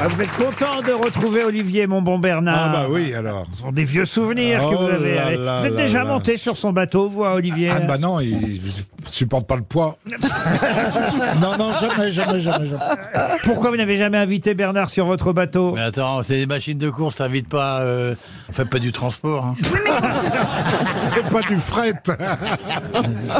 Ah, vous êtes content de retrouver Olivier Monbon Bernard. Ah bah oui, alors. Ce sont des vieux souvenirs que Oh vous avez. là là vous êtes là déjà là. monté sur son bateau, vous, hein, Olivier Ah bah non, il il supporte pas le poids. non, non, jamais, jamais, jamais, jamais. Pourquoi vous n'avez jamais invité Bernard sur votre bateau Mais attends, c'est des machines de course, t'invites pas, euh, on fait pas du transport. hein. C'est pas du fret.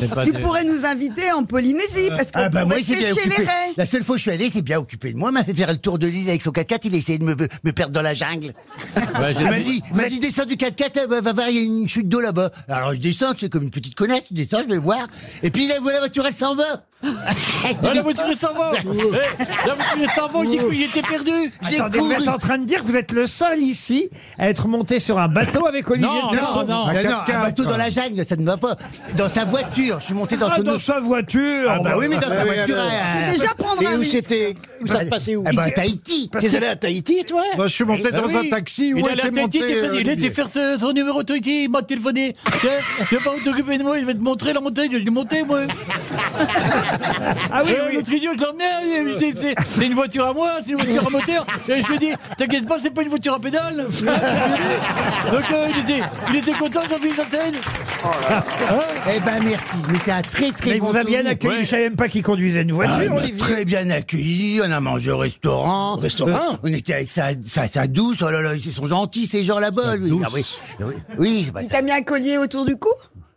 C'est pas Tu des- pourrais nous inviter en Polynésie parce qu'on Ah bah moi pourrait il s'est bien pêcher les occupé. raies. La seule fois où je suis allé, il s'est bien occupé de moi. Il m'a fait faire le tour de l'île avec son 4x4. Il a essayé de me, me perdre dans la jungle. Ouais, j'ai- Il m'a dit, il m'a dit descends du 4x4, euh, bah, va voir, il y a une chute d'eau là-bas. Alors je descends, c'est comme une petite connasse, je descends, je vais voir. Et puis là, voilà, la voiture, elle s'en va. Ah, la voiture est s'en va Eh, La voiture est s'en va, il dit qu'il était perdu J'ai Attendez, vous couru. êtes en train de dire que vous êtes le seul ici à être monté sur un bateau avec Olivier Non, de non, Kersauzon. non. Ah non, un 4x4, bateau quoi. dans la jungle, ça ne va pas. Dans sa voiture, je suis monté dans Ah, son... dans autre- sa voiture Ah bah oui, mais dans sa Oui, voiture... alors. euh, C'est déjà parce- prendre un Et où risque. c'était Où ça Bah, se passait où Eh ben, à Tahiti. Parce que- allé à Tahiti, toi Eh bah Moi, Bah, je suis monté dans un taxi où Eh il était allait à Tahiti, monté. il, euh, fait- il Olivier. était faire ce- son numéro Tahiti, il m'a téléphoné. Tiens, Je vais pas vous t'occuper de moi, il va te montrer la montée. Je lui ai dit, montez, moi. Ah Eh oui, Et oui. L'autre idiot, je l'emmène. il dit, c'est- C'est une voiture à moi, c'est une voiture à moteur. Et je lui ai dit, t'inquiète pas, c'est pas une voiture à pédale. Donc, euh, il, était, il était content quand il s'attelle. Ah, Eh ben merci, mais c'est un très très Mais il bon vous a bien souvenir. accueilli, je savais même pas qu'il conduisait une voiture, Ah, il m'a Olivier. très bien accueilli, on a mangé au restaurant. restaurant On était avec sa, sa, sa douce, oh là là, ils sont gentils ces gens là-bas, lui. Ah oui, oui, oui, c'est pas Il ça. t'a mis un collier autour du cou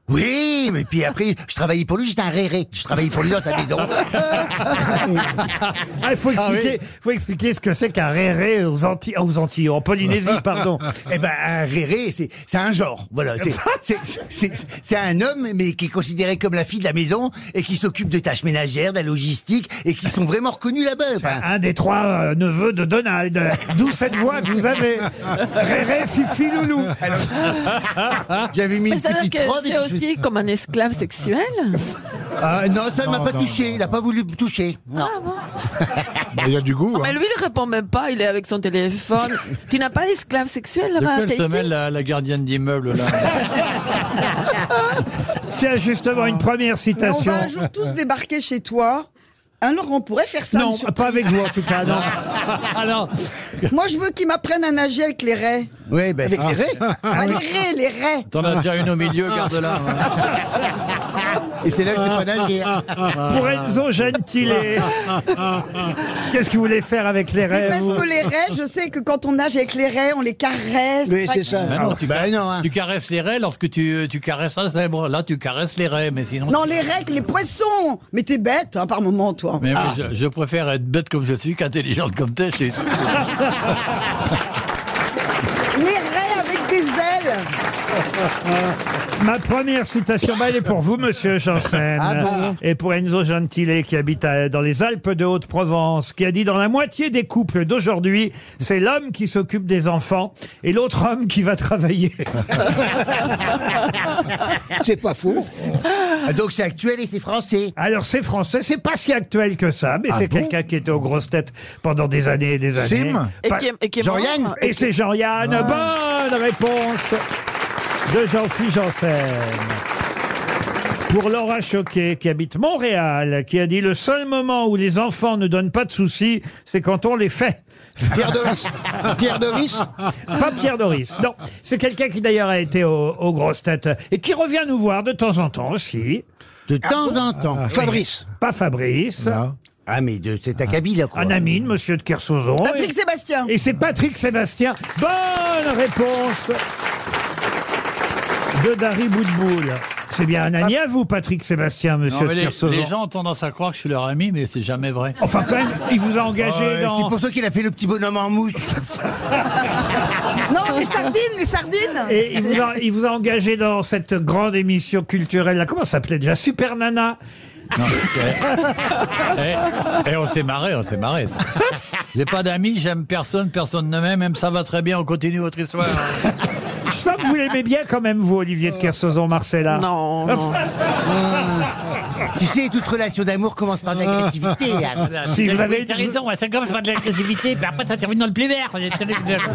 Oui, mais puis après, je travaillais pour lui, j'étais un réré. Je travaillais pour lui dans sa maison. Ah, il faut expliquer, faut expliquer ce que c'est qu'un réré aux Antilles, aux Antilles, en Polynésie, pardon. Eh ben, un réré, c'est c'est un genre, voilà. c'est- c'est- C'est c'est un homme, mais qui est considéré comme la fille de la maison et qui s'occupe de tâches ménagères, de la logistique et qui sont vraiment reconnus là-bas. Enfin, Un des trois euh, neveux de Donald. D'où cette voix que vous avez. Réré, Fifi, Loulou. J'avais mis Mais une C'est-à-dire petite robe. que c'est et puis je me suis- aussi comme un esclave sexuel Ah, non, ça ne m'a Non, pas non, touché. Il n'a pas voulu me toucher. Non. Ah Bah, Il y a du goût. Ah, Mais hein. lui, il répond même pas, il est avec son téléphone. tu n'as pas d'esclave sexuel là-bas à Depuis Tahiti la, gardienne d'immeuble, là Tiens, justement, une première Mais On citation. va un jour tous débarquer chez toi. Alors on pourrait faire ça. une Non, surprise. pas avec vous en tout cas, non. Alors, Moi je veux qu'ils m'apprennent à nager avec les raies. Oui, Bah, ben, c'est vrai. Ah, les raies, les raies. t'en as déjà une au milieu, garde-la. hein. Et c'est là que je n'ai pas nager. hein. Pour Enzo Gentile. Qu'est-ce que vous voulez faire avec les Mais rêves parce vous que les raies, je sais que quand on nage avec les raies, on les caresse. Oui, Enfin, c'est ça. Bah non, tu Bah non, hein. Tu caresses les raies lorsque tu, tu caresses un zèbre. Là, tu caresses les raies, mais sinon. Non, les raies, les poissons. Mais t'es bête hein, par moment, toi. Mais oui, Ah. Ah. je, je préfère être bête comme je suis qu'intelligente comme t'es. je t'ai- Les raies avec des ailes. Ma première citation, bah, elle est pour vous, monsieur Janssen. et pour Enzo Gentile, qui habite à- dans les Alpes de Haute-Provence, qui a dit Dans la moitié des couples d'aujourd'hui, c'est l'homme qui s'occupe des enfants et l'autre homme qui va travailler. C'est pas faux. Ah, Donc c'est actuel et c'est français. Ah Alors, c'est français, c'est pas si actuel que ça, mais c'est quelqu'un qui était aux grosses têtes pendant des années et des années. Sim Et Pas- qui est, et qui est Jean-Yann mort. Et c'est Jean-Yann. Ah. Bonne réponse de Jean-Philippe Janssen. Pour Laura Choquet, qui habite Montréal, qui a dit Le seul moment où les enfants ne donnent pas de soucis, c'est quand on les fait. Pierre Doris. Pierre Doris. Pas Pierre Doris. Non, c'est quelqu'un qui d'ailleurs a été au- aux grosses têtes et qui revient nous voir de temps en temps aussi. Ah De temps en temps. Fabrice. Pas Fabrice, Non. Ah mais de cet acabit là quoi. un ami de Monsieur de Kersauzon. Patrick Et- Sébastien. Et c'est Patrick Sébastien. Bonne réponse de Dari Boudboul. C'est bien un ami à vous, Patrick Sébastien, Non, monsieur mais de les, les Kersauzon. gens ont tendance à croire que je suis leur ami, mais c'est jamais vrai. Enfin, quand même, il vous a engagé Euh, dans... C'est pour ça qu'il a fait le petit bonhomme en mousse. Non, les sardines, les sardines. Et il vous, a, il vous a engagé dans cette grande émission culturelle. Là. Comment ça s'appelait déjà Super Nana. Non, ok. et, et Eh, on s'est marré, on s'est marré. J'ai pas d'amis, j'aime personne, personne ne m'aime, même ça va très bien, on continue votre histoire. Je sens que vous vous l'aimez bien quand même, vous, Olivier de Kersauzon, Ah. Marcella Non, non. Tu sais, toute relation d'amour commence par de l'agressivité. Anne. Ah. Si vous avez, Ah, T'as raison, ça commence par de l'agressivité, puis après ça termine dans le plus vert.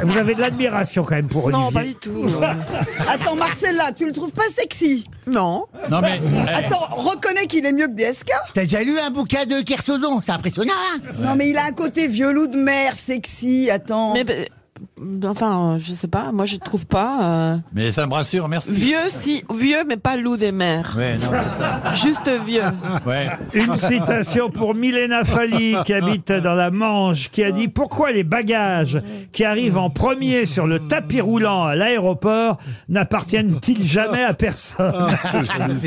vous avez de l'admiration quand même pour Olivier. Non, pas du tout. Attends, Marcella, tu le trouves pas sexy Euh. Non. Non mais. euh, Attends, reconnais qu'il est mieux que DSK T'as déjà lu un bouquin de Kersodon C'est impressionnant. hein Non, mais il a un côté vieux loup de mer, sexy, attends. Mais ben, enfin, euh, je sais pas. Moi, je trouve pas. euh, Mais ça me rassure, merci. Vieux, si vieux, mais pas loup des mers. Ouais, non. Juste vieux. Ouais. Une citation pour Milena Fali, qui habite dans la Manche, qui a dit Pourquoi les bagages qui arrivent en premier sur le tapis roulant à l'aéroport n'appartiennent-ils jamais à personne Ah,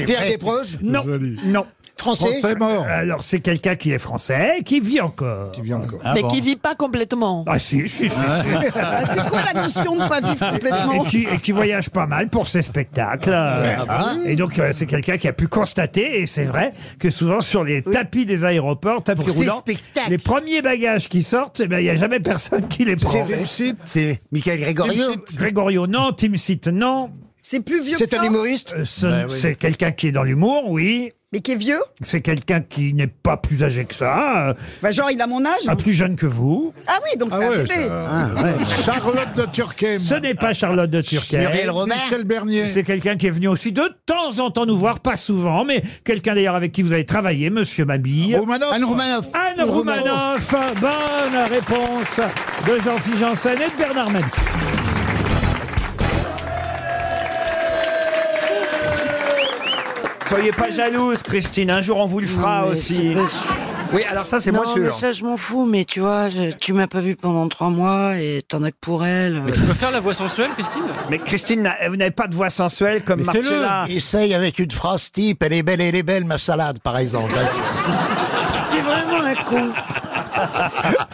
Pierre Desproges, Non, joli. non. français. Français mort. Alors, c'est quelqu'un qui est français, et qui vit encore. Qui vient encore. Ah mais bon. qui vit pas complètement. Ah, si, si, si. si. Ah, C'est quoi la notion de pas vivre Et complètement qui, et qui voyage pas mal pour ses spectacles. euh, et donc, euh, c'est quelqu'un qui a pu constater, et c'est vrai, que souvent sur les tapis des aéroports, tapis Pour ses roulants, spectacles. les premiers bagages qui sortent, eh ben, il n'y a jamais personne qui les prend. réussi. C'est Michael Gregorio. Grégorio, non. Tim Sit, non. C'est plus vieux que C'est ça, un humoriste. Euh, ce- Bah oui. C'est quelqu'un qui est dans l'humour, oui. mais qui est vieux C'est quelqu'un qui n'est pas plus âgé que ça, euh, Bah, genre, il a mon âge pas plus jeune que vous. Ah oui, donc Ah c'est un Ah, ouais, bébé. ça- Charlotte de Turquem. Ce n'est pas Charlotte de Turquet. Muriel Robert. Michel Bernier. C'est quelqu'un qui est venu aussi de temps en temps nous voir, pas souvent, mais quelqu'un d'ailleurs avec qui vous avez travaillé, Monsieur Mabille. Romanoff. Anne Romanoff. Anne Roumanoff, bonne réponse de Jean-Philippe Janssen et de Bernard Mendy. Soyez pas jalouse, Christine. Un jour, on vous le fera aussi. Oui, alors ça, c'est Non, moins mais sûr. ça, je m'en fous, mais tu vois, je- tu m'as pas vu pendant trois mois et t'en as que pour elle. euh. peux faire la voix sensuelle, Christine Mais Christine, n'a- vous n'avez pas de voix sensuelle comme Mais fais-le. Marcella. Essaye avec une phrase type, elle est belle, elle est belle, ma salade, par exemple. Bah, T'es vraiment un con.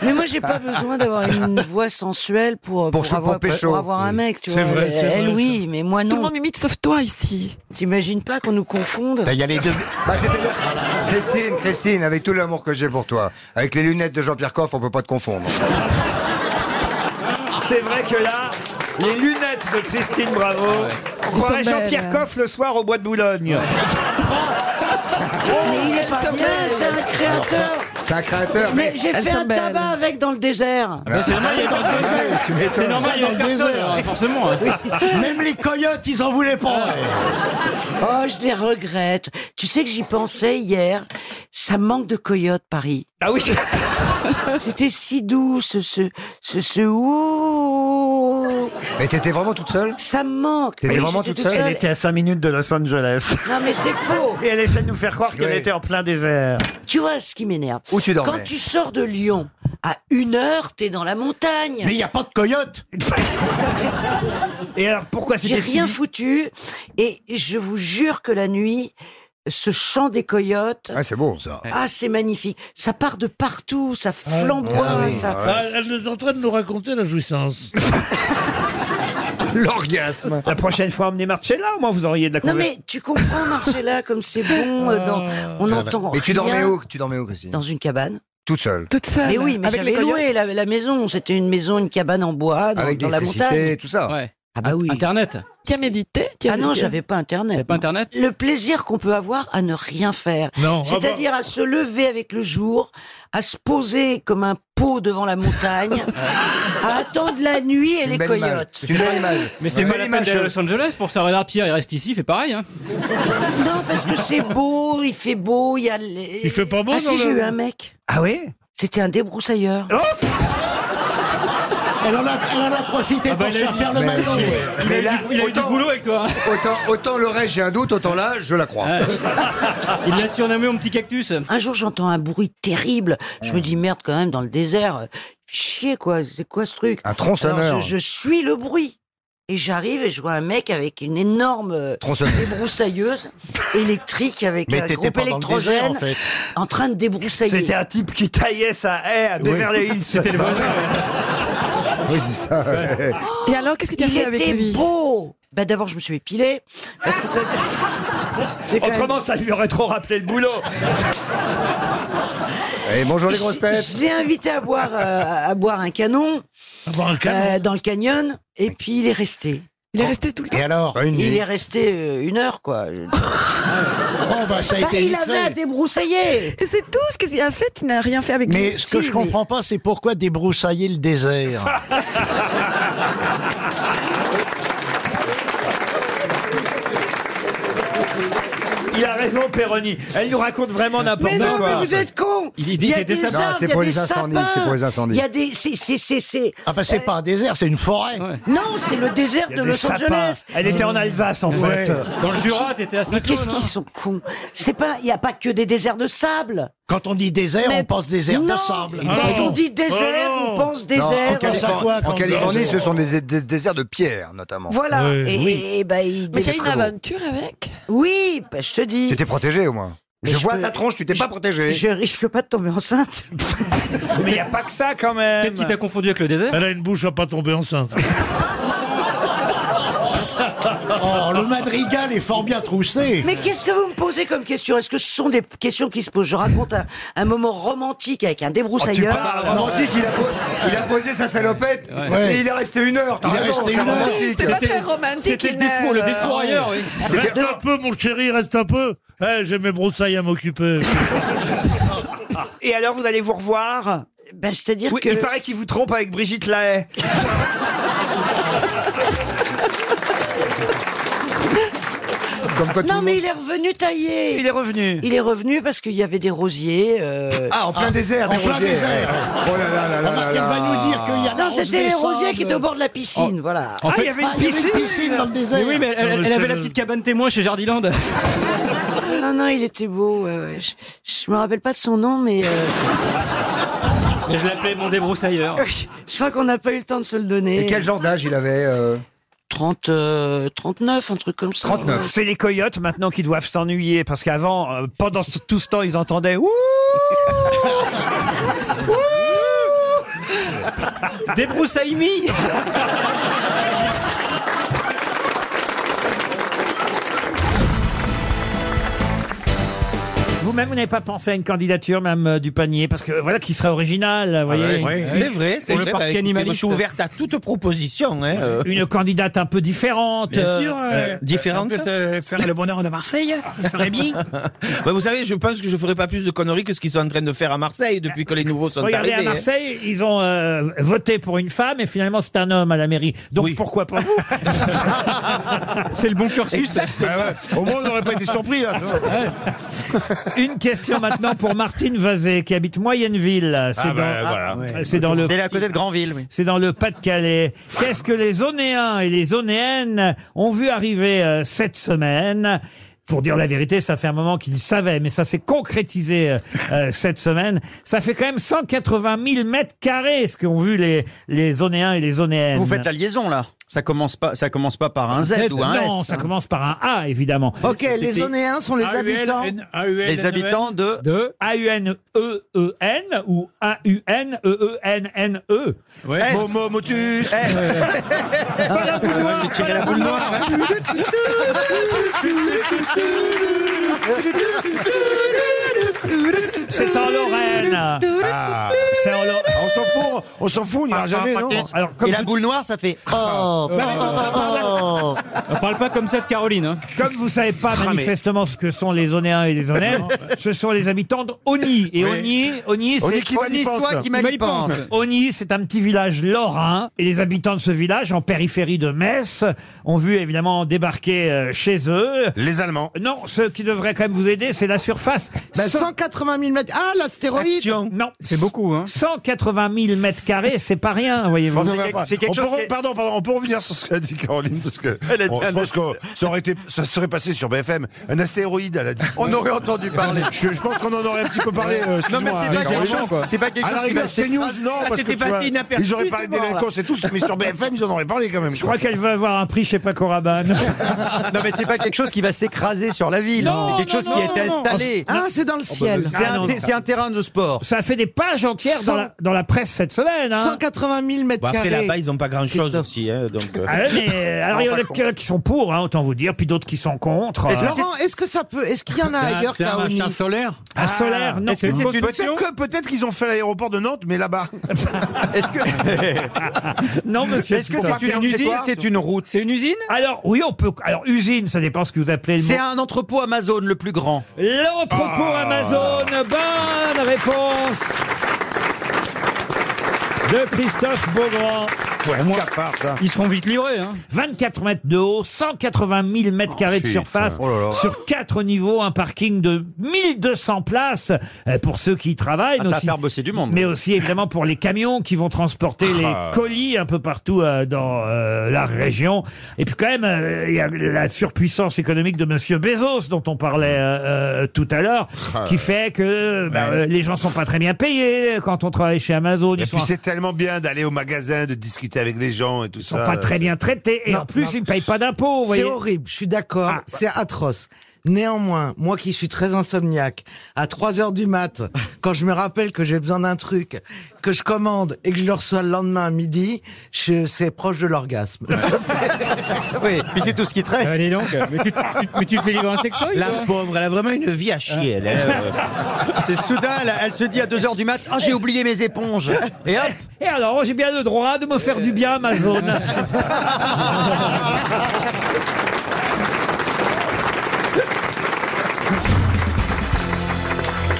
Mais moi, j'ai pas besoin d'avoir une voix sensuelle pour, pour, choper avoir, Pécho. pour avoir un mec, tu vois. vrai, c'est elle, vrai, oui, mais moi, Tout le non. monde m'imite sauf toi ici. T'imagines pas qu'on nous confonde Là, Il y a les deux. Bah, c'était le- Christine, Christine, avec tout l'amour que j'ai pour toi, avec les lunettes de Jean-Pierre Coff, on peut pas te confondre. C'est vrai que là, les lunettes de Christine Bravo. Ah On croirait sont belles. Jean-Pierre Coff le soir au bois de Boulogne. Mais il est pas bien, c'est un créateur C'est un créateur. Mais j'ai Elles fait sont un belles. tabac avec dans le Ah Ah. désert ben, C'est normal, il y a Ah, Tu m'étonnes. C'est normal, il y a personne. hein, Forcément. hein. Même les coyotes, ils en voulaient pas. Ah. Oh, je les regrette Tu sais que j'y pensais hier, ça manque de coyote, Paris Ah oui, C'était si doux, ce... ce... ce... ce... ouh. Mais t'étais vraiment toute seule Ça me manque T'étais Oui, vraiment j'étais toute seule elle était à 5 minutes de Los Angeles. Non mais c'est faux Et elle essaie de nous faire croire qu'elle Oui. était en plein désert. Tu vois ce qui m'énerve Où tu dormais Quand tu sors de Lyon, à une heure, t'es dans la montagne Mais il n'y a pas de coyotes. Ah Et alors pourquoi c'était J'ai rien si- foutu et je vous jure que la nuit, ce chant des coyotes, Ouais, c'est beau ça. ah c'est magnifique, ça part de partout, ça flamboie, Ah oui, ça. Elle est en train de nous raconter la jouissance. L'orgasme. La prochaine fois, emmenez Marcella, au moins vous auriez de la Non conver- mais tu comprends Marcella comme c'est bon, euh, dans- Ah. on entend Et bah. tu dormais rien où Tu dormais où, Christine Dans une cabane. Toute seule. Toute seule. Mais oui, mais avec les j'avais loué la, la maison. C'était une maison, une cabane en bois dans, Avec dans la montagne. l'électricité, tout ça. Ouais. Ah bah oui. Internet. Tu as médité tu as Ah non, médité j'avais pas T'avais internet. pas Internet le plaisir qu'on peut avoir à ne rien faire. Non, C'est-à-dire à se lever avec le jour, à se poser comme un pot devant la montagne, à attendre la nuit et les belle coyotes. image. Une belle image. Mais c'est Une pas belle la peine image. d'aller à Los Angeles pour ça. Regarde, Pierre, il reste ici, il fait pareil. Hein. Non, parce que c'est beau, il fait beau, il y a. Il fait pas beau dans Ah si, le- j'ai eu un mec. Ah oui C'était un débroussailleur. Elle en a, elle en a profité Ah bah, pour se faire faire le maillot. Mais Il a là, eu du- il a eu du boulot avec toi. hein. autant, autant le reste, j'ai un doute, autant là, je la crois. Il l'a surnommé mon petit cactus. Un jour, j'entends un bruit terrible. Je me dis merde, quand même, dans le désert. euh, Chier, quoi. C'est quoi ce truc Un tronçonneur. Alors, je, je suis le bruit. Et j'arrive et je vois un mec avec une énorme euh, Tronçonneuse. débroussailleuse électrique avec Mais un t'étais groupe pas dans le désert, électrogène en fait. en train de débroussailler. C'était un type qui taillait sa haie à Beverly Hills. C'était le Oui, c'est ça. Et alors, qu'est-ce que tu as Il fait avec était lui beau. Bah d'abord, je me suis épilé parce que ça. C'est quand même- Autrement, ça lui aurait trop rappelé le boulot. Et bonjour les grosses Je, têtes. je l'ai invité à boire, euh, à boire un canon, Avoir un euh, dans le canyon, et puis il est resté. Il est resté tout le temps. Et alors Il est resté euh, une heure, quoi. bah, ça a été il vite avait fait. à débroussailler. Et c'est tout ce qu'il a fait, il n'a rien fait avec Mais ce que je comprends pas, c'est pourquoi débroussailler le désert. Ah, Il a raison, Péroni. Elle nous raconte vraiment n'importe Mais non, quoi. mais vous êtes cons Ah, Il dit qu'il y a était des sapin. arbres, Non, c'est il y a pour des les incendies, sapins, c'est pour les incendies. Il y a des... c'est- c'est- c'est- c'est- Ah bah c'est euh, pas un désert, c'est une forêt. Non, c'est le désert Il y a de des Los sapins. Angeles. Elle était en Alsace, en fait. Dans le Jura, t'étais à Mais Saint-Cloud. hein. qu'est-ce qu'ils sont cons C'est pas, il n'y a pas que des déserts de sable. Quand on dit désert, Mais- on pense désert non. de sable. Ah Quand on dit désert, Oh non. on pense Non, désert. en, Californie- Ça quoi, en quand- Californie, ce sont des, des déserts de pierre, notamment. Voilà. et, et- et ben, il- Mais j'ai C'est une très beau. aventure avec. Oui, ben, je te dis. Tu t'es protégé, au moins. Mais je je vois peux- ta tronche, tu t'es pas protégé. Je risque pas de tomber enceinte. Mais il n'y a pas que ça, quand même. Peut-être qu'il t'a confondu avec le désert. Elle a une bouche à pas tomber enceinte. Oh, le madrigal est fort bien troussé. Mais qu'est-ce que vous me posez comme question Est-ce que ce sont des questions qui se posent Je raconte un, un moment romantique avec un Oh, tu débroussailleur. parles romantique, il a, po- il a posé sa salopette Ouais. et il est resté une heure. t'as Il est raison, resté c'est une heure. romantique. C'est pas C'était- très romantique. C'était le une défaut, le heure. Ah, défourailleur, Ah oui. bah, Reste un peu, mon chéri, reste un peu. Eh, j'ai mes broussailles à m'occuper. Ah, Et alors, vous allez vous revoir Ben, C'est-à-dire Oui, que Il paraît qu'il vous trompe avec Brigitte Lahaye. Comme quoi, tout non, le mais monde- il est revenu taillé. Il est revenu. Il est revenu parce qu'il y avait des rosiers. euh, Ah, en plein désert. en des plein rosiers. désert. Oh là là là là là Remarque, elle va là. nous dire qu'il y a Non, c'était les rosiers qui étaient au de bord de la piscine, voilà. ah, il y avait une Oh. Ah, il y avait piscine. une piscine dans le Mais désert. oui, mais elle, Non, mais elle avait c'est la le- petite cabane témoin chez Jardiland. Ah, Non, non, il était beau. ouais, ouais. Je, je me rappelle pas de son nom, mais euh, Et je l'appelais mon débroussailleur. je crois qu'on n'a pas eu le temps de se le donner. Et quel genre d'âge il avait euh, 30, euh, 39, un truc comme ça. 39. C'est les coyotes maintenant qui doivent s'ennuyer parce qu'avant, euh, pendant ce- tout ce temps, ils entendaient Ouh Débroussaille-mi Vous-même, vous n'avez pas pensé à une candidature, même du panier, parce que voilà, qui serait original, vous voyez. C'est vrai, c'est Pour le vrai. bah, parquet écoutez, animaliste. moi, je suis ouverte à toute proposition. Hein, euh, Une candidate un peu différente. euh, euh, différente. faire le bonheur de Marseille, ça ferait bien. Bah, vous savez, je pense que je ferai pas plus de conneries que ce qu'ils sont en train de faire à Marseille depuis que les nouveaux sont Regardez, à arrivés. hein. Marseille, ils ont euh, voté pour une femme et finalement c'est un homme à la mairie. Donc pourquoi pas vous C'est le bon cursus. Au moins, on n'aurait pas été surpris. Là, tu vois. Une question maintenant pour Martine Vazé qui habite Moyenneville. Ah, C'est dans, c'est dans le C'est à côté de Granville, oui. c'est dans le Pas-de-Calais. Qu'est-ce que les Onéens et les Onéennes ont vu arriver euh, cette semaine pour dire la vérité, ça fait un moment qu'ils savaient, mais ça s'est concrétisé euh, euh, cette semaine. Ça fait quand même 180 000 mètres carrés ce qu'ont vu les les Onéens et les Onéennes. Vous Mm. faites la liaison là. Ça commence pas, ça commence pas par un Z, ou un Non, S. hein. ça commence par un A évidemment. Ok, les zonéens sont les habitants. Les habitants de. Deux. A U N E E N ou A U N E E N N E. S. Momo Motus. J'ai tiré la boule noire. hein. C'est en Lorraine. Ah. C'est en Lorraine. On s'en fout, on s'en fout, on Ah, n'ira jamais, non Ah. Alors, comme, Et la vous, boule noire, ça fait. oh, On parle pas comme ça de Caroline. hein. comme vous savez pas Ah, manifestement ce que sont les Onéens et les Onéennes, ce sont les habitants d'Oni. Et Oni, Oni, On c'est est qui manipule Soit qui malipente. Oni, c'est un petit village lorrain. Et les habitants de ce village, en périphérie de Metz, ont vu évidemment débarquer euh, chez eux. Les Allemands. Non, ce qui devrait quand même vous aider, c'est la surface. Ben, Cent- 180 000 mètres. Ah, l'astéroïde Non, C'est beaucoup, hein. 180 000 mètres carrés, c'est pas rien, voyez-vous. On va pas. c'est quelque On chose peut- qui- Pardon, pardon, on peut revenir sur ce qu'a dit Caroline, parce que Elle a dit on- je un pense que ça aurait été, ça serait passé sur BFM. Un astéroïde, elle a dit. On aurait entendu parler. Je, je pense qu'on en aurait un petit peu parlé. euh, Non, mais excuse-moi, c'est hein, pas Caroline. quelque chose. C'est pas quelque À la chose qui rigueur, va CNews, non, Ah, parce que c'était tu passé vois, inaperçu, ils auraient c'est parlé des mort, là. délinquances et tout, mais sur BFM, ils en auraient parlé quand même. Je crois qu'elle veut avoir un prix chez Paco Rabanne. Non, mais c'est pas quelque chose qui va s'écraser sur la ville. Non, c'est quelque non, chose non, qui a été non, non. installé. Ah, c'est dans le ciel. C'est un Ah, non, non, non. C'est un terrain de sport. Ça a fait des pages entières dans la, dans la presse cette semaine. hein. 180 000 mètres Bon, après, carrés. là-bas, ils n'ont pas grand-chose aussi. hein, donc, euh. Ah ouais, mais, alors il y en a qui- qui sont pour, hein, autant vous dire, puis d'autres qui sont contre. Est-ce Laurent, est-ce que ça peut, est-ce Ah, qu'il y en a Ah, C'est un- ailleurs c'est un qu'à machin Oni solaire Un Ah, solaire, non. Ah, Est-ce que Une c'est grosse une- potion Peut-être que- peut-être qu'ils ont fait l'aéroport de Nantes, mais là-bas. Est-ce que Ah, non, monsieur. Est-ce que c'est une usine C'est une route C'est une usine Alors, oui, on peut. Alors, usine, ça dépend ce que vous appelez le C'est mot. un entrepôt Amazon le plus grand. L'entrepôt Ah. Amazon. Bonne réponse de Christophe Beaugrand. Ils seront vite livrés. Hein. 24 mètres de haut, 180 000 mètres carrés de putain. surface, Oh là là. sur quatre niveaux, un parking de 1200 places euh, pour ceux qui y travaillent. mais Ah, ça va aussi- faire bosser du monde. Mais aussi évidemment pour les camions qui vont transporter les Ah. colis un peu partout euh, dans euh, la région. Et puis quand même, euh, il y a la surpuissance économique de Monsieur Bezos dont on parlait euh, euh, tout à l'heure, Ah. qui fait que bah, euh, les gens sont pas très bien payés quand on travaille chez Amazon. Et Ils sont puis c'est tellement bien d'aller au magasin, de discuter avec les gens et tout sont ça. pas très bien traités et Non, en plus non. ils ne payent pas d'impôts. vous C'est voyez. Ah. horrible, je suis d'accord, c'est atroce. Néanmoins, moi qui suis très insomniaque, à 3 heures du mat, quand je me rappelle que j'ai besoin d'un truc, que je commande et que je le reçois le lendemain à midi, je- c'est proche de l'orgasme. Oui, puis c'est tout ce qui te reste. Allez Ah, donc, mais tu, tu- mais tu te fais livrer un sextoy La toi pauvre, elle a vraiment une vie à chier. elle, hein, euh. C'est soudain, elle, elle se dit à 2h du mat Ah, j'ai oublié mes éponges. Et hop Et alors, j'ai bien le droit de me faire du bien, Amazon.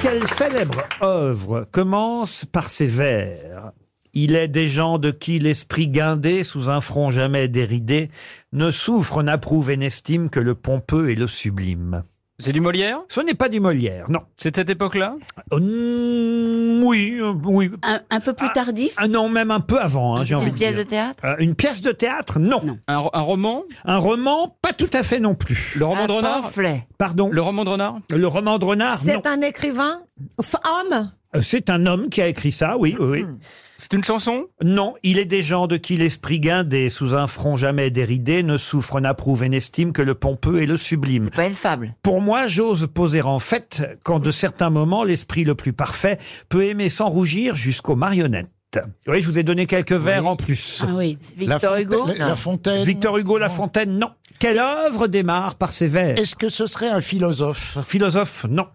Quelle célèbre œuvre commence par ces vers Il est des gens de qui l'esprit guindé, sous un front jamais déridé, ne souffre, n'approuve et n'estime que le pompeux et le sublime. C'est du Molière Ce n'est pas du Molière, non. C'est de cette époque-là Hum, oui, euh, oui. Un, un peu plus tardif Ah non, même un peu avant, hein, j'ai envie Une de pièce dire. de théâtre Euh, une pièce de théâtre, non. Un, un roman Un roman, pas tout à fait non plus. Le roman Un de renard pamphlet. Pardon Le roman de renard Le roman de renard, Ah, non. C'est un écrivain Enfin, homme Euh, C'est un homme qui a écrit ça, oui, oui. Hmm. C'est une chanson Non, il est des gens de qui l'esprit guindé, sous un front jamais déridé, ne souffre, n'approuve et n'estime que le pompeux et le sublime. Pas une fable. Pour moi, j'ose poser en fait quand de certains moments, l'esprit le plus parfait peut aimer sans rougir jusqu'aux marionnettes. Oui, je vous ai donné quelques vers en plus. Ah oui, c'est Victor Hugo Non. Fontaine. Victor Hugo, La Fontaine, non. Quelle œuvre démarre par ces vers Est-ce que ce serait un philosophe Philosophe, non.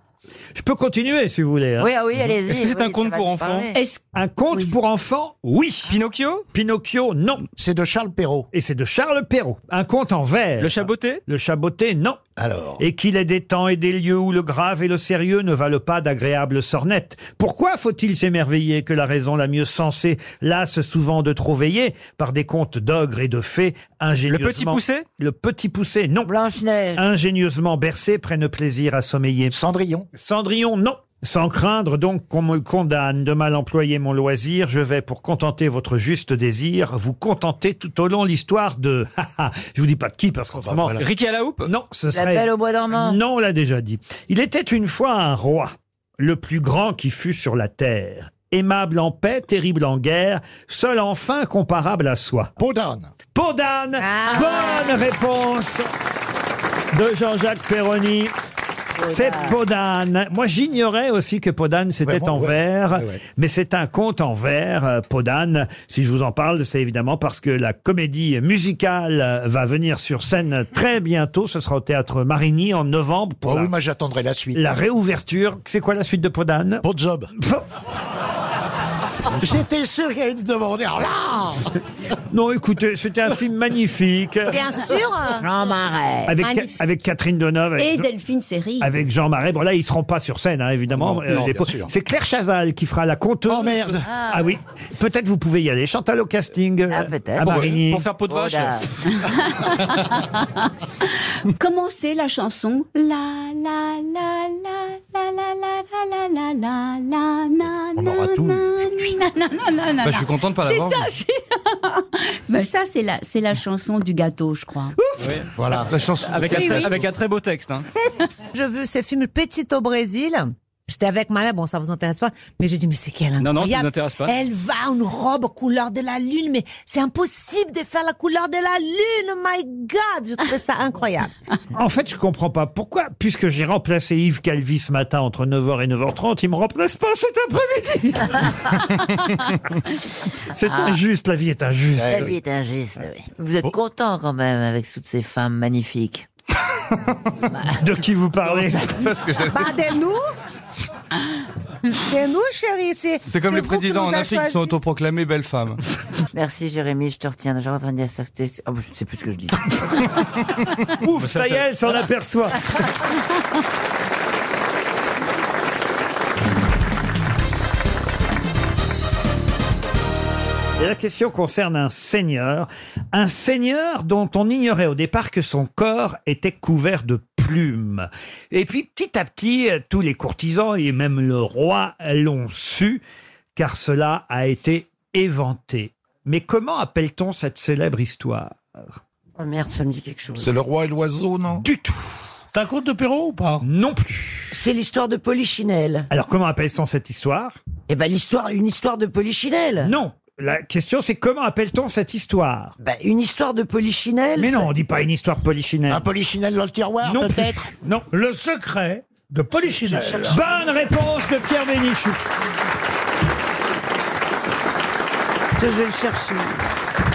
Je peux continuer si vous voulez. hein. Oui, ah oui, allez-y, Est-ce que c'est oui, un ça conte va pour nous enfants parler. Est-ce- Un conte pour enfants Oui. Pinocchio Pinocchio, non. C'est de Charles Perrault. Et c'est de Charles Perrault. Un conte en vers. Le Chaboté Le Chaboté, non. Alors Et qu'il est des temps et des lieux où le grave et le sérieux ne valent pas d'agréables sornettes. Pourquoi faut-il s'émerveiller que la raison la mieux sensée lasse souvent de trop veiller par des contes d'ogres et de fées ingénieusement... Le Petit Poucet Le petit poussé, non. Blanche-Neige. Ingénieusement bercés prennent plaisir à sommeiller. Cendrillon. Cendrillon, non. Sans craindre donc qu'on me condamne de mal employer mon loisir, je vais, pour contenter votre juste désir, vous contenter tout au long l'histoire de... je vous dis pas de qui, parce qu'autrement... Oh, bah voilà. Ricky à la houppe Non, ce La serait... Belle au bois dormant. Non, on l'a déjà dit. Il était une fois un roi, le plus grand qui fut sur la terre. Aimable en paix, terrible en guerre, seul enfin comparable à soi. Podane. Podane. Bonne réponse de Jean-Jacques Perroni. C'est Podane. Moi, j'ignorais aussi que Podane, c'était Vraiment, en ouais. vers, Ouais, ouais. mais c'est un conte en vers, euh, Podane. Si je vous en parle, c'est évidemment parce que la comédie musicale euh, va venir sur scène très bientôt. Ce sera au Théâtre Marigny en novembre pour Oh la, oui, moi j'attendrai la suite. la réouverture. C'est quoi la suite de Podane Podjob. J'étais sûr qu'il allait me demander. Alors là Non, écoutez, c'était un film magnifique. Bien sûr. Jean Marais. Eh, Avec, Magnifique. avec Catherine Deneuve. avec Et Jo- Delphine Série. avec Jean Marais. Bon, là, ils seront pas sur scène, hein, évidemment. Non, Euh, non, les bien po- sûr. C'est Claire Chazal qui fera la conteuse. Oh merde Ah, oui, peut-être vous pouvez y aller. Chantal au casting Ah, euh, à Pour- Marigny. pour faire peau de vache. Comment c'est la chanson La la la la la la la la la la la la na On aura na, tout. na, na, na, na, na, Bah, na. je suis content de pas l'avoir vu. C'est ça, c'est- Bah, ça c'est la c'est la chanson du gâteau, je crois. Voilà. La chanson. Avec, un, Oui, très- oui. avec un très beau texte. hein. Je veux ce film Petit au Brésil J'étais avec ma mère, bon, ça vous intéresse pas, mais j'ai dit, mais c'est qu'elle non, ça incroyable. nous intéresse pas. Elle va en robe couleur de la lune, mais c'est impossible de faire la couleur de la lune, my God! Je trouvais ça incroyable. En fait, je comprends pas pourquoi, puisque j'ai remplacé Yves Calvi ce matin entre 9h et 9h30, il me remplace pas cet après-midi. C'est Ah. injuste, la vie est injuste. La vie est injuste, oui. Vous êtes content quand même avec toutes ces femmes magnifiques. De qui vous parlez Bah, de nous! De nous, chérie, c'est. C'est comme les vous qui présidents en nous a Afrique qui choisi. sont autoproclamés belles femmes. Merci Jérémy, je te retiens. J'ai entendu dire ça. Oh, je ne sais plus ce que je dis. euh. Bah, Ouf, ça y est, elle s'en aperçoit. Et la question concerne un seigneur, un seigneur dont on ignorait au départ que son corps était couvert de plumes. Et puis petit à petit, euh, tous les courtisans et même le roi l'ont su, car cela a été éventé. Mais comment appelle-t-on cette célèbre histoire Oh merde, ça me dit quelque chose. C'est le roi et l'oiseau, non Du tout. C'est un conte de Perrault ou pas Non plus. C'est l'histoire de Polichinelle. Alors comment appelle-t-on cette histoire Eh ben l'histoire, une histoire de Polichinelle. Non. La question, c'est comment appelle-t-on cette histoire Bah, une histoire de Polichinelle. Mais ça- non, on dit pas une histoire polichinelle. Un polichinelle dans le tiroir, peut-être Non. Le secret de Polichinelle. Bonne réponse de Pierre Bénichou. Je vais le chercher.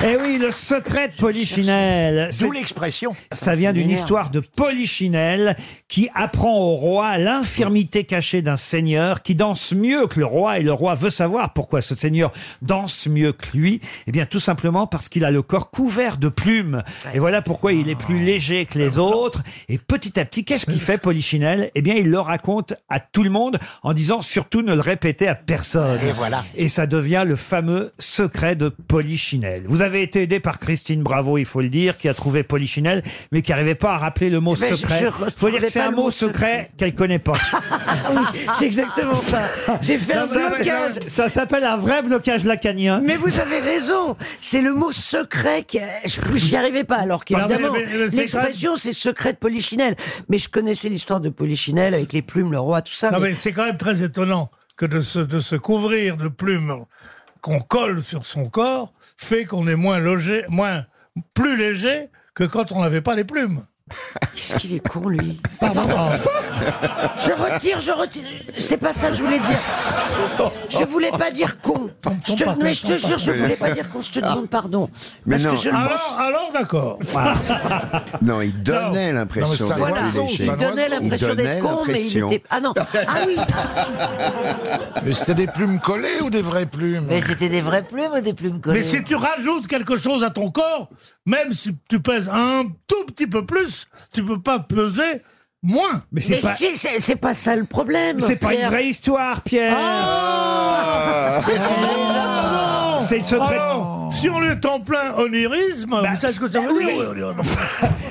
Eh oui, le secret de Polichinelle. D'où C'est- l'expression. Ça vient d'une m'énerve. histoire de Polichinelle qui apprend au roi l'infirmité cachée d'un seigneur qui danse mieux que le roi et le roi veut savoir pourquoi ce seigneur danse mieux que lui. Eh bien, tout simplement parce qu'il a le corps couvert de plumes. Et voilà pourquoi il est plus léger que les autres. Et petit à petit, qu'est-ce qu'il fait Polichinelle Eh bien, il le raconte à tout le monde en disant surtout ne le répétez à personne. Et voilà. Et ça devient le fameux secret de Polichinelle. Vous avez été aidé par Christine Bravo, il faut le dire, qui a trouvé Polichinelle, mais qui n'arrivait pas à rappeler le mot Mais Eh ben, je- secret. je Il faut dire que retrouvais c'est pas un le mot mot secret qu'elle connaît pas. Ah oui, c'est exactement ça. J'ai fait un Non, mais ça, blocage. c'est- Ça s'appelle un vrai blocage lacanien. Mais vous avez raison, c'est le mot secret qui. Je n'y arrivais pas, alors qu'évidemment, Non, mais- mais le secret- l'expression c'est secret de Polichinelle. Mais je connaissais l'histoire de Polichinelle avec les plumes, le roi, tout ça. Non, Ah, mais- mais c'est quand même très étonnant que de se, de se couvrir de plumes qu'on colle sur son corps fait qu'on est moins logé, moins, plus léger que quand on n'avait pas les plumes. Qu'est-ce qu'il est con, lui Je Je retire, je retire. C'est pas ça que je voulais dire. Je voulais pas dire con. Je te- pardon, mais Ah. je te ton jure, je pardon. voulais pas dire con. Je te demande pardon. Mais Parce non. que je le Alors, pense. alors d'accord. Non, il donnait l'impression d'être Voilà, léché. il donnait l'impression donnait d'être con, mais il l'impression. était. Ah non, ah oui, Mais c'était des plumes collées ou des vraies plumes Mais c'était des vraies plumes ou des plumes collées Mais si tu rajoutes quelque chose à ton corps, même si tu pèses un tout petit peu plus, tu peux pas peser moins. Mais c'est Mais pas- si, c'est- c'est pas ça le problème. C'est pas une vraie histoire, Pierre. C'est le secret. Ah Bah, Alors, si on est en plein onirisme, vous savez ce que ça veut dire oui, oui.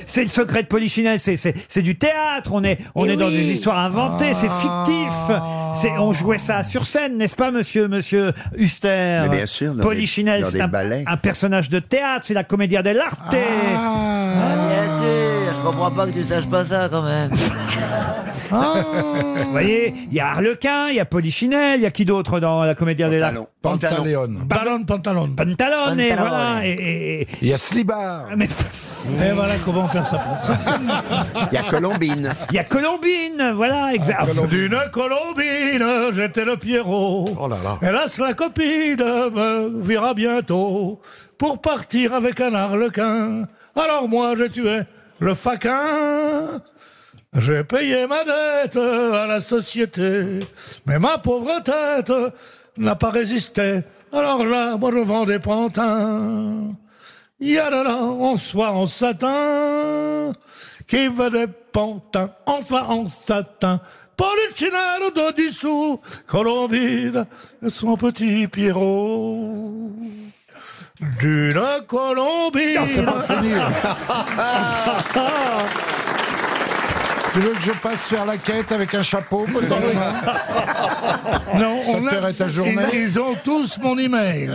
C'est le secret de Polichinelle, c'est- c'est c'est du théâtre, on est, on Eh est dans oui. des histoires inventées, c'est Ah. fictif. C'est On jouait ça sur scène, n'est-ce pas, monsieur, monsieur Huster Mais bien sûr, dans Polichinelle, des- dans c'est des un, ballets. un personnage de théâtre, c'est la comédia dell'arte. Ah, bien sûr, je comprends pas que tu saches pas ça quand même. Ah. Vous voyez, il y a Harlequin, il y a Polichinelle, il y a qui d'autre dans la comédia dell'arte Pantaleon. Ballon, pantalon. Pantalone, et Pantalone. voilà. et- et- et- Il y a Slibar. Mais- Et voilà comment faire ça. Il y a Colombine. Il y a Colombine, voilà, Ah, exact. D'une colombine, j'étais le Pierrot. Oh là là. Hélas, la copine me verra bientôt pour partir avec un harlequin. Alors moi, j'ai tué le faquin. J'ai payé ma dette à la société, mais ma pauvre tête n'a pas résisté. Alors là, moi, je vends des pantins. Yadala, en soie, en satin, qui veut des pantins, en soie, en satin. Polichinelle de dissous, Colombine, son petit Pierrot. D'une Colombine. Tu veux que je passe faire la quête avec un chapeau peut-être Non, Ça on te a- plairait ta journée Ils, ils ont tous mon email.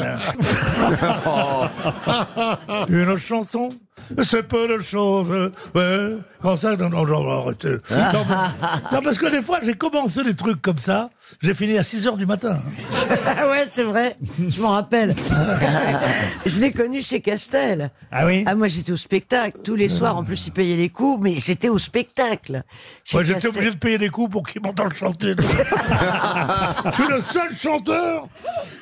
Une chanson c'est peu de choses. Ouais, Comme ça, non, non, non, arrêtez. Non, Ah. mais- non, parce que des fois, j'ai commencé des trucs comme ça, j'ai fini à 6 heures du matin. Ah ouais, c'est vrai. Je m'en rappelle. je l'ai connu chez Castel. Ah oui Ah, moi, j'étais au spectacle. Tous les soirs, en plus, il payait les cours, mais j'étais au spectacle. Chez Ouais, j'étais Castel. Ah, obligé de payer des coups pour qu'ils m'entendent chanter. Je suis le seul chanteur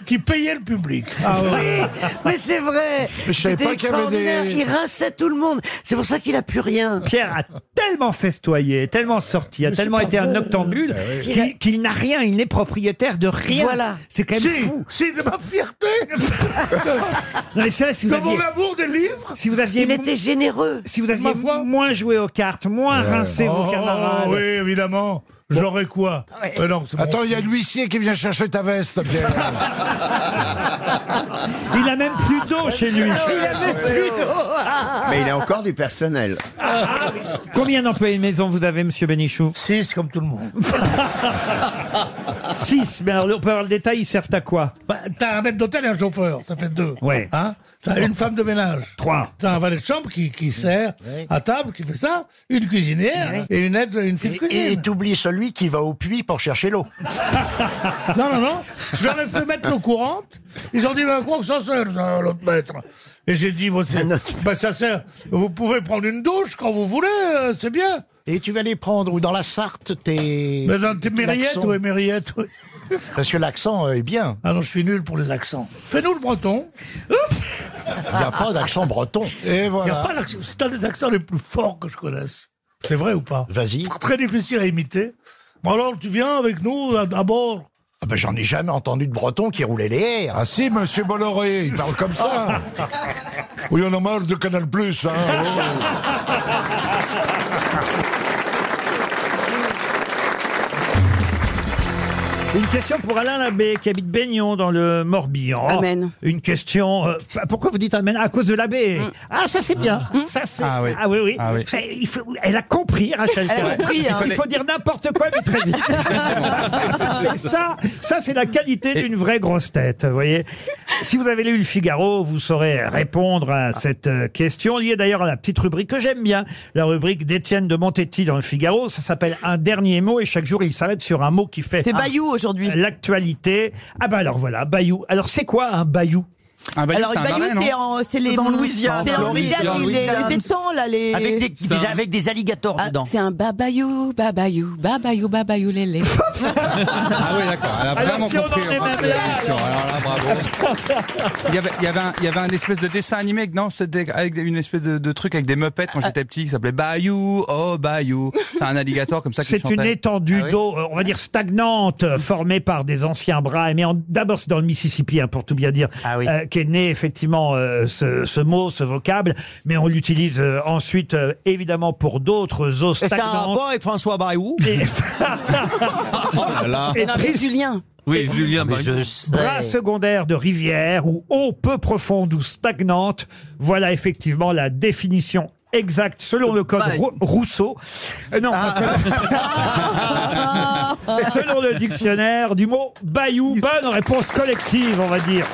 qui payait le public. Ah ouais. Oui, mais c'est vrai. Mais je savais C'était pas qu'il y avait des- extraordinaire. Il rinçait tout le monde. C'est pour ça qu'il a plus rien. Pierre a tellement festoyé, tellement sorti, a Mais tellement c'est été pas un vrai. noctambule Ah oui. qu'il- qu'il n'a rien, il n'est propriétaire de rien. Voilà. C'est quand même Si, fou. si, de ma fierté. Non, mais c'est vrai, si vous de aviez- mon amour des livres. si vous aviez Il m- était généreux. Si vous aviez moins joué aux cartes, moins rincé vos Oh, camarades. Oui, évidemment. J'aurais quoi Euh, non, c'est bon. Attends, il y a l'huissier qui vient chercher ta veste, Pierre. Il a même plus d'eau chez lui. Ah, Mais il a encore du personnel. Combien d'employés de maison vous avez, monsieur Bénichou Six, comme tout le monde. Six, mais alors, on peut avoir le détail, ils servent à quoi Bah, t'as un maître d'hôtel et un chauffeur, ça fait deux. Ouais. Hein T'as une femme de ménage. Trois. T'as un valet de chambre qui, qui sert à table, qui fait ça, une cuisinière et une aide, une fille de Et cuisine. t'oublies celui qui va au puits pour chercher l'eau. Non, non, non. Je leur ai fait mettre l'eau courante. Ils ont dit, ben, quoi que ça sert, ça, l'autre maître. Et j'ai dit, bon, c'est- ben, ça sert. Vous pouvez prendre une douche quand vous voulez, euh, c'est bien. Et tu vas les prendre ou dans la Sarthe, tes. Mais dans tes mériettes, l'accent. oui, mériettes, oui. Parce que l'accent euh, est bien. Ah non, je suis nul pour les accents. Fais-nous le breton. Il n'y a pas d'accent breton. Et Il y a voilà. pas l'accent- C'est un des accents les plus forts que je connaisse. C'est vrai ou pas Vas-y. Très difficile à imiter. Bon alors, tu viens avec nous à, à bord Ah ben, J'en ai jamais entendu de breton qui roulait les airs. Ah si, monsieur Bolloré, il parle comme ça. Oui, on a marre de Canal Plus. Hein. oh. Une question pour Alain Labbé, qui habite Baignon, dans le Morbihan. Amen. Mm. Une question... euh, pourquoi vous dites Amen À cause de l'abbé. Ah, ça c'est bien. Ça, c'est... Ah oui. oui, oui. Ah oui. Ça, il faut- Elle a compris, Rachel. Elle a Cohen. compris, hein. Il faut dire n'importe quoi, mais très vite. Ah, Et ça, ça c'est la qualité d'une vraie grosse tête, vous voyez. Si vous avez lu Le Figaro, vous saurez répondre à cette euh, question, liée d'ailleurs à la petite rubrique que j'aime bien, la rubrique d'Étienne de Montetti dans Le Figaro. Ça s'appelle Un dernier mot et chaque jour, il s'arrête sur un mot qui fait... C'est un- Bayou aujourd'hui. L'actualité. Ah bah alors voilà, Bayou. Alors c'est quoi un Bayou Un bayou, Alors, c'est le un bayou, marais, non c'est en- c'est les. Dans Louisiane. C'est en Dans Louisiane, Louisiane. les- les étangs, là, les. Avec des, des- avec des alligators Ah. dedans. C'est un babayou, babayou, babayou, babayou, lélé. Ah oui, d'accord. Elle a Alors, vraiment si on en compris. est vraiment, même la là, question. alors. Alors là, bravo. Il y avait, il y avait, un, il y avait un espèce de dessin animé, non C'était avec des- une espèce de, de truc avec des meupettes quand j'étais petit qui s'appelait Bayou, oh Bayou. C'était un alligator comme ça qui C'est une chantait. étendue Ah oui d'eau, euh, on va dire stagnante, euh, formée par des anciens bras. Mais en- d'abord, c'est dans le Mississippi, hein, pour tout bien dire, Ah euh, qu'est né effectivement euh, ce, ce mot, ce vocable. Mais on l'utilise euh, ensuite, euh, évidemment, pour d'autres eaux Est-ce qu'il y a un stagnantes. rapport avec François Bayou Et- Voilà. Et Non, mais prise- Julien. Oui, Julien Bayou. Ah, Bras secondaire de rivière ou eau peu profonde ou stagnante. Voilà effectivement la définition exacte selon le code Rou- Rousseau. Euh, non, pas que- selon le dictionnaire du mot bayou. Bonne réponse collective, on va dire.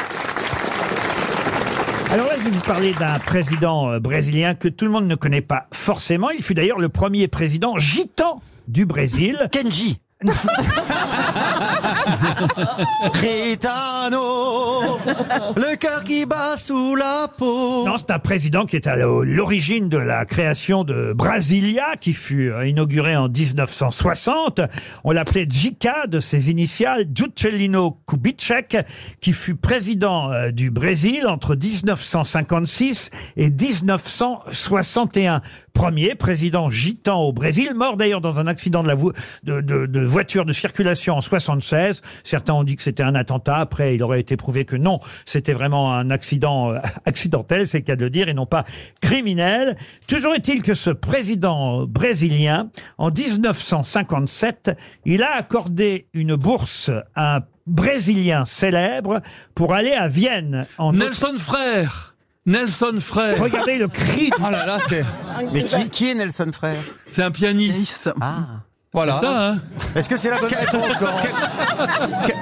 Alors là, je vais vous parler d'un président euh, brésilien que tout le monde ne connaît pas forcément. Il fut d'ailleurs le premier président gitan du Brésil. Kenji. Gitano, le cœur qui bat sous la peau. Non, c'est un président qui est à l'origine de la création de Brasilia, qui fut euh, inaugurée en 1960. On l'appelait JICA de ses initiales, Juscelino Kubitschek, qui fut président euh, du Brésil entre 1956 et 1961. Premier président gitan au Brésil, mort d'ailleurs dans un accident de, la vo- de, de- de voiture de circulation en 76. Certains ont dit que c'était un attentat. Après, il aurait été prouvé que non, c'était vraiment un accident euh, accidentel, c'est le cas de le dire, et non pas criminel. Toujours est-il que ce président brésilien, en 1957, il a accordé une bourse à un Brésilien célèbre pour aller à Vienne. En Nelson Frère Nelson Frère Regardez le cri. Oh là là, c'est Ah, Mais qui, qui est Nelson Frère Ah. C'est un pianiste. Voilà. C'est ça, hein Est-ce que c'est la bonne réponse,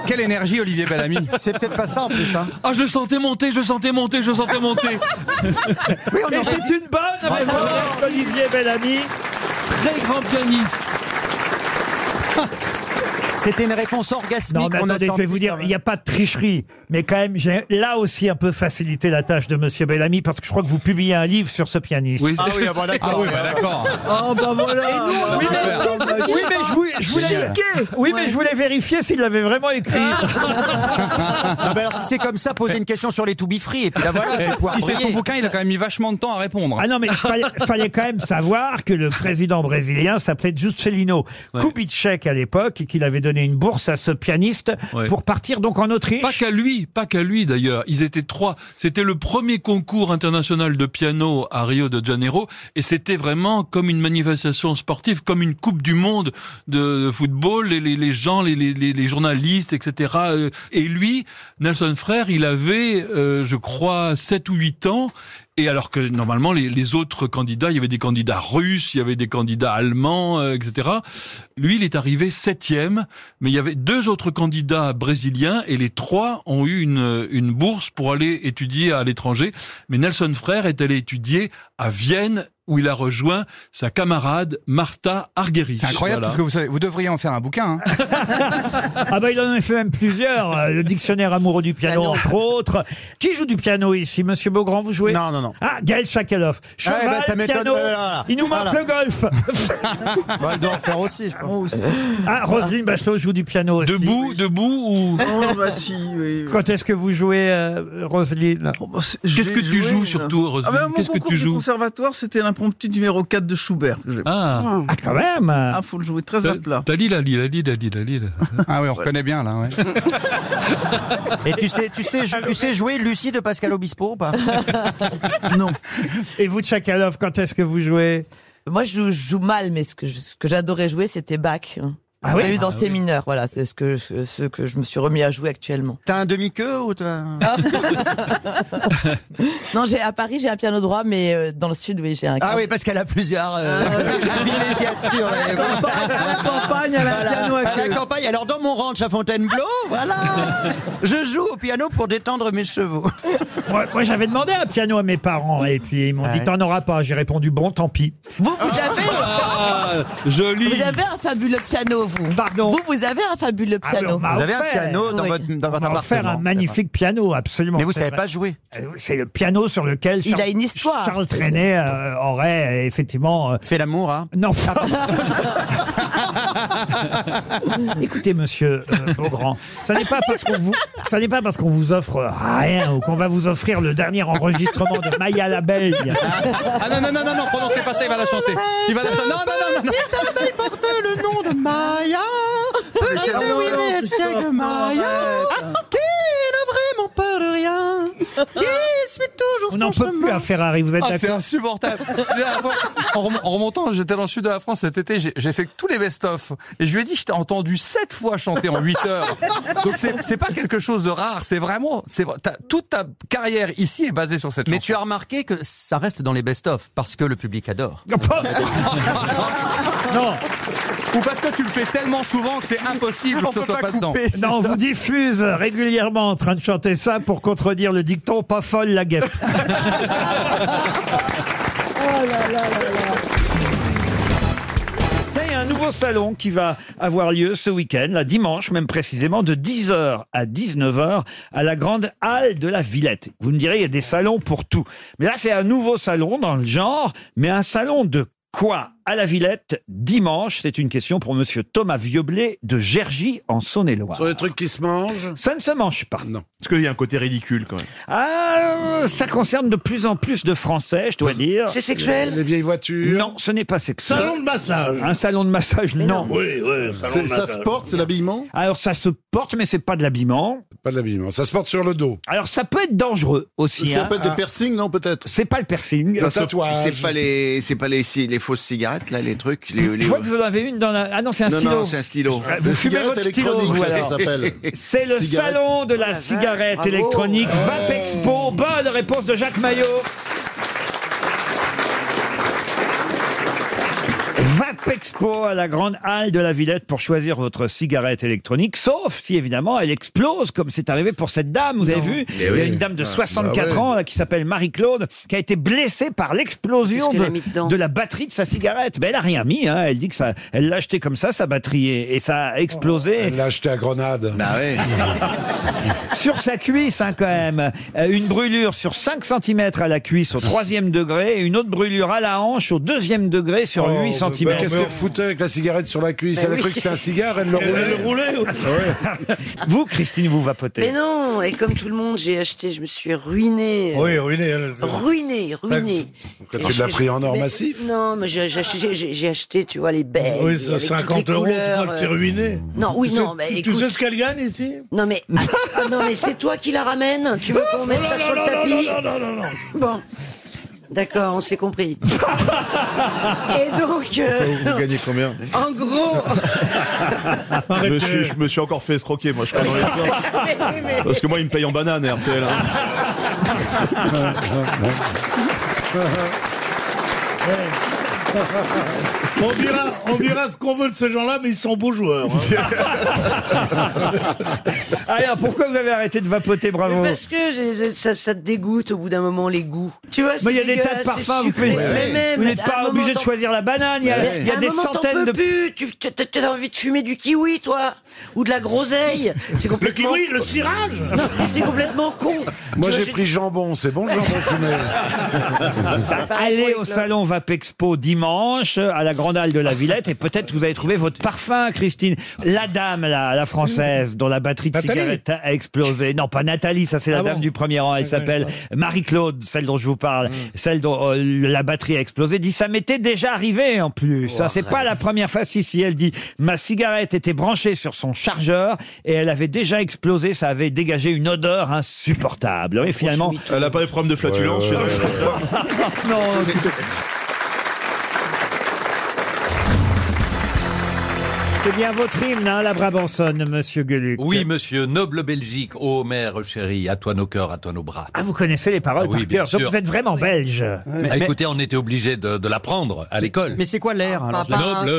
Quelle énergie, Olivier Bellamy C'est peut-être pas ça en plus. Hein. Ah, je le sentais monter, je le sentais monter, je le sentais monter. Et c'est une bonne réponse d'Olivier Bellamy. Très grand pianiste. C'était une réponse orgasmique. Non, mais qu'on attendez, a je vais sentie. vous dire, il n'y a pas de tricherie. Mais quand même, j'ai là aussi un peu facilité la tâche de Monsieur Bellamy parce que je crois que vous publiez un livre sur ce pianiste. Oui. Ah oui, ah bah d'accord. Ah oui, bah d'accord. Ah bah voilà. oui, mais, oui, mais je voulais, je voulais- Génial. oui, mais je voulais vérifier s'il l'avait vraiment écrit. Ah. Non, mais Ah, bah alors si c'est comme ça, posez une question sur les to be free et puis là voilà, Eh, vous allez pouvoir si c'est son briller. bouquin, il a quand même mis vachement de temps à répondre. Ah non, mais il fallait, fallait quand même savoir que le président brésilien s'appelait Juscelino Kubitschek à l'époque et qu'il avait donné une bourse à ce pianiste Ouais. pour partir donc en Autriche. Pas qu'à lui, pas qu'à lui d'ailleurs. Ils étaient trois. C'était le premier concours international de piano à Rio de Janeiro et c'était vraiment comme une manifestation sportive, comme une coupe du monde de football. Les, les, les gens, les, les, les les journalistes, etc. euh, Et lui, Nelson Frère, il avait, euh, je crois, 7 ou 8 ans. Et alors que normalement, les, les autres candidats, il y avait des candidats russes, il y avait des candidats allemands, euh, etc. Lui, il est arrivé septième, mais il y avait deux autres candidats brésiliens et les trois ont eu une, une bourse pour aller étudier à l'étranger. Mais Nelson Frère est allé étudier à Vienne où il a rejoint sa camarade Martha Argerich. C'est incroyable Voilà. parce que vous, savez, vous devriez en faire un bouquin. hein. Ah bah il en a fait même plusieurs. Euh, Le dictionnaire amoureux du piano, entre autres. Qui joue du piano ici Monsieur Beaugrand, vous jouez Non, non, non. Ah, Gaël Chakalov. Cheval, Ah, eh ben, ça m'étonne, piano. voilà, voilà. Il nous manque Voilà. le golf. Bah, elle doit en faire aussi, je pense. Ah, Roselyne Bachelot joue du piano aussi. Debout, debout ou Oh, bah si, oui. Quand est-ce que vous jouez, euh, Roselyne Qu'est-ce que tu joues surtout, ah Roselyne ben, Mon Qu'est-ce que concours tu du joues conservatoire, c'était l'impromptu numéro 4 de Schubert. que j'ai. Ah. Ah, quand même Ah, faut le jouer très à plat. T'as dit la Lille, la Lille, la Lille, la Lille. Ah oui, on reconnaît bien là. ouais. Et tu sais, tu sais, tu sais jouer Lucie de Pascal Obispo ou pas Et vous, Chakalov, quand est-ce que vous jouez Moi, je joue, je joue mal, mais ce que, je- ce que j'adorais jouer, c'était Bach. hein. Ah oui J'ai eu dans Ah ces mineurs, voilà, c'est ce que, je- ce que je me suis remis à jouer actuellement. T'as un demi-queue ou t'as... Non, j'ai à Paris, j'ai un piano droit, mais euh, dans le sud, oui, j'ai un. Ah oui, parce qu'elle a plusieurs euh, privilégiatures. ouais. Ah, La campagne, elle a un Voilà. piano à À la queue. campagne. Alors dans mon ranch à Fontainebleau, voilà, je joue au piano pour détendre mes chevaux. Moi, moi, j'avais demandé un piano à mes parents et puis ils m'ont dit T'en auras pas. J'ai répondu Bon, tant pis. Vous, vous avez, Ah, joli. vous avez un fabuleux piano, vous. Pardon. Vous, vous avez un fabuleux Ah, mais on piano. m'a offert. Oui. On m'a offert un magnifique piano, absolument. Mais vous C'est savez vrai. pas jouer. Euh, C'est le piano sur lequel Il a une histoire. Charles Trenet euh, aurait euh, effectivement. Fait l'amour, hein Non. Écoutez, monsieur euh, Beaugrand, ça n'est pas parce qu'on vous, ça n'est pas parce qu'on vous offre rien ou qu'on va vous offrir le dernier enregistrement de Maya l'abeille. Ah non, non, non, non, non, prononcez pas ça, il va la chanter. Il va la chanter. Non, non, non, non, non. Isabelle porte le nom de Maya. Ah, Mais quel nom, non, tu sors pas, Qui n'a vraiment peur de rien. Qui suit toujours On n'en peut plus à Ferrari, vous êtes Ah, c'est d'accord insupportable. J'ai la- en rem- en remontant, j'étais dans le sud de la France cet été, j'ai- j'ai fait tous les best-of. Et je lui ai dit, je t'ai entendu sept fois chanter en 8 heures. Donc c'est c'est pas quelque chose de rare, c'est vraiment, c'est vrai- t'as- toute ta carrière ici est basée sur cette Mais chanson. tu as remarqué que ça reste dans les best-of parce que le public adore. Non, Ou parce que tu le fais tellement souvent que c'est impossible que ce soit pas, dedans. non, on vous diffuse régulièrement en train de chanter ça pour contredire le dicton pas folle la guêpe. Oh Ça, Il y a un nouveau salon qui va avoir lieu ce week-end, là, dimanche même précisément, de 10h à 19h à la Grande Halle de la Villette. Vous me direz, il y a des salons pour tout. Mais là, c'est un nouveau salon dans le genre, mais un salon de quoi à la Villette dimanche C'est une question pour monsieur Thomas Vieublé de Gergy en Saône-et-Loire. Sur les trucs qui se mangent Ça ne se mange pas. Non. Parce qu'il y a un côté ridicule quand même. Ah, ça concerne de plus en plus de Français, je dois dire. C'est sexuel Les vieilles voitures. Non, ce n'est pas sexuel. Salon de massage. Un salon de massage, non. Oui, oui. salon de Ça massage. se porte, c'est l'habillement Alors ça se porte, mais c'est pas de l'habillement. Pas de l'habillement. Ça se porte sur le dos. Alors ça peut être dangereux aussi. Ça hein. peut être des piercings, non Peut-être. C'est pas le piercing. Ça Le se- tatouage. C'est pas les, c'est pas les, les fausses cigarettes là, les trucs, les, les... Je vois que vous en avez une dans la. Ah non, c'est un non, stylo. non, c'est un stylo. Ah, Vous Des fumez cigarettes votre stylo, électroniques, vous, ça, ça alors. s'appelle. C'est le Cigarette. salon Oh de la cigarette Ah, bravo. électronique Ouais. Vapexpo. Bonne réponse de Jacques Maillot. Vapexpo à la grande halle de la Villette pour choisir votre cigarette électronique, sauf si évidemment elle explose, comme c'est arrivé pour cette dame. Vous avez vu, Mais il y a oui. une dame de Ah, 64 bah ouais. ans là, qui s'appelle Marie-Claude, qui a été blessée par l'explosion Qu'est-ce qu'elle a mis de, dedans de la batterie de sa cigarette. Mais elle a rien mis, hein. elle dit que ça, elle l'a acheté comme ça, sa batterie, et, et ça a explosé. Oh, Bah elle l'a acheté à Grenade. sur sa cuisse, hein, quand même. Euh, une brûlure sur 5 cm à la cuisse au troisième degré, et une autre brûlure à la hanche au deuxième degré Oh, sur ben, 8 cm. Oh, Qu'est-ce qu'elle foutait avec la cigarette sur la cuisse Mais Elle a oui. cru que c'était un cigare, elle le Elle roulait. le roulait, oui. Vous, Christine, vous vapotez. Mais non, et comme tout le monde, j'ai acheté, je me suis ruinée. Oui, ruinée, hein, elle- Ruinée, ruinée. Tu Et l'as je- pris en or mais- massif Non, mais j'ai j'ai acheté, j'ai- j'ai- j'ai acheté, tu vois, les belles. Oui, ça, avec toutes les 50 euros, tu couleurs, vois, t'es euh, ruiné. Non, oui, Tu non, sais- mais tu sais écoute- ce qu'elle gagne ici Non, mais, ah, ah, non, mais c'est toi qui la ramène. Tu veux qu'on mette ça Non, non, sur le non, tapis non, non, non, non, non. Bon. D'accord, on s'est compris. Et donc, euh, Vous gagnez combien en gros, je, me suis, je me suis encore fait escroquer, moi, je crois, dans Ah, les soirs. Parce que moi, ils me payent en banane, hein, RTL. On dira, on dira ce qu'on veut de ces gens-là, mais ils sont beaux joueurs. hein. Ah, Alors, pourquoi vous avez arrêté de vapoter, bravo parce que j'ai- ça, ça te dégoûte au bout d'un moment les goûts. Tu vois, c'est mais il y a des tas de dégueulasse, parfums, c'est vous, pouvez- sucré. Mais même, vous n'êtes à un pas moment, obligé de t'en- choisir la banane, il y a, Mais il y a à un des moment, t'en centaines peux de... plus. Tu tu- tu- t'as envie de fumer du kiwi, toi Ou de la groseille C'est complètement... kiwi, le tirage Non, mais C'est complètement con Moi, Tu vois, j'ai pris jambon, c'est bon le jambon fumé. Bah, allez au salon Vapexpo dimanche à la Grande Halle de la Villette et peut-être vous allez trouver votre parfum, Christine. La dame, la, la française, dont la batterie de Nathalie cigarette a explosé. Non, pas Nathalie, ça c'est la Ah bon dame du premier rang. Elle s'appelle Marie-Claude, celle dont je vous parle, celle dont euh, la batterie a explosé. Dit ça m'était déjà arrivé en plus. Ça c'est pas la première fois. Si si, elle dit ma cigarette était branchée sur son chargeur et elle avait déjà explosé. Ça avait dégagé une odeur insupportable. Et Oh, finalement, Elle n'a pas des problèmes de Ah, flatulence. Ouais, je suis désolé. non. C'est bien votre hymne, hein, la Brabançonne, monsieur Gueluc. Oui, monsieur, noble Belgique, ô mère chérie, à toi nos cœurs, à toi nos bras. Ah, vous connaissez les paroles Ah oui, par bien cœur, donc sûr. vous êtes vraiment belge. Ah, écoutez, on était obligé de, de l'apprendre à l'école. Mais c'est quoi l'air alors Noble.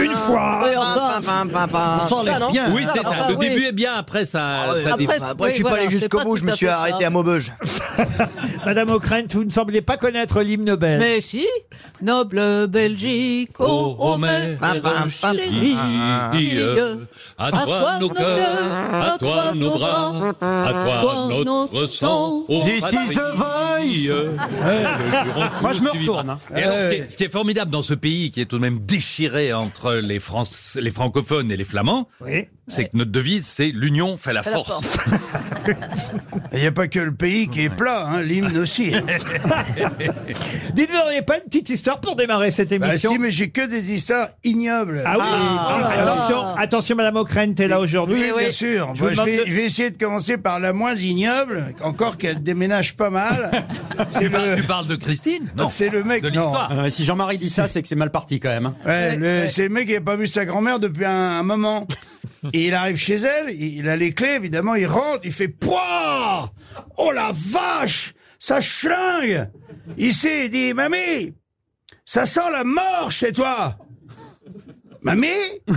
Une fois. Oui, On s'enlève bien. Ah, Oui, c'est ça. Le début est bien, après ça. ça dé- Après, je suis pas allé jusqu'au bout, je me suis arrêté à Maubeuge. Madame O'Krent, vous ne semblez pas connaître l'hymne belge. Mais si, noble Belgique, ô ô mère chérie, À toi nos cœurs, à toi nos bras, à toi notre sang. Oh, ô This patrie. is the voice. Euh, le juron Moi, je me que tu vivras. retourne, hein. Et alors, Euh, ce, qui est, ce qui est formidable dans ce pays qui est tout de même déchiré entre les, France- les francophones et les flamands, c'est que notre devise, c'est l'union fait la force. Il n'y a pas que le pays qui est plat, hein, l'hymne aussi. Dites-nous, il n'y a pas une petite histoire pour démarrer cette émission Bah, si, mais j'ai que des histoires ignobles. Ah oui, attention, attention, Madame O'Krent est là aujourd'hui. Oui, bien sûr. Je Moi, vous je, demande vais, de- je vais essayer de commencer par la moins ignoble, encore qu'elle déménage pas mal. C'est Tu, parles, le- tu parles de Christine C'est le mec De l'histoire. Ah, non. Si Jean-Marie dit ça, c'est que c'est mal parti quand hein. même. Ouais, le- c'est le mec qui n'a pas vu sa grand-mère depuis un, un moment. Et il arrive chez elle, il, il a les clés, évidemment, il rentre, il fait Pouah Oh la vache Ça chlingue Ici, il dit Mamie, ça sent la mort chez toi Mamie Oh,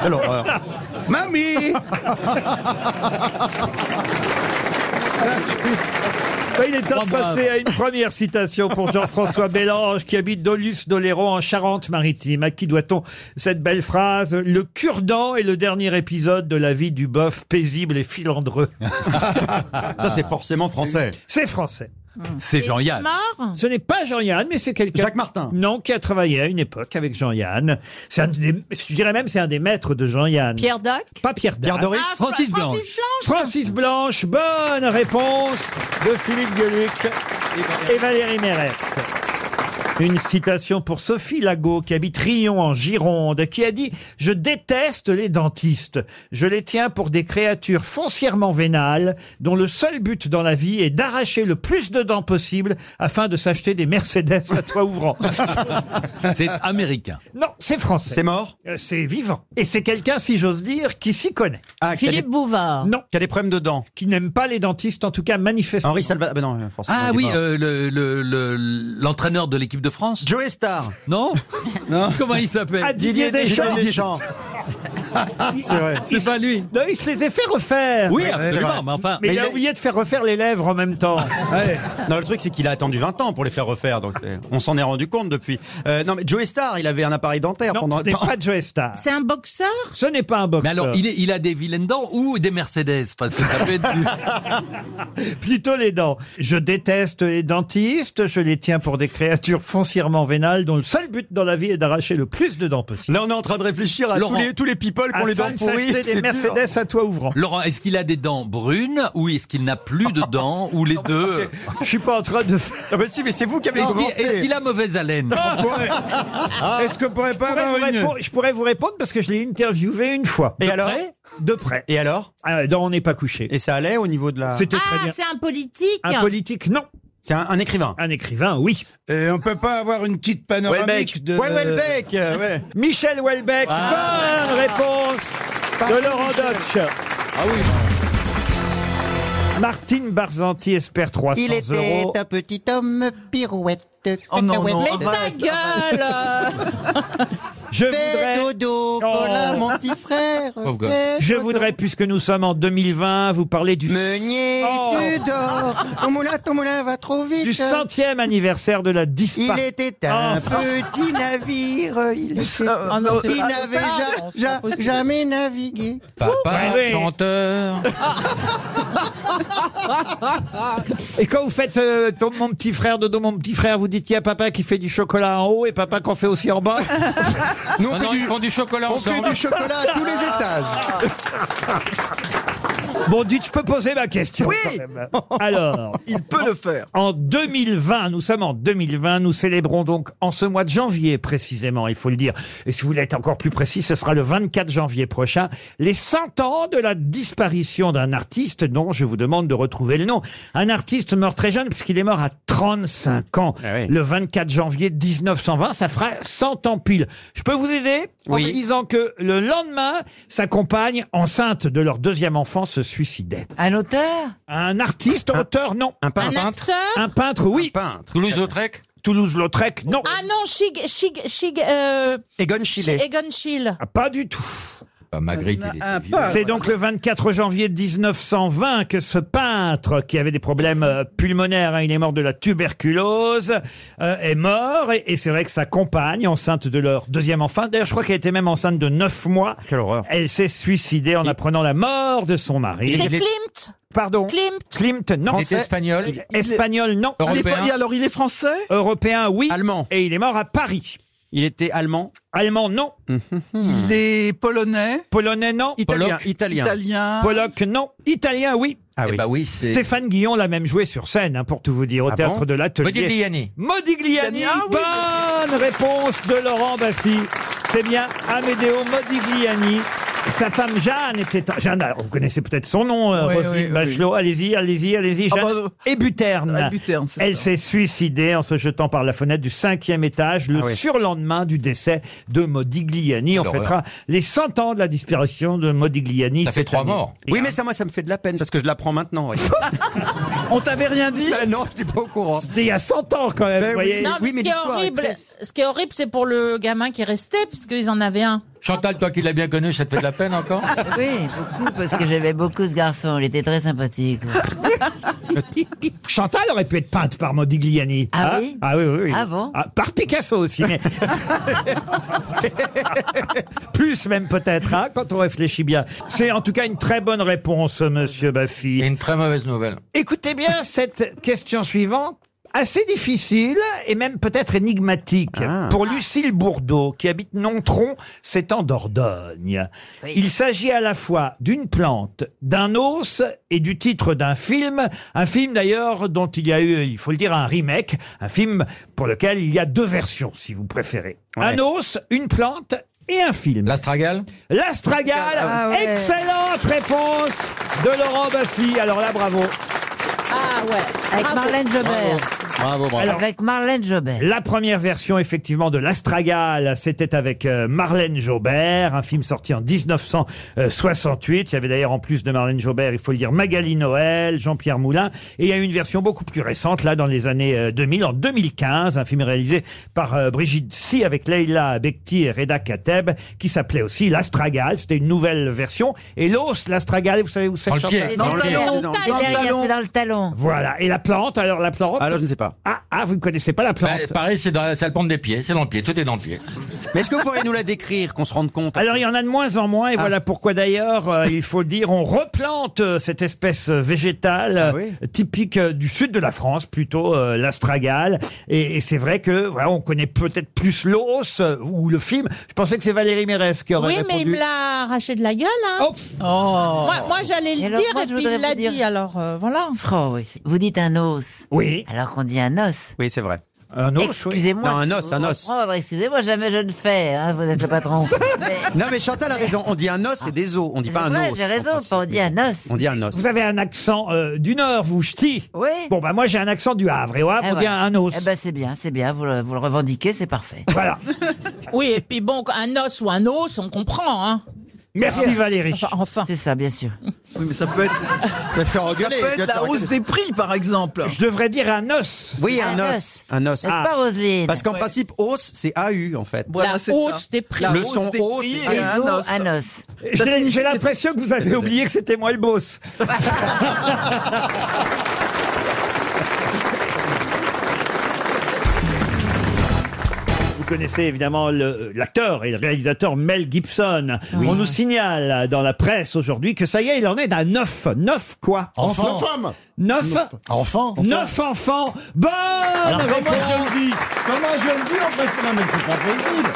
Quelle horreur Mamie Bah, il est temps de passer à une première citation pour Jean-François Bélange, qui habite Dolus d'Oléron en Charente-Maritime. À qui doit-on cette belle phrase Le cure-dent est le dernier épisode de la vie du bœuf paisible et filandreux. Ça, c'est forcément français. C'est français. Hum. C'est Jean-Yann. Ce n'est pas Jean-Yann, mais c'est quelqu'un. Jacques Martin. Non, qui a travaillé à une époque avec Jean-Yann. C'est un des- je dirais même, c'est un des maîtres de Jean-Yann. Pierre Dac Pas Pierre Dac. Pierre Doris. Ah, Fra- Francis Blanche. Francis Francis Blanche. Bonne réponse de Philippe Gueluc et Valérie Mérès. Une citation pour Sophie Lago, qui habite Rion en Gironde, qui a dit « Je déteste les dentistes. Je les tiens pour des créatures foncièrement vénales, dont le seul but dans la vie est d'arracher le plus de dents possible afin de s'acheter des Mercedes à toit ouvrant. C'est américain. » Non, c'est français. C'est mort C'est vivant. Et c'est quelqu'un, si j'ose dire, qui s'y connaît. Ah, Philippe Bouvard. Non. Qui a des problèmes de dents. Qui n'aime pas les dentistes, en tout cas manifestement. Henri Salvador. non, forcément, Ah il est oui, mort. euh, le- le- le- l'entraîneur de l'équipe de France. Joe Star. Non Comment il s'appelle Ah, Didier Deschamps. C'est vrai. C'est pas lui. Non, il se les a fait refaire. Oui, Ouais, absolument, c'est vrai. mais enfin- Mais Mais il il a est- oublié de faire refaire les lèvres en même temps. Ouais. Non, le truc, c'est qu'il a attendu 20 ans pour les faire refaire. Donc, c'est- on s'en est rendu compte depuis. Euh, non, mais Joe Star, il avait un appareil dentaire pendant. ce n'est pas Joe Star. C'est un boxeur Ce n'est pas un boxeur. Mais alors, il, est- il a des vilaines dents ou des Mercedes Parce que ça peut être du- Plutôt les dents. Je déteste les dentistes, je les tiens pour des créatures foncièrement vénales dont le seul but dans la vie est d'arracher le plus de dents possible. Là, on est en train de réfléchir à tous Laurent. les, tous les people qui ont les Afin dents de pourries. s'acheter c'est des dur. Mercedes à toit ouvrant. Laurent, est-ce qu'il a des dents brunes ou est-ce qu'il n'a plus de dents ou les deux Je suis pas en train de. Ah, bah si, mais c'est vous qui avez Est-ce qu'il- commencé. est-ce qu'il a mauvaise haleine Ah, Ah, Est-ce que pourrait Je pourrais, vous répondre, je pourrais vous répondre parce que je l'ai interviewé une fois. Et alors De près. Et alors Ah, non, on n'est pas couché. Et ça allait au niveau de la. C'était très Ah, bien. c'est un politique Un politique, non. C'est un, un écrivain. Un écrivain, oui. Et Euh, on peut pas avoir une petite panoramique Welbeck. de. Ouais, Welbeck. euh, Ouais. Michel Houellebecq, Ah. bonne réponse de Laurent Deutsch. Ah oui. Martine Barzanti espère 300 Il était euros. Oh un petit homme pirouette. Ah Mais ta gueule Je Fais voudrais, dodo, Colin, mon petit frère. Pauvre gosse. Fais je dodo. voudrais, puisque nous sommes en 2020, vous parler du, Meunier, Oh. tu dors. Ton moulin, ton moulin va trop vite. du centième anniversaire de la disparition. Il était un Oh. petit navire. Il, était- Ah non, c'est il pas- n'avait Ah, ja- non, c'est ja- pas possible. jamais navigué. Papa, Ouais, ouais. chanteur. Et quand vous faites euh, ton, mon petit frère, dodo, mon petit frère, vous dites il y a papa qui fait du chocolat en haut et papa qu'on fait aussi en bas. Nous, on Non, fait non, du- ils font du chocolat on fait ensemble. du chocolat à tous les étages. Bon, dites, je peux poser ma question. Oui. quand même. Alors, Il peut le faire. En 2020, nous sommes en 2020, nous célébrons donc en ce mois de janvier précisément, il faut le dire. Et si vous voulez être encore plus précis, ce sera le 24 janvier prochain, les 100 ans de la disparition d'un artiste dont je vous demande de retrouver le nom. Un artiste mort très jeune puisqu'il est mort à 35 ans. Ah Le 24 janvier 1920, ça fera 100 ans pile. Je peux vous aider en Oui. vous disant que le lendemain, sa compagne, enceinte de leur deuxième enfant, se suicidait. Un auteur Un artiste, auteur, non. Un peintre. Un acteur Un peintre, oui. Peintre. Toulouse-Lautrec Toulouse-Lautrec, non. Ah non, Chig, Chig, Chig, euh, Egon Schiele. Egon Schiele. Ah, Pas du tout. Ah, Magritte, il est. C'est donc le 24 janvier 1920 que ce peintre, qui avait des problèmes euh, pulmonaires, hein, il est mort de la tuberculose, euh, est mort. Et, et c'est vrai que sa compagne, enceinte de leur deuxième enfant, d'ailleurs je crois qu'elle était même enceinte de 9 mois, Quelle horreur. elle s'est suicidée en apprenant la mort de son mari. C'est Il est- Klimt Pardon Klimt Klimt, non. Il était espagnol. Espagnol, non. Européen. alors, il est français Européen, oui. Allemand. Et il est mort à Paris. Il était allemand. Allemand, non. Il est polonais Polonais, non. Italien. Pollock. Italien. Italien. Pollock, non. Italien, oui. Ah Eh oui. bah oui, c'est. Stéphane Guillon l'a même joué sur scène, hein, pour tout vous dire, au Ah théâtre bon de l'Atelier. Modigliani. Modigliani, bonne réponse de Laurent Baffy. C'est bien Amedeo Modigliani. Sa femme Jeanne était... Jeanne, alors, vous connaissez peut-être son nom, euh, Oui, Roselyne oui, oui. Bachelot. Allez-y, allez-y, allez-y. Ah Jeanne bah, et Buterne. Ah, Buterne, c'est Elle ça. s'est suicidée en se jetant par la fenêtre du cinquième étage le Ah oui. surlendemain du décès de Modigliani. On Quelle horreur. fêtera les 100 ans de la disparition de Modigliani. Ça fait cette trois année. morts. Et Oui, mais ça, moi, ça me fait de la peine parce que je l'apprends maintenant. oui. On t'avait rien dit Bah Ah non, je n'étais pas au courant. C'était il y a 100 ans quand même, Ben vous oui. voyez. Et Non, mais, ce, qui est l'histoire est horrible, triste. ce qui est horrible, c'est pour le gamin qui est resté, parce qu'ils en avaient un. Chantal, toi qui l'as bien connu, ça te fait de la peine encore Ah, Oui, beaucoup, parce que j'aimais beaucoup ce garçon. Il était très sympathique. Chantal aurait pu être peinte par Modigliani. Ah Hein oui Ah oui, oui. oui. Ah bon Par Picasso aussi, mais... Plus même peut-être, hein, quand on réfléchit bien. C'est en tout cas une très bonne réponse, monsieur Baffy. Et une très mauvaise nouvelle. Écoutez bien cette question suivante assez difficile et même peut-être énigmatique Ah. pour Lucille Bourdeau, qui habite Nontron, c'est en Dordogne. Il s'agit à la fois d'une plante, d'un os et du titre d'un film. Un film d'ailleurs dont il y a eu, il faut le dire, un remake, un film pour lequel il y a deux versions, si vous préférez. Un os, une plante et un film. L'astragale L'astragale Ah ouais. Excellente réponse de Laurent Baffy. Alors là, bravo. Ah ouais, avec Marlène Jobert. Bravo, Avec Marlène Jobert. La première version, effectivement, de l'Astragale, c'était avec euh, Marlène Jobert, un film sorti en 1968. Il y avait d'ailleurs, en plus de Marlène Jobert, il faut le dire, Magali Noël, Jean-Pierre Moulin. Et il y a eu une version beaucoup plus récente, là, dans les années euh, 2000, en 2015, un film réalisé par euh, Brigitte Si avec Leila Bekti et Reda Kateb, qui s'appelait aussi l'Astragale. C'était une nouvelle version. Et l'os, l'Astragale, vous savez où c'est C'est dans le talon, c'est derrière, c'est dans le talon. Voilà. Et la plante, alors la plante. Alors, je ne sais pas. Ah, ah, vous ne connaissez pas la plante. Bah, pareil, c'est dans la salle pente des pieds, c'est dans le pied, tout est dans le pied. Mais Bah, est-ce que vous pourriez nous la Ah. décrire, qu'on se rende compte Alors il y en a de moins en moins et voilà pourquoi d'ailleurs euh, il faut le dire on replante euh, cette espèce euh, végétale Ah euh, typique euh, du sud de la France plutôt euh, l'astragale et, et c'est vrai que voilà on connaît peut-être plus l'os euh, ou le film. Je pensais que c'est Valérie Mérès qui aurait Oui, mais il répondu. me l'a arraché de la gueule. Hein. Moi, moi, j'allais Oh. Et le alors, dire moi, et je puis voudrais il vous l'a dire- dit, alors euh, voilà. Oh, oui. Vous dites un os. Oui. Alors qu'on dit un os. Oui, c'est vrai. Un Excusez-moi. Non, un de os, vous un os. reprendre. Excusez-moi, jamais je ne fais. hein, vous êtes le patron. Non, mais Chantal a raison, on dit un os et des os, on dit pas Ouais, un os. j'ai raison, pas on dit un os. On dit un os. Vous avez un accent euh, du Nord, vous ch'ti. Oui. Bon bah moi j'ai un accent du Havre et au Havre Eh on dit voilà. un os. Eh ben c'est bien, c'est bien. Vous le, vous le revendiquez, c'est parfait. Voilà. Oui, et puis bon, un os ou un os, on comprend. Hein. Merci Valérie. Enfin. C'est ça, bien sûr. Oui, mais ça peut être. Ça fait engueuler. peut être la hausse des prix, par exemple. Je devrais dire un os. Oui, Un un, os. os. Un os. N'est-ce pas, Roselyne Parce qu'en Ouais. principe, os, c'est AU, en fait. Voilà, La c'est ça. hausse des prix. La Le hausse son des os. prix c'est et AU. un os. Un os. J'ai j'ai l'impression que vous avez oublié que c'était moi le boss. Vous connaissez évidemment le- l'acteur et le réalisateur Mel Gibson. On nous signale dans la presse aujourd'hui que ça y est, il en est d'un neuf. Neuf quoi Enfants. Femme. Neuf Enfant. Neuf enfants. Bonne Alors, comment réponse. je le dis Comment je le dis En fait, non, mais c'est pas possible.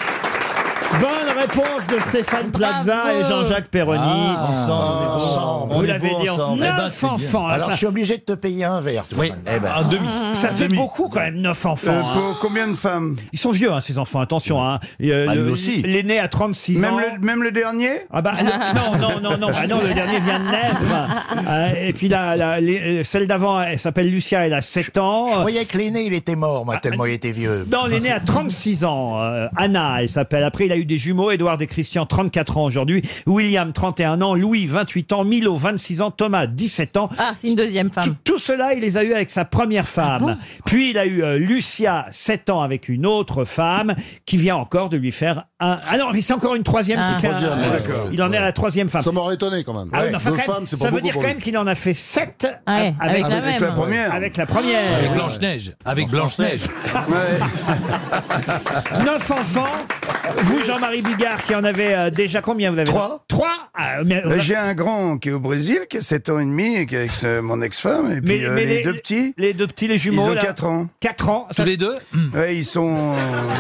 Bonne réponse de Stéphane Plaza Bravo. et Jean-Jacques Perroni. Ah, ensemble, on est beau. Ensemble, Vous On est l'avez beau dit en ensemble. Eh ben, neuf c'est bien. enfants. Alors, ça- je suis obligé de te payer un verre. toi. Oui, Eh ben. Ah, Ça fait beaucoup quand même, neuf enfants. Euh, hein. pour combien de femmes Ils sont vieux, hein, ces enfants, attention. Hein. Et, euh, Bah, le- lui aussi. L'aîné a 36 Même ans. le, même le dernier Ah bah non, non, non, non, ah non, le dernier vient de naître. Euh, et puis la, la- les- euh, celle d'avant, elle s'appelle Lucia, elle a 7 ans. Je croyais que l'aîné, il était mort, moi, tellement il était vieux. Non, l'aîné a 36 ans. euh, Anna, elle s'appelle. Après, il a eu des jumeaux. Édouard et Christian, 34 ans aujourd'hui. William, 31 ans. Louis, 28 ans. Milo, 26 ans. Thomas, 17 ans. Ah, c'est une deuxième femme. Ah Tout cela, il les a eu avec sa première femme. Puis il a eu euh, Lucia, 7 ans, avec une autre femme qui vient encore de lui faire un. Ah non, mais c'est encore une troisième Ah. qui fait un- Troisième, euh, d'accord. Il en est à la troisième femme. Ça m'aurait étonné quand même. Ah oui, mais Ouais. enfin, Deux quand même, femmes, c'est pas ça veut beaucoup dire pour quand lui. même qu'il en a fait 7 Ouais, avec la Avec la même. première. Avec la première. Avec Blanche-Neige. Avec Blanche-Neige. Neuf enfants. Vous, Jean-Marie Bigard, qui en avez euh, déjà combien vous avez Trois. Trois Ah, mais, Mais J'ai un grand qui est au Brésil, qui a 7 ans et demi, et qui est avec euh, mon ex-femme, et puis Mais- euh, mais les, les- deux petits. Les deux petits, les jumeaux, Ils ont là. 4 ans. 4 ans. ça- deux Ouais, ils sont.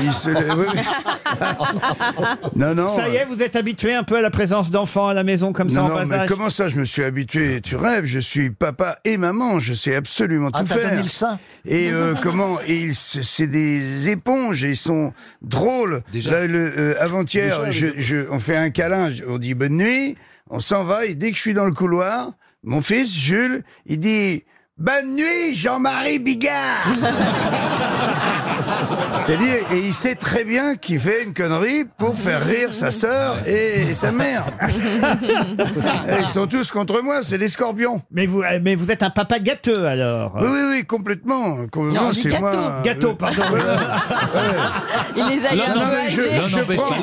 ils se- oui, oui. Non, non. euh. Ça y est, vous êtes habitué un peu à la présence d'enfants à la maison comme ça non, en non, bas mais âge comment ça Je me suis habitué. Tu rêves Je suis papa et maman. Je sais absolument Ah, tout t'as faire. donné le sein. Et euh, comment Et ils, se- c'est des éponges. Et ils sont drôles. Déjà. Là, le, euh, Déjà, avant-hier, les je, éponges. je- on fait un câlin. je- On dit bonne nuit. On s'en va. Et dès que je suis dans le couloir, mon fils Jules, il dit bonne nuit, Jean-Marie Bigard. C'est-à-dire, et il sait très bien qu'il fait une connerie pour faire rire sa sœur et sa mère. Et Ils sont tous contre moi, c'est des scorpions. mais vous, euh, mais vous êtes un papa gâteux alors. Oui, oui, oui, complètement. Non, on complètement dit c'est moi. euh, gâteau. Gâteau, pardon. Il les a Non, non, mais je, eu je prends,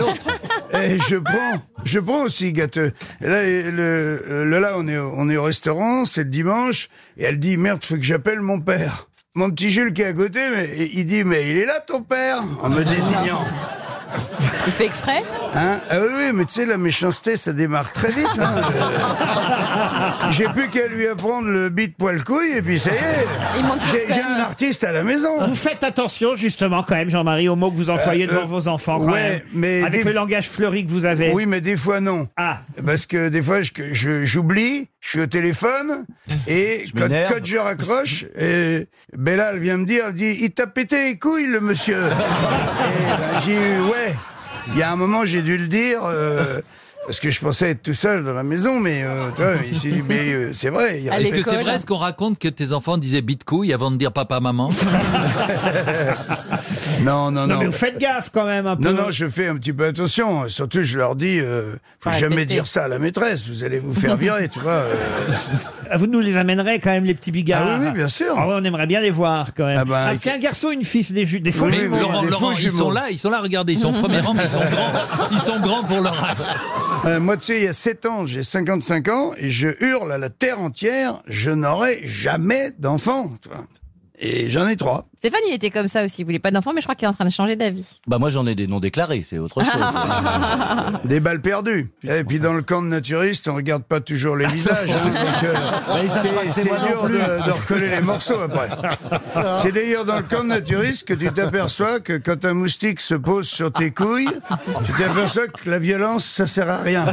Eh, je prends, je prends aussi gâteux. Et Là, et le, le- là, on est, au- on est au restaurant, c'est le dimanche, et elle dit merde, faut que j'appelle mon père. Mon petit Jules qui est à côté, mais il dit mais il est là ton père en me désignant. Il fait exprès Hein Ah oui, oui, mais tu sais, la méchanceté, ça démarre très vite. hein. hein. Euh, J'ai plus qu'à lui apprendre le beat poil couille, et puis ça y Il manque est. sur J'ai- scène. J'ai un artiste à la maison. Vous faites attention justement quand même, Jean-Marie, aux mots que vous employez Euh, devant euh, vos enfants. Quand ouais, même. mais avec des- le langage fleuri que vous avez. Oui, mais des fois non. Ah. Parce que des fois, je- je- j'oublie, je, suis au téléphone, et quand, m'énerve. quand je raccroche, et Bella, elle vient me dire, elle dit, il t'a pété les couilles, le monsieur. Et ben, j'ai eu, ouais. Il y a un moment, j'ai dû le dire, euh, parce que je pensais être tout seul dans la maison, mais, euh, tu vois, il s'est dit, mais euh, c'est vrai. il Est-ce que respecte- c'est vrai ce qu'on raconte que tes enfants disaient bitcouille avant de dire papa maman Non, non, non. mais vous faites gaffe quand même un peu. Non, non, je fais un petit peu attention. Surtout, je leur dis, euh, faut Faut jamais répéter. dire ça à la maîtresse. Vous allez vous faire virer, tu vois. euh. Ah, Vous nous les amènerez quand même, les petits bigards. Ah oui, oui, bien sûr. Ah ouais, on aimerait bien les voir quand même. Ah, ben, c'est un garçon, une fille, c'est des, ju- des faux Mais jumeaux. Laurent, Des Laurent, faux ils jumeaux. sont là, ils sont là, regardez, ils sont au premier rang, mais ils sont grands, ils sont grands pour leur âge. Euh, moi, tu sais, il y a 7 ans, j'ai 55 ans, et je hurle à la terre entière, je n'aurai jamais d'enfant. tu vois. Et j'en ai trois. Stéphane, il était comme ça aussi. Il voulait pas d'enfant, mais je crois qu'il est en train de changer d'avis. Bah moi j'en ai des non déclarés, c'est autre chose. Des balles perdues. Et puis dans le camp de naturistes, on regarde pas toujours les visages. hein, donc, euh, Bah, ils savent pas c'est que c'est c'est moi non dur de, plus. de recoller les morceaux après. C'est d'ailleurs dans le camp de naturiste que tu t'aperçois que quand un moustique se pose sur tes couilles, tu t'aperçois que la violence, ça sert à rien.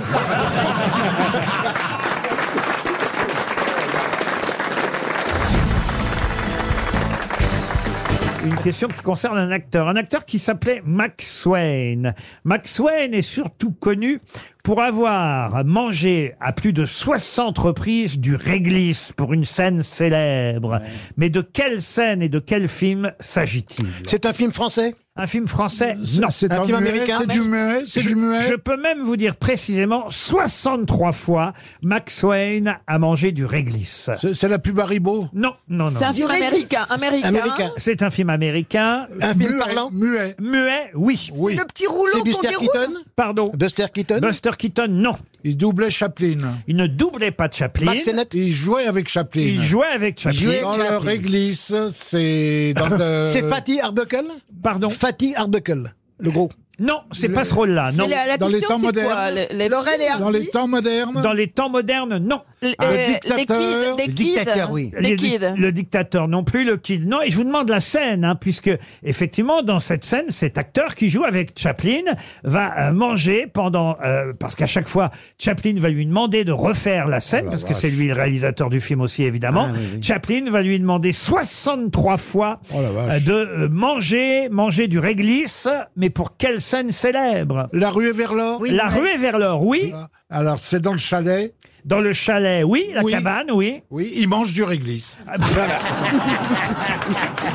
Une question qui concerne un acteur. Un acteur qui s'appelait Max Swain. Max Swain est surtout connu pour avoir mangé à plus de 60 reprises du réglisse pour une scène célèbre. Mais de quelle scène et de quel film s'agit-il C'est un film français Un film français Non. c'est Un un film muet, américain c'est du muet, c'est Je- du muet. Je peux même vous dire précisément 63 fois Max Swain a mangé du réglisse. C'est la pub Haribo Non, non, non. C'est un film Du réglisse. américain, américain. Américain. C'est un film américain. Un film Muet, parlant Muet. Muet, oui. oui. Le petit rouleau C'est Buster qu'on déroule Keaton Pardon. Buster Keaton Buster Keaton, non. Il doublait Chaplin. Il ne doublait pas Chaplin. Max Il jouait avec Chaplin. Il jouait avec Chaplin. Dans le réglisse, c'est dans le... C'est Fatty Arbuckle Pardon Fatty Arbuckle, le gros. Non, c'est pas ce rôle-là, non. dans les temps modernes. Laurel et Hardy Dans les temps modernes. Dans les temps modernes, non. Le- Ah, le euh, dictateur. les kids, des Le dictateur, kids. oui. Des Les dic- kids. Le dictateur non plus, le kid non. Et je vous demande la scène, hein, puisque effectivement, dans cette scène, cet acteur qui joue avec Chaplin va euh, manger pendant... euh, parce qu'à chaque fois, Chaplin va lui demander de refaire la scène, parce que c'est lui le réalisateur du film aussi, évidemment. Ah, oui, oui. Chaplin va lui demander 63 fois Oh euh, de euh, manger, manger du réglisse, mais pour quelle scène célèbre La ruée vers l'or La Oui. ruée vers l'or, oui. Ah, Alors, c'est dans le chalet. Dans le chalet, oui. La Oui. cabane, oui. Ah, Oui, il mange du réglisse. bah,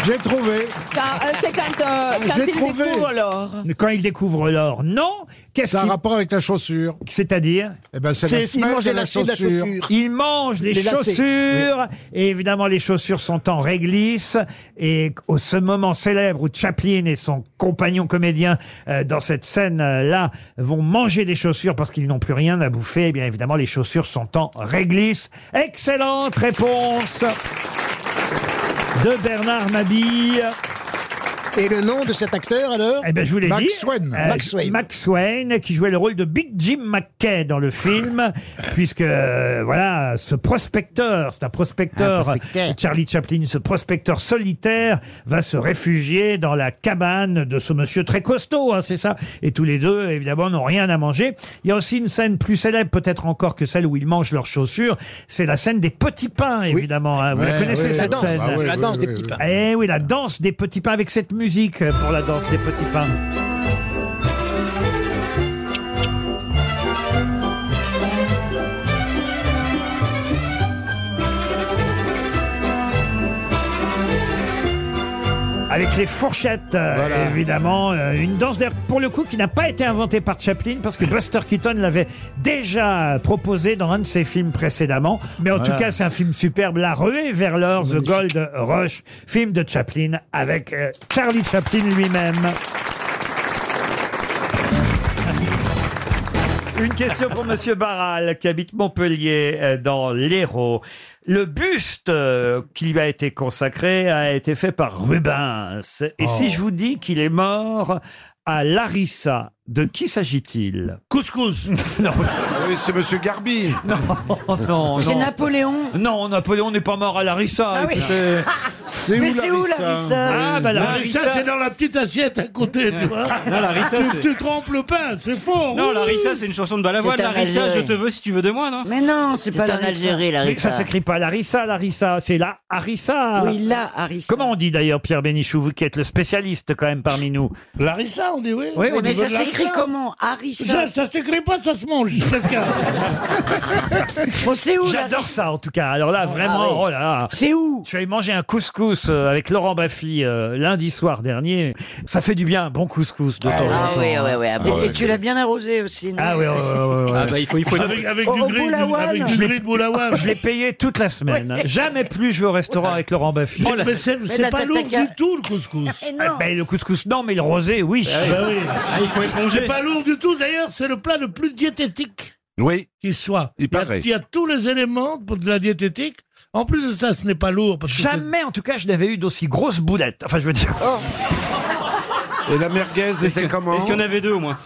J'ai trouvé. Quand, euh, c'est quand, euh, Ah, Ah, J'ai quand il trouvé. découvre l'or. Quand il découvre l'or, non. Qu'est-ce Ça a qu'il- rapport avec la chaussure. C'est-à-dire Eh ben, c'est la semelle de la chaussure. Il mange les, Les lacets. chaussures. Et évidemment, les chaussures sont en réglisse. Et au ce moment célèbre où Chaplin et son compagnon comédien euh, dans cette scène-là vont manger des chaussures parce qu'ils n'ont plus rien à bouffer, eh bien évidemment, les chaussures sont en réglisse. Excellente réponse de Bernard Mabille. Et le nom de cet acteur, alors Eh ben, je vous l'ai dit. Max Swain. Euh, Max Swain. Max Swain, qui jouait le rôle de Big Jim McKay dans le film, puisque, euh, voilà, ce prospecteur, c'est un prospecteur, Charlie Chaplin, ce prospecteur solitaire, va se réfugier dans la cabane de ce monsieur très costaud, hein, c'est ça. Et tous les deux, évidemment, n'ont rien à manger. Il y a aussi une scène plus célèbre, peut-être encore que celle où ils mangent leurs chaussures, c'est la scène des petits pains, évidemment. hein. Vous la Ouais, connaissez, ouais, cette la danse, scène ah ouais, La ouais, danse des ouais, petits ouais. pains. Eh oui, la danse des petits pains avec cette musique pour la danse des petits pains. Avec les fourchettes, euh, Voilà. évidemment. euh, une danse d'air, pour le coup, qui n'a pas été inventée par Chaplin, parce que Buster Keaton l'avait déjà proposé dans un de ses films précédemment. Mais en Voilà. tout cas, c'est un film superbe. La ruée vers l'or, The Gold Rush, film de Chaplin, avec euh, Charlie Chaplin lui-même. Une question pour Monsieur Barral, qui habite Montpellier, euh, dans l'Hérault. Le buste euh, qui lui a été Oh. consacré a été fait par Rubens. Et si je vous dis qu'il est mort à Larissa. De qui s'agit-il Couscous Non. Oui, c'est Monsieur Garbi. Non, non, C'est non. Napoléon. Non, Napoléon n'est pas mort à Larissa. Ah oui. écoutez. C'est Mais où c'est où, Larissa Larissa Ah, bah Larissa, Larissa, c'est dans la petite assiette à côté, tu vois. Non, Larissa, tu, c'est- tu trompes le pain, c'est faux. Non, oui. Larissa, c'est une chanson de Balavoine. C'est un Larissa, je Algérien. te veux si tu veux de moi, non Mais non, c'est pas Larissa. Mais ça s'écrit pas Larissa, Larissa. C'est la Harissa. Oui, la Harissa. Comment on dit d'ailleurs, Pierre Bénichou, vous qui êtes le spécialiste quand même parmi nous Larissa, on dit oui. Oui, on mais dit ça Larissa. s'écrit comment Ça, Harissa ça s'écrit pas, ça se mange. Bah Oh, J'adore ça en tout cas. Alors là, vraiment, Ah oui. oh là là. C'est où Je suis allé manger un couscous euh, avec Laurent Baffy euh, lundi soir dernier. Ça fait du bien, un bon couscous Ah de temps en temps. hein. Et- Ah, Et, tu l'as bien arrosé aussi. non Ah ouais, ouais, ouais, ouais, ouais. Ah bah, il faut- il faut- Avec- avec du Au- au gris, du- boulawan. avec du Je l'ai- gris de boulawan. Je l'ai payé toute la semaine. Jamais plus je vais au restaurant avec Laurent Baffy. Mais- mais c'est- Mais c'est la pas tata lourd du ca- tout le couscous. Eh, le couscous, non, mais le rosé, oui. Bah oui. Ah, C'est pas lourd du tout. D'ailleurs, c'est le plat le plus diététique Oui. qu'il soit. Il y a- paraît. Il y a tous les éléments pour de la diététique. En plus de ça, ce n'est pas lourd. Parce que Jamais, en tout cas, je n'avais eu d'aussi grosse boulette. Enfin, je veux dire. Oh. Et la merguez, c'était comment Est-ce qu'il y en avait deux au moins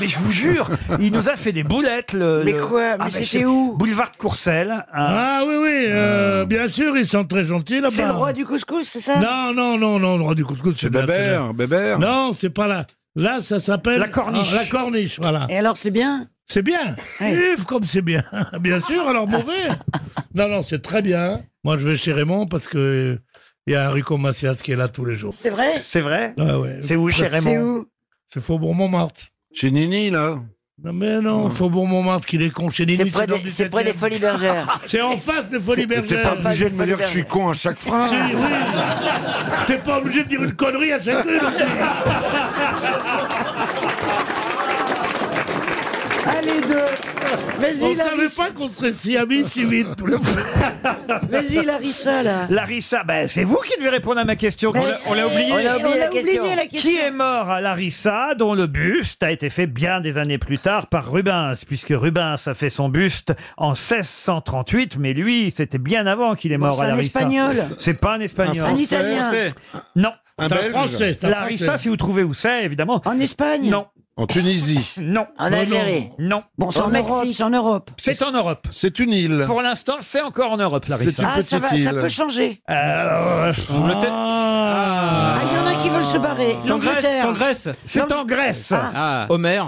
Mais je vous jure, il nous a fait des boulettes. Le, Mais le- quoi Mais bah, c'était je sais- où Boulevard de Courcelles. hein. Ah oui, oui, euh, bien sûr, ils sont très gentils là-bas. C'est le roi du couscous, c'est ça Non, non, non, non, le roi du couscous, c'est bien, Bébert, c'est bien. Bébert. Non, c'est pas là. Là, ça s'appelle... La corniche. Ah, la corniche, voilà. Et alors, c'est bien C'est bien. Yves, comme c'est bien. bien sûr, alors mauvais. non, non, c'est très bien. Moi, je vais chez Raymond parce que euh, il y a Enrico Macias qui est là tous les jours. C'est vrai C'est vrai Ah ouais. C'est où chez C'est Raymond où C'est Faubourg Montmartre. Chez Nini, là Non, mais non, Faubourg Montmartre, qu'il est con. Chez Nini, C'est près dans des- le c'est près des 17e. Folies Bergères. C'est en face des Folies Bergères. T'es pas obligé de me dire que je suis con à chaque phrase. Si, oui. T'es pas obligé de dire une connerie à chacune. Allez deux. On Vas-y, savait Larissa. pas qu'on serait si amis si vite tous les deux. Vas-y, Larissa, là. Larissa, ben, c'est vous qui devez répondre à ma question. Mais- On l'a oublié. On a oublié la question. Qui est mort à Larissa, dont le buste a été fait bien des années plus tard par Rubens, puisque Rubens a fait son buste en 1638, mais lui, c'était bien avant qu'il est Bon, mort c'est à un Larissa. Espagnol. C'est pas un espagnol. Un Italien. Français. Non. Un C'est un Belge. Français, c'est un Larissa, Français. si vous trouvez où c'est, évidemment. En Espagne Non. En Tunisie. Non. En Algérie. Non. Bon, c'est en Europe, c'est en Europe. C'est en Europe. C'est une île. Pour l'instant, c'est encore en Europe, Larissa. Ah, ça, va, ça peut changer. Euh, Ah, il y en a qui veulent se barrer. C'est en Grèce, c'est L'Angleterre. en Grèce. C'est en Grèce. Ah. Homer.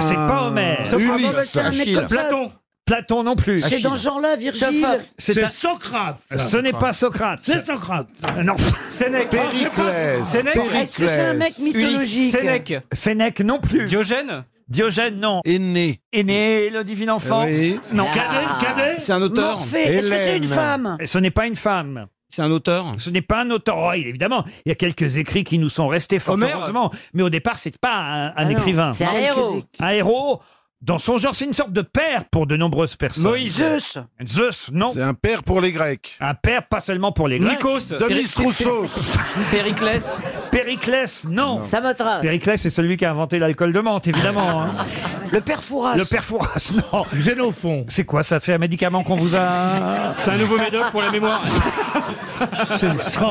C'est pas Homère. Sauf Ulysse. un mauvais C'est un mec Achille. comme ça. Platon. Platon non plus. C'est dans ce genre-là, Virgile. C'est un- Socrate. Ce n'est pas Socrate. Euh, C'est Socrate. Non. Sénèque. Périclès. Sénèque. Est-ce que c'est un mec mythologique Sénèque. Sénèque non plus. Diogène. Diogène non. Aîné. Aîné, le divin enfant. Oui. Non. Ah. Cadet, cadet. C'est un auteur. Morphée. Est-ce que c'est une Hélène. femme Et Ce n'est pas une femme. C'est un auteur. Ce n'est pas un auteur. Oh, évidemment, il y a quelques écrits qui nous sont restés fort Homère. heureusement. Mais au départ, c'est pas un, un Ah non, écrivain. c'est un Non, héros. quelques Un héros. Dans son genre, c'est une sorte de père pour de nombreuses personnes. Moïse. Zeus. Zeus, non. C'est un père pour les Grecs. Un père, pas seulement pour les Grecs. Nikos. Demis Péri- Rousseau. Périclès. Périclès, non. Samothrace. Périclès, c'est celui qui a inventé l'alcool de menthe, évidemment. hein. Le père Fouras. Le père Fouras, non. Xénophon. C'est quoi ça C'est un médicament qu'on vous a. C'est un nouveau médoc pour la mémoire.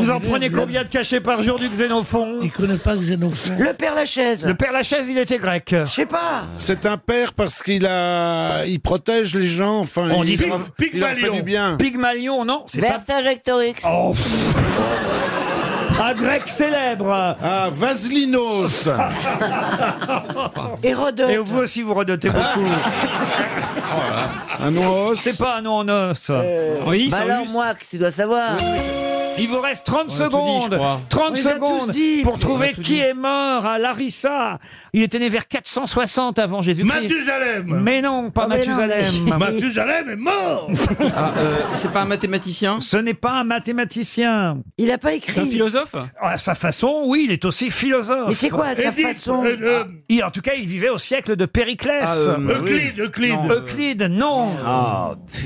Vous en prenez combien de cachets par jour du xénophon Il connaît pas Xénophon. Le père Lachaise. Le père Lachaise, il était grec. Je sais pas. C'est un père parce qu'il a, il protège les gens. Enfin, On il, dit il leur- Pygm- il leur fait du bien. Pygmalion, non C'est pas. Vercingétorix. Oh, pff. Un grec célèbre Ah, Vaslinos. Hérodote. Et vous aussi, vous redotez beaucoup. Ah. Oh un os. C'est pas un nom en os. Oui, Bah c'est alors, moi, que tu dois savoir. Il vous reste On 30 a tout dit, je secondes. crois. 30 On les a secondes tous dit. pour On trouver a tout qui dit. est mort à Larissa. Il était né vers 460 avant Jésus-Christ. Mathusalem. Mais non, pas Ah, mais non, Mathusalem. Mathusalem est mort. Ah, euh, c'est pas un mathématicien. Ce n'est pas un mathématicien. Ah, Il a pas C'est un écrit. philosophe. À sa façon, oui, il est aussi philosophe. Mais c'est quoi sa Édith, façon euh, euh, Et en tout cas, il vivait au siècle de Périclès. Ah, euh, Euclide, Euclide. Ah, Non, euh, Euclide, non.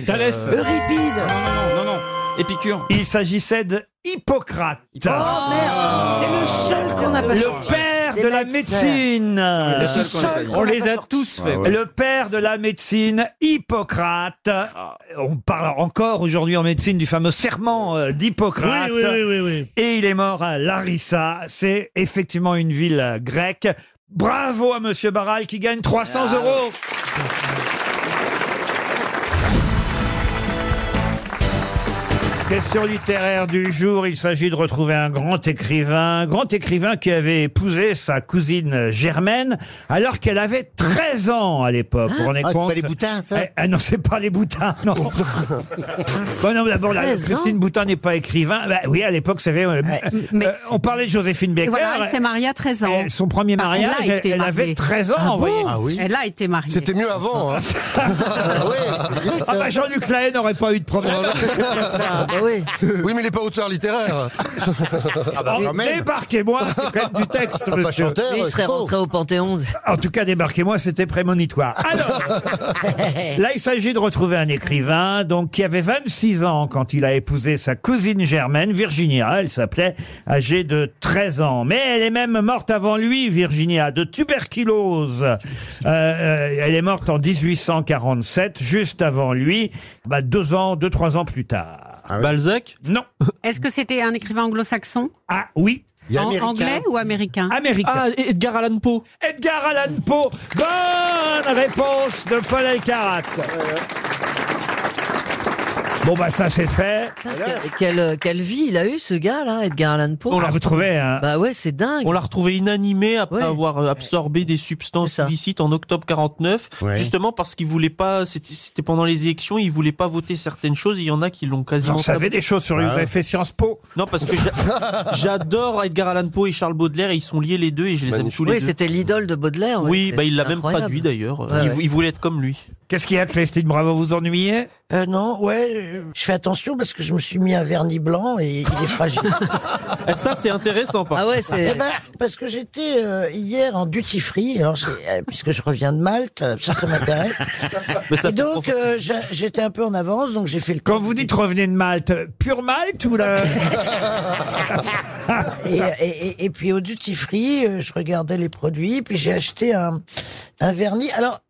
Thalès. Non, Euripide. non, non. Épicure. Il s'agissait de Hippocrate. Oh Ah. merde, c'est le seul qu'on n'a pas le sorti. père Des de la médecins. médecine. C'est le Euh, seul qu'on a pas seul dit. qu'on- On les pas a sorti. tous fait. Le père de la médecine, Hippocrate. Ah. On parle encore aujourd'hui en médecine du fameux serment euh, d'Hippocrate. Oui, oui, oui, oui, oui. Et il est mort à Larissa. C'est effectivement une ville euh, grecque. Bravo à Monsieur Barral qui gagne 300 Ah. euros. Question littéraire du jour, il s'agit de retrouver un grand écrivain, un grand écrivain qui avait épousé sa cousine Germaine alors qu'elle avait 13 ans à l'époque. Vous vous rendez Ah, c'est compte pas les boutins, ça Eh, Ah non, c'est pas les boutins, non. bon, non, mais d'abord, là, 13 ans Christine Boutin n'est pas écrivain. Bah oui, à l'époque, c'est vrai, euh, euh, on parlait de Joséphine Baker. Voilà, elle s'est mariée à 13 ans. son premier Enfin, mariage, elle, a été elle avait mariée. 13 ans, Ah vous voyez. bon Ah oui. Elle a été mariée. C'était mieux hein. avant. ah bah Jean-Luc Lahaye n'aurait pas eu de problème. Ah, bah oui. mais il n'est pas auteur littéraire. Ah Ah, bah, bah, Débarquez-moi, c'est quand même du texte, Ah, pas monsieur. chanteur, euh, Lui, il serait escroc. rentré au Panthéon. En tout cas, débarquez-moi, c'était prémonitoire. Alors, Eh. là, il s'agit de retrouver un écrivain donc qui avait 26 ans quand il a épousé sa cousine germaine, Virginia. Elle s'appelait, âgée de 13 ans. Mais elle est même morte avant lui, Virginia, de tuberculose. Euh, euh, elle est morte en 1847, juste avant lui, bah, deux ans, deux, trois ans plus tard. Balzac Non. Est-ce que c'était un écrivain anglo-saxon Ah oui. En- Anglais ou américain Américain. Ah, Ah, Edgar Allan Poe. Edgar Allan Poe. Bonne réponse de Paul Elkarat. Bon, bah, ça, c'est fait. Quelle, quelle vie il a eu ce gars-là, Edgar Allan Poe On l'a retrouvé, hein. Bah ouais, c'est dingue. On l'a retrouvé inanimé après Ouais. avoir euh, absorbé des substances illicites en octobre 49, Ouais. justement parce qu'il voulait pas. C'était c'était pendant les élections, il voulait pas voter certaines choses. et Il y en a qui l'ont quasiment. Vous en savez saboté. des choses sur lui, vous avez fait Sciences Po. Non, parce que j'a- j'adore Edgar Allan Poe et Charles Baudelaire. et Ils sont liés les deux et je les aime tous les Oui, deux. c'était l'idole de Baudelaire. ouais. Oui, C'est- bah il l'a c'est même incroyable. traduit d'ailleurs. Ouais, il, ouais. il voulait être comme lui. Qu'est-ce qu'il y a, Christine Bravo Vous ennuyez Euh, non, ouais, euh, je fais attention parce que je me suis mis un vernis blanc et il est fragile. Et Ah, ça, c'est intéressant. Ah, Par contre. Eh ben, parce que j'étais euh, hier en duty free, alors j'ai- euh, puisque je reviens de Malte, euh, ça, ça m'intéresse. Et donc euh, j'a- j'étais un peu en avance, donc j'ai fait le. Quand vous dites revenez de Malte, pure Malte ou la. et, et- et- et puis au duty free, euh, je regardais les produits, puis j'ai acheté un, un vernis. Alors.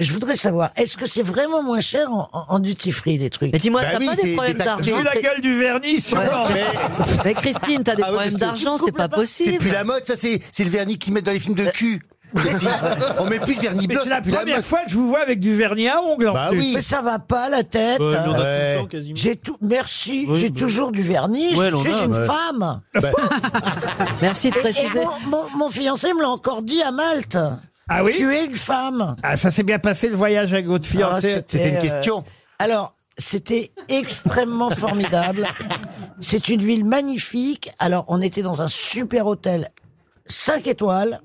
Je voudrais savoir, est-ce que c'est vraiment moins cher en, en- en duty free les trucs Mais dis-moi, Bah t'as oui, pas des c'est problèmes détacté. d'argent Vu la gueule du vernis, sûrement. Ouais, mais- mais Christine, t'as des Ah oui, problèmes parce que tu d'argent, coupes c'est le pas pain. possible. Euh. C'est plus la mode, ça, c'est c'est le vernis qu'ils mettent dans les films de cul. C'est- c'est- On met plus de vernis Mais blanc. c'est la plus première mode. fois que je vous vois avec du vernis à ongles en Bah plus. oui. Mais ça va pas la tête. Ouais, nous, on a tout le Euh, temps, J'ai tout. Merci. Oui, J'ai bah. toujours du vernis. Ouais, je l'on suis a, une ouais. femme. Bah. Merci de Et- et préciser. mon, mon- mon fiancé me l'a encore dit à Malte. Ah oui Tu es une femme. Ah, ça s'est bien passé le voyage avec votre fiancée Ah, euh, alors. C'était extrêmement formidable. C'est une ville magnifique. Alors, on était dans un super hôtel 5 étoiles.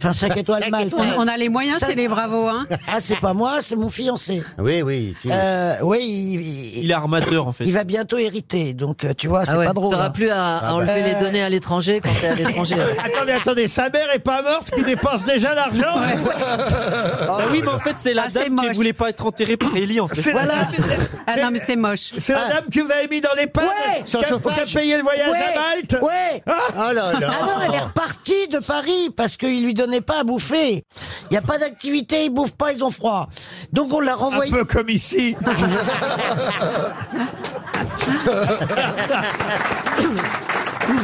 Enfin, 5 étoiles Malte. On, on a les moyens, Cinq- c'est les bravos. Hein. Ah, c'est pas moi, c'est mon fiancé. Oui, oui. Euh, oui, il, Il est armateur en fait. il va bientôt hériter, donc euh, tu vois, c'est Ah ouais, pas drôle. t'auras hein. plus à, à Ah bah. enlever les Euh, données à l'étranger quand t'es à l'étranger. Euh, attendez, attendez, sa mère est pas morte qui dépense déjà l'argent Euh, Bah Ah oui, mais en fait, c'est la dame qui voulait pas être enterrée par Ellie en fait. C'est la- Voilà. Ah non, mais c'est moche. C'est la dame que vous avez mis dans les pattes Ah. Ouais Sans chauffage payé le voyage Ouais, à Malte Ouais Ah là là. Ah non, elle est repartie de Paris parce qu'il lui donnait pas à bouffer. Il n'y a pas d'activité, ils bouffent pas, ils ont froid. Donc on l'a renvoyée. Un peu comme ici.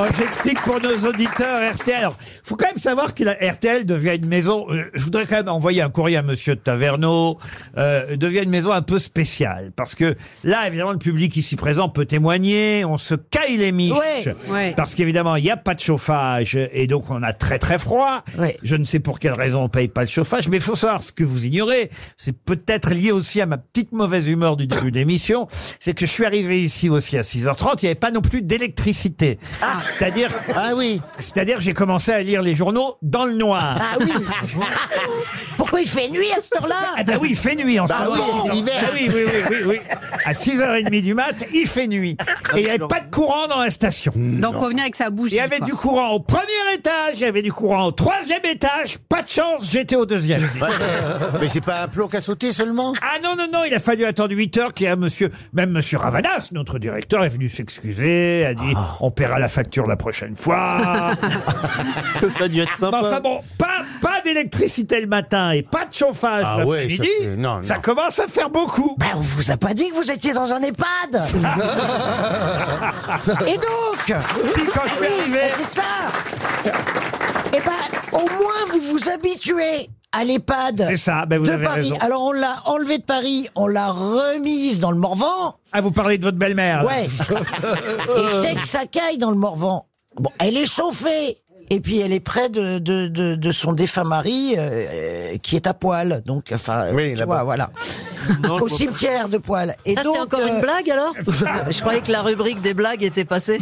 Oh, J'explique pour nos auditeurs RTL. Alors, faut quand même savoir que la RTL devient une maison. euh, je voudrais quand même envoyer un courrier à Monsieur de Taverneau. euh, devient une maison un peu spéciale parce que là, évidemment, le public ici présent peut témoigner. On se caille les miches Ouais, ouais. parce qu'évidemment, il n'y a pas de chauffage et donc on a très très froid. Je ne sais pour quelle raison on paye pas le chauffage, mais il faut savoir ce que vous ignorez. C'est peut-être lié aussi à ma petite mauvaise humeur du début d'émission. C'est que je suis arrivé ici aussi à 6h30, il n'y avait pas non plus d'électricité. C'est-à-dire, ah oui. C'est-à-dire, j'ai commencé à lire les journaux dans le noir. Ah oui Bah, Pourquoi il fait nuit à cette heure-là Ah bah oui, il fait nuit en ce Bah moment. oui, c'est l'hiver. Ah oui, oui, oui, oui, oui. À 6h30 du mat, il fait nuit. Et il n'y avait pas de courant dans la station. Donc, faut venir avec sa bougie. Il y avait quoi. du courant au premier étage, il y avait du courant au troisième étage. Pas de chance, j'étais au deuxième. Mais c'est pas un plomb qu'à sauter seulement Ah non, non, non, il a fallu attendre 8 heures qu'il y a monsieur, même monsieur Ravanas, notre directeur, est venu s'excuser, a dit Ah. on paiera la facture la prochaine fois. Ça a dû être sympa. Mais enfin bon, pas, pas d'électricité le matin et pas de chauffage Ah ouais, l'après-midi. ça, c'est- non, ça non. commence à faire beaucoup. Ben, on vous a pas dit que vous étiez dans un EHPAD Et donc Si, quand je suis Ah Oui, arrivé. C'est ça Eh ben, Au moins, vous vous habituez à l'EHPAD. C'est ça, ben vous de avez Paris. raison. Alors, on l'a enlevée de Paris, on l'a remise dans le Morvan. Ah, vous parlez de votre belle-mère. là. Ouais. Et c'est que ça caille dans le Morvan. Bon, elle est chauffée. Et puis elle est près de, de, de, de son défunt mari euh, euh, qui est à poil, donc enfin, oui, tu vois, voilà, au cimetière de poil. Ça, c'est encore euh, une blague, alors Je croyais que la rubrique des blagues était passée.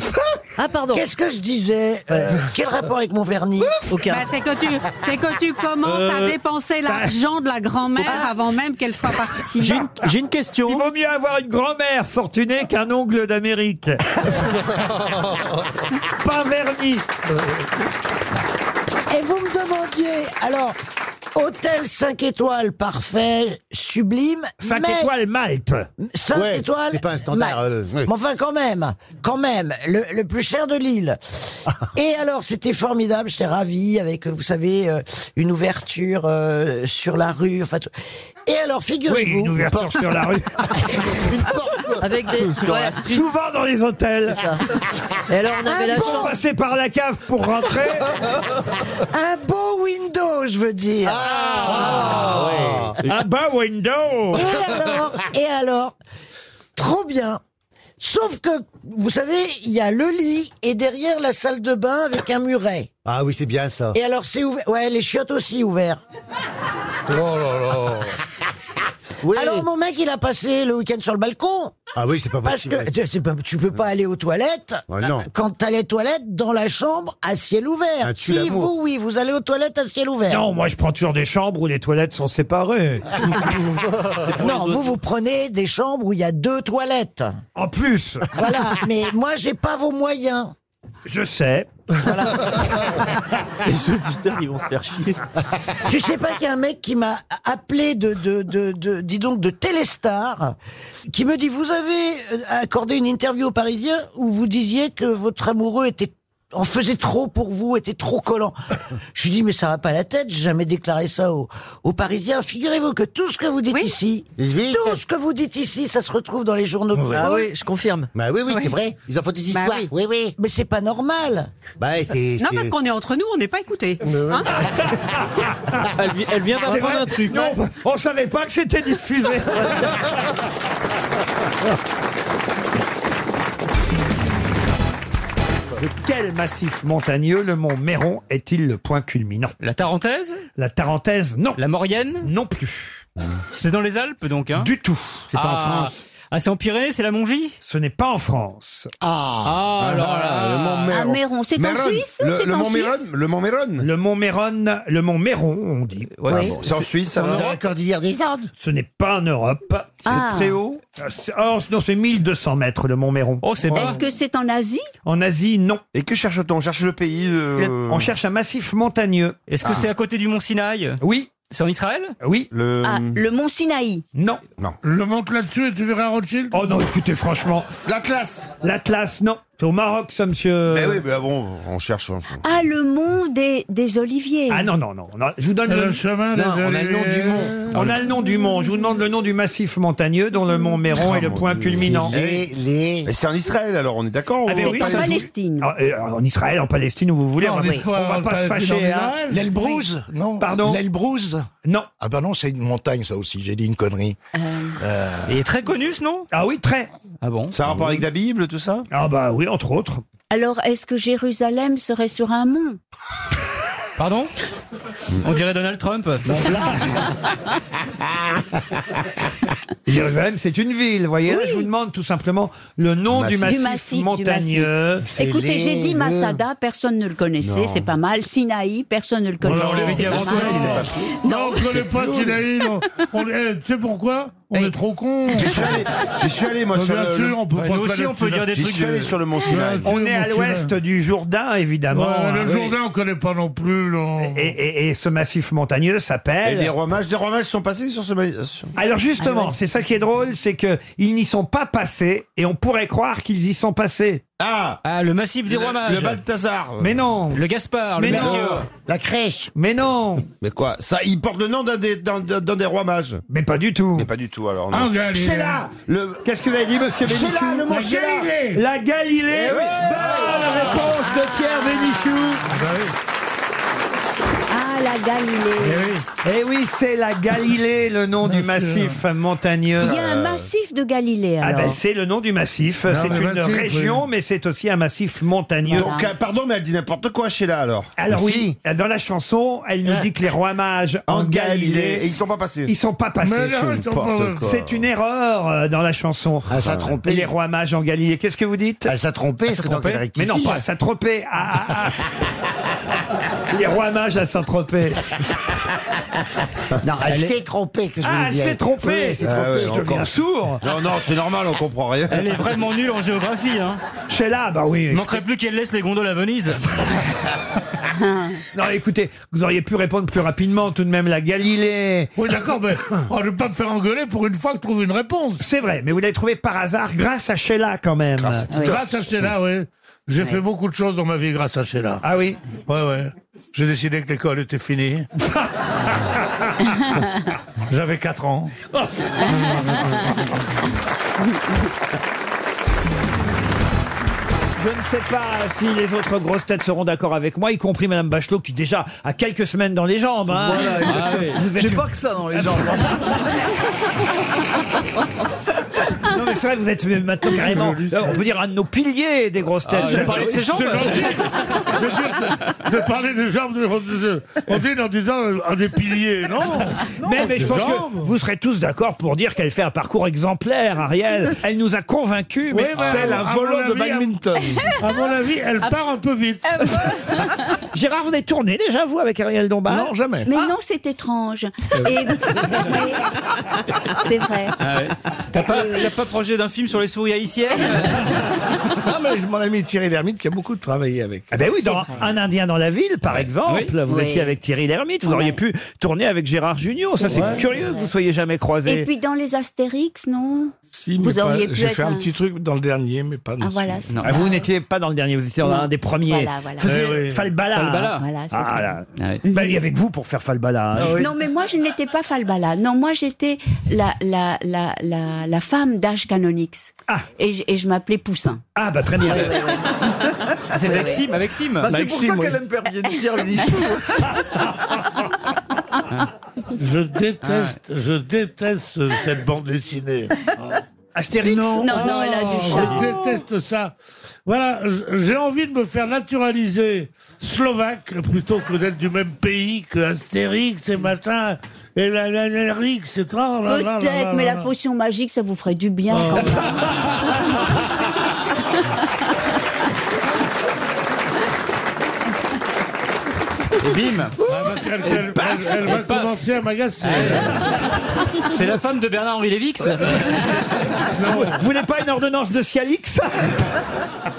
Ah, pardon. Qu'est-ce que je disais Euh, Quel rapport avec mon vernis Aucun. Bah, c'est que tu, c'est que tu commences Euh, à dépenser l'argent de la Ah. grand-mère avant même qu'elle soit partie. J'ai une, question. Il vaut mieux avoir une grand-mère fortunée qu'un ongle d'Amérique. Pas vernis. Et vous me demandiez, alors, hôtel 5 étoiles parfait, sublime. 5 mais- étoiles Malte. 5 Ouais, étoiles. c'est pas un standard, Malte. euh, oui. Mais enfin, quand même, quand même, le, le plus cher de l'île. Et alors, c'était formidable, j'étais ravi avec, vous savez, euh, une ouverture euh, sur la rue. Enfin, tout. Et alors, figurez-vous. Oui, une ouverture sur la rue. Avec des. ouais. Souvent dans les hôtels. C'est ça. Et alors, on avait la Faut chance. passer par la cave pour rentrer. Un beau window, je veux dire. Ah. Un bas window. Et alors, et alors Trop bien. Sauf que, vous savez, il y a le lit et derrière la salle de bain avec un muret. Ah oui, c'est bien ça. Et alors, c'est ouvert. Ouais, les chiottes aussi ouverts. Oh là là. Alors, mon mec, il a passé le week-end sur le balcon. Ah oui, c'est pas Parce possible. que tu- c'est pas- tu peux pas aller aux toilettes Ah, Ouais, non. quand t'as les toilettes dans la chambre à ciel ouvert. Ah, tu si l'amour. vous, oui, vous allez aux toilettes à ciel ouvert. Non, moi je prends toujours des chambres où les toilettes sont séparées. Non, vous, vous prenez des chambres où il y a deux toilettes. En plus, Voilà, mais moi, j'ai pas vos moyens. je sais. Les auditeurs, ils vont se faire chier. Tu sais pas qu'il y a un mec qui m'a appelé de, de, de, de, dis donc, de Téléstar, qui me dit, vous avez euh, accordé une interview aux Parisiens où vous disiez que votre amoureux était en faisait trop pour vous, était trop collant. Je lui dis, mais ça va pas la tête, j'ai jamais déclaré ça aux, aux Parisiens. Figurez-vous que tout ce que vous dites ici, tout ce que vous dites ici, ça se retrouve dans les journaux. Ah oui, je confirme. Bah oui, oui, c'est vrai. Ils en font des histoires. oui. oui, Mais c'est pas normal. Bah, c'est. Non, c'est- parce qu'on est entre nous, on n'est pas écoutés. Hein Elle, vi- elle vient C'est d'apprendre vrai un truc. Non, on savait pas que c'était diffusé. De quel massif montagneux le mont Méron est-il le point culminant La Tarentaise La Tarentaise, non. La Maurienne Non plus. C'est dans les Alpes, donc hein Du tout. C'est pas en France. Ah, c'est en Pyrénées, c'est la Mongie Ce n'est pas en France. Ah, alors là. le Mont Méron. Ah, Méron, c'est en Méron. Suisse Le- C'est le en Mont Suisse Méron Le Mont Méron Le Mont Méron, le Mont Méron, on dit. Ouais, Ah bon, c'est en Suisse, C'est alors dans la cordillère des Andes Ce n'est pas en Europe. C'est Ah. très haut oh, Non, c'est 1200 mètres, le Mont Méron. Oh, c'est Est-ce que c'est en Asie En Asie, non. Et que cherche-t-on On cherche le pays. euh, Ah. On cherche un massif montagneux. Est-ce que c'est à côté du Mont Sinaï Oui. C'est en Israël Oui. Le... Ah, le mont Sinaï. Non. Non. Le monte là-dessus et tu verras Rothschild Oh non, écoutez, franchement. L'Atlas L'Atlas, non. C'est au Maroc, ça, monsieur. Mais oui, mais bon, on cherche. hein. Ah, le mont des, des oliviers. Ah non, non, non. non. Je vous donne C'est le, le chemin des Non, on a le nom oliviers. du mont. On a le nom du mont. Je vous demande le nom du massif montagneux dont le mont Méron est le Ah, point culminant. Les, les... Et c'est en Israël, alors on est d'accord Ah, mais oui, ça se- Ah, euh, en Israël, en Palestine, où vous voulez. Non, on va, mais on pas- va pas se pas fâcher. dans hein. l'Israël. L'Elbrouz Non. Pardon L'Elbrouz Non. Ah bah non, c'est une montagne, ça aussi. J'ai dit une connerie. Euh, Il est très connu, ce nom Ah oui, très. Ah bon Ça a rapport avec la Bible, tout ça Ah bah oui, entre autres. Alors, est-ce que Jérusalem serait sur un mont Pardon On dirait Donald Trump. Jérusalem, c'est une ville, vous voyez. Là, je vous demande tout simplement le nom du massif, Du massif, du montagneux. massif. Écoutez, j'ai dit Masada, personne ne le connaissait, Non. c'est pas mal. Sinaï, personne ne le connaissait, c'est pas mal. Non, on ne connaît pas nul. Sinaï. non. On est- eh, Tu sais pourquoi On est trop cons. J'y suis allé, j'y suis allé, moi, Bah, sur bien le- sûr, on peut Ouais, pas nous aussi, connaître on peut Sinaï. dire des J'y trucs suis allé de- sur le mont Bien Sinaï. sûr, On est à Mont l'ouest Sinaï. du Jourdain, évidemment. Ouais, le hein, oui. Jourdain, on ne connaît pas non plus. non. Et, et- et ce massif montagneux Et s'appelle. les rois mages, les rois mages sont passés sur ce. ma- sur- Alors justement, Ah c'est ça qui est drôle, c'est que ils n'y sont pas passés et on pourrait croire qu'ils y sont passés. Ah Ah, le massif des rois mages. Le Balthazar. Mais non. Le Gaspard, Mais le non. Melchior. La crèche. Mais non. Mais quoi Ça, il porte le nom d'un des, d'un- d'un- d'un des rois mages. Mais pas du tout. Mais pas du tout alors. Ah, Non. Galilée. Sheila le... Qu'est-ce que vous avez dit, monsieur Sheila, Bénichou le mot La Sheila. Galilée. La Galilée. Eh oui. Ah, bah Bonne réponse de Pierre Bénichou. Ah Ah, la Galilée. Eh oui, c'est la Galilée, le nom du massif montagneux. Il y a un massif de Galilée, Ah alors. ben c'est le nom du massif. Non, C'est mais une massif, région, mais c'est aussi un massif montagneux. Donc, Voilà. euh, pardon, mais elle dit n'importe quoi, Sheila, alors. Alors Mais oui, euh, dans la chanson, elle nous Ouais. dit que les rois mages en, En Galilée, Galilée, et ils sont pas passés. Ils sont pas passés. Mais non, ils sont pas- C'est une erreur euh, dans la chanson. Elle s'est trompée. Les rois mages en Galilée. Qu'est-ce que vous dites Ah, Elle s'est trompée. est-ce que t'en qu'elle Mais rectifie non, pas s'est trompée. Ah, ah, ah. les rois mages à Saint-Tropez. Non, elle, Elle est- s'est trompée. Que je Ah, voulais elle dire. s'est trompée. Oui, elle s'est trompée. Ah ouais, Je deviens sourd. Non, non, c'est normal, on comprend rien. Elle est vraiment nulle en géographie. Hein. Sheila, bah oui. Il manquerait plus qu'elle laisse les gondoles à Venise. Non, écoutez, vous auriez pu répondre plus rapidement, tout de même, la Galilée. Oui, d'accord, mais on ne peut pas me faire engueuler pour une fois que je trouve une réponse. C'est vrai, mais vous l'avez trouvé par hasard grâce à Sheila, quand même. Grâce à Sheila, oui. J'ai fait beaucoup de choses dans ma vie grâce à Sheila. Ah oui Ouais, ouais. J'ai décidé que l'école était finie. J'avais 4 ans. Je ne sais pas si les autres grosses têtes seront d'accord avec moi, y compris Madame Bachelot, qui déjà a quelques semaines dans les jambes. hein. Voilà, exactement. Vous êtes- J'ai pas que ça dans les jambes. Non, mais c'est vrai, vous êtes maintenant carrément, euh, on peut dire, un de nos piliers des grosses têtes. Ah, j'ai parlé de ses jambes. C'est de parler des jambes, de, de- on dit en disant euh, un des piliers, non mais, mais je Des pense jambes. que vous serez tous d'accord pour dire qu'elle fait un parcours exemplaire, Ariel. Elle nous a convaincus, mais Oui, mais tel à un mon volant de avis, à- badminton. À mon avis, elle part un peu vite. Gérard, vous avez tourné déjà, vous, avec Ariel Dombal Non, jamais. Mais Ah. non, c'est étrange. Et- C'est vrai. Ah ouais. T'as pas, Euh, t'as pas projet d'un film sur les souris haïtiennes Ah, mais je- mon ami Thierry Lhermitte qui a beaucoup travaillé avec. Ah ben oui, dans C'est vrai. Un Indien dans la ville, par exemple, Oui. vous Oui. étiez avec Thierry Lhermitte, vous auriez pu tourner avec Gérard Junior. Ça, C'est c'est vrai. curieux que vous soyez jamais croisés. Et puis dans les Astérix, non Si, Vous mais pas- auriez pu J'ai être fait un un- petit truc dans le dernier, mais pas dans Ah, voilà, c'est Non, ça. vous n'étiez pas dans le dernier, vous étiez dans Non. un des premiers. Voilà, voilà. Faisiez Eh oui. Falbala. Falbala. Voilà, c'est ah, ça. là. Bah, il y avait que vous pour faire Falbala. Ah hein. Non, mais moi, je n'étais pas Falbala. Non, moi, j'étais la, la, la, la, la femme d'âge canonix. Et, je- et je m'appelais Poussin. Ah bah très bien. C'est Oui, avec oui. Sim, avec Sim. Bah, c'est Avec pour Sim, ça oui. qu'elle aime dire Je déteste, je déteste ce- cette bande dessinée. Oh, Astérix Non, non, elle a du charme. Je déteste ça. Voilà, j- j'ai envie de me faire naturaliser slovaque plutôt que d'être du même pays que Astérix et machin et la la la Rick, c'est trop. Oh là, là, là, là, Peut-être, mais là, la Oh. là. potion magique, ça vous ferait du bien quand même. Et bim Ah, parce qu'elle- elle, elle- elle va Et paf. commencer à m'agacer. C'est la femme de Bernard-Henri Lévix. Vous vous voulez pas une ordonnance de Cialix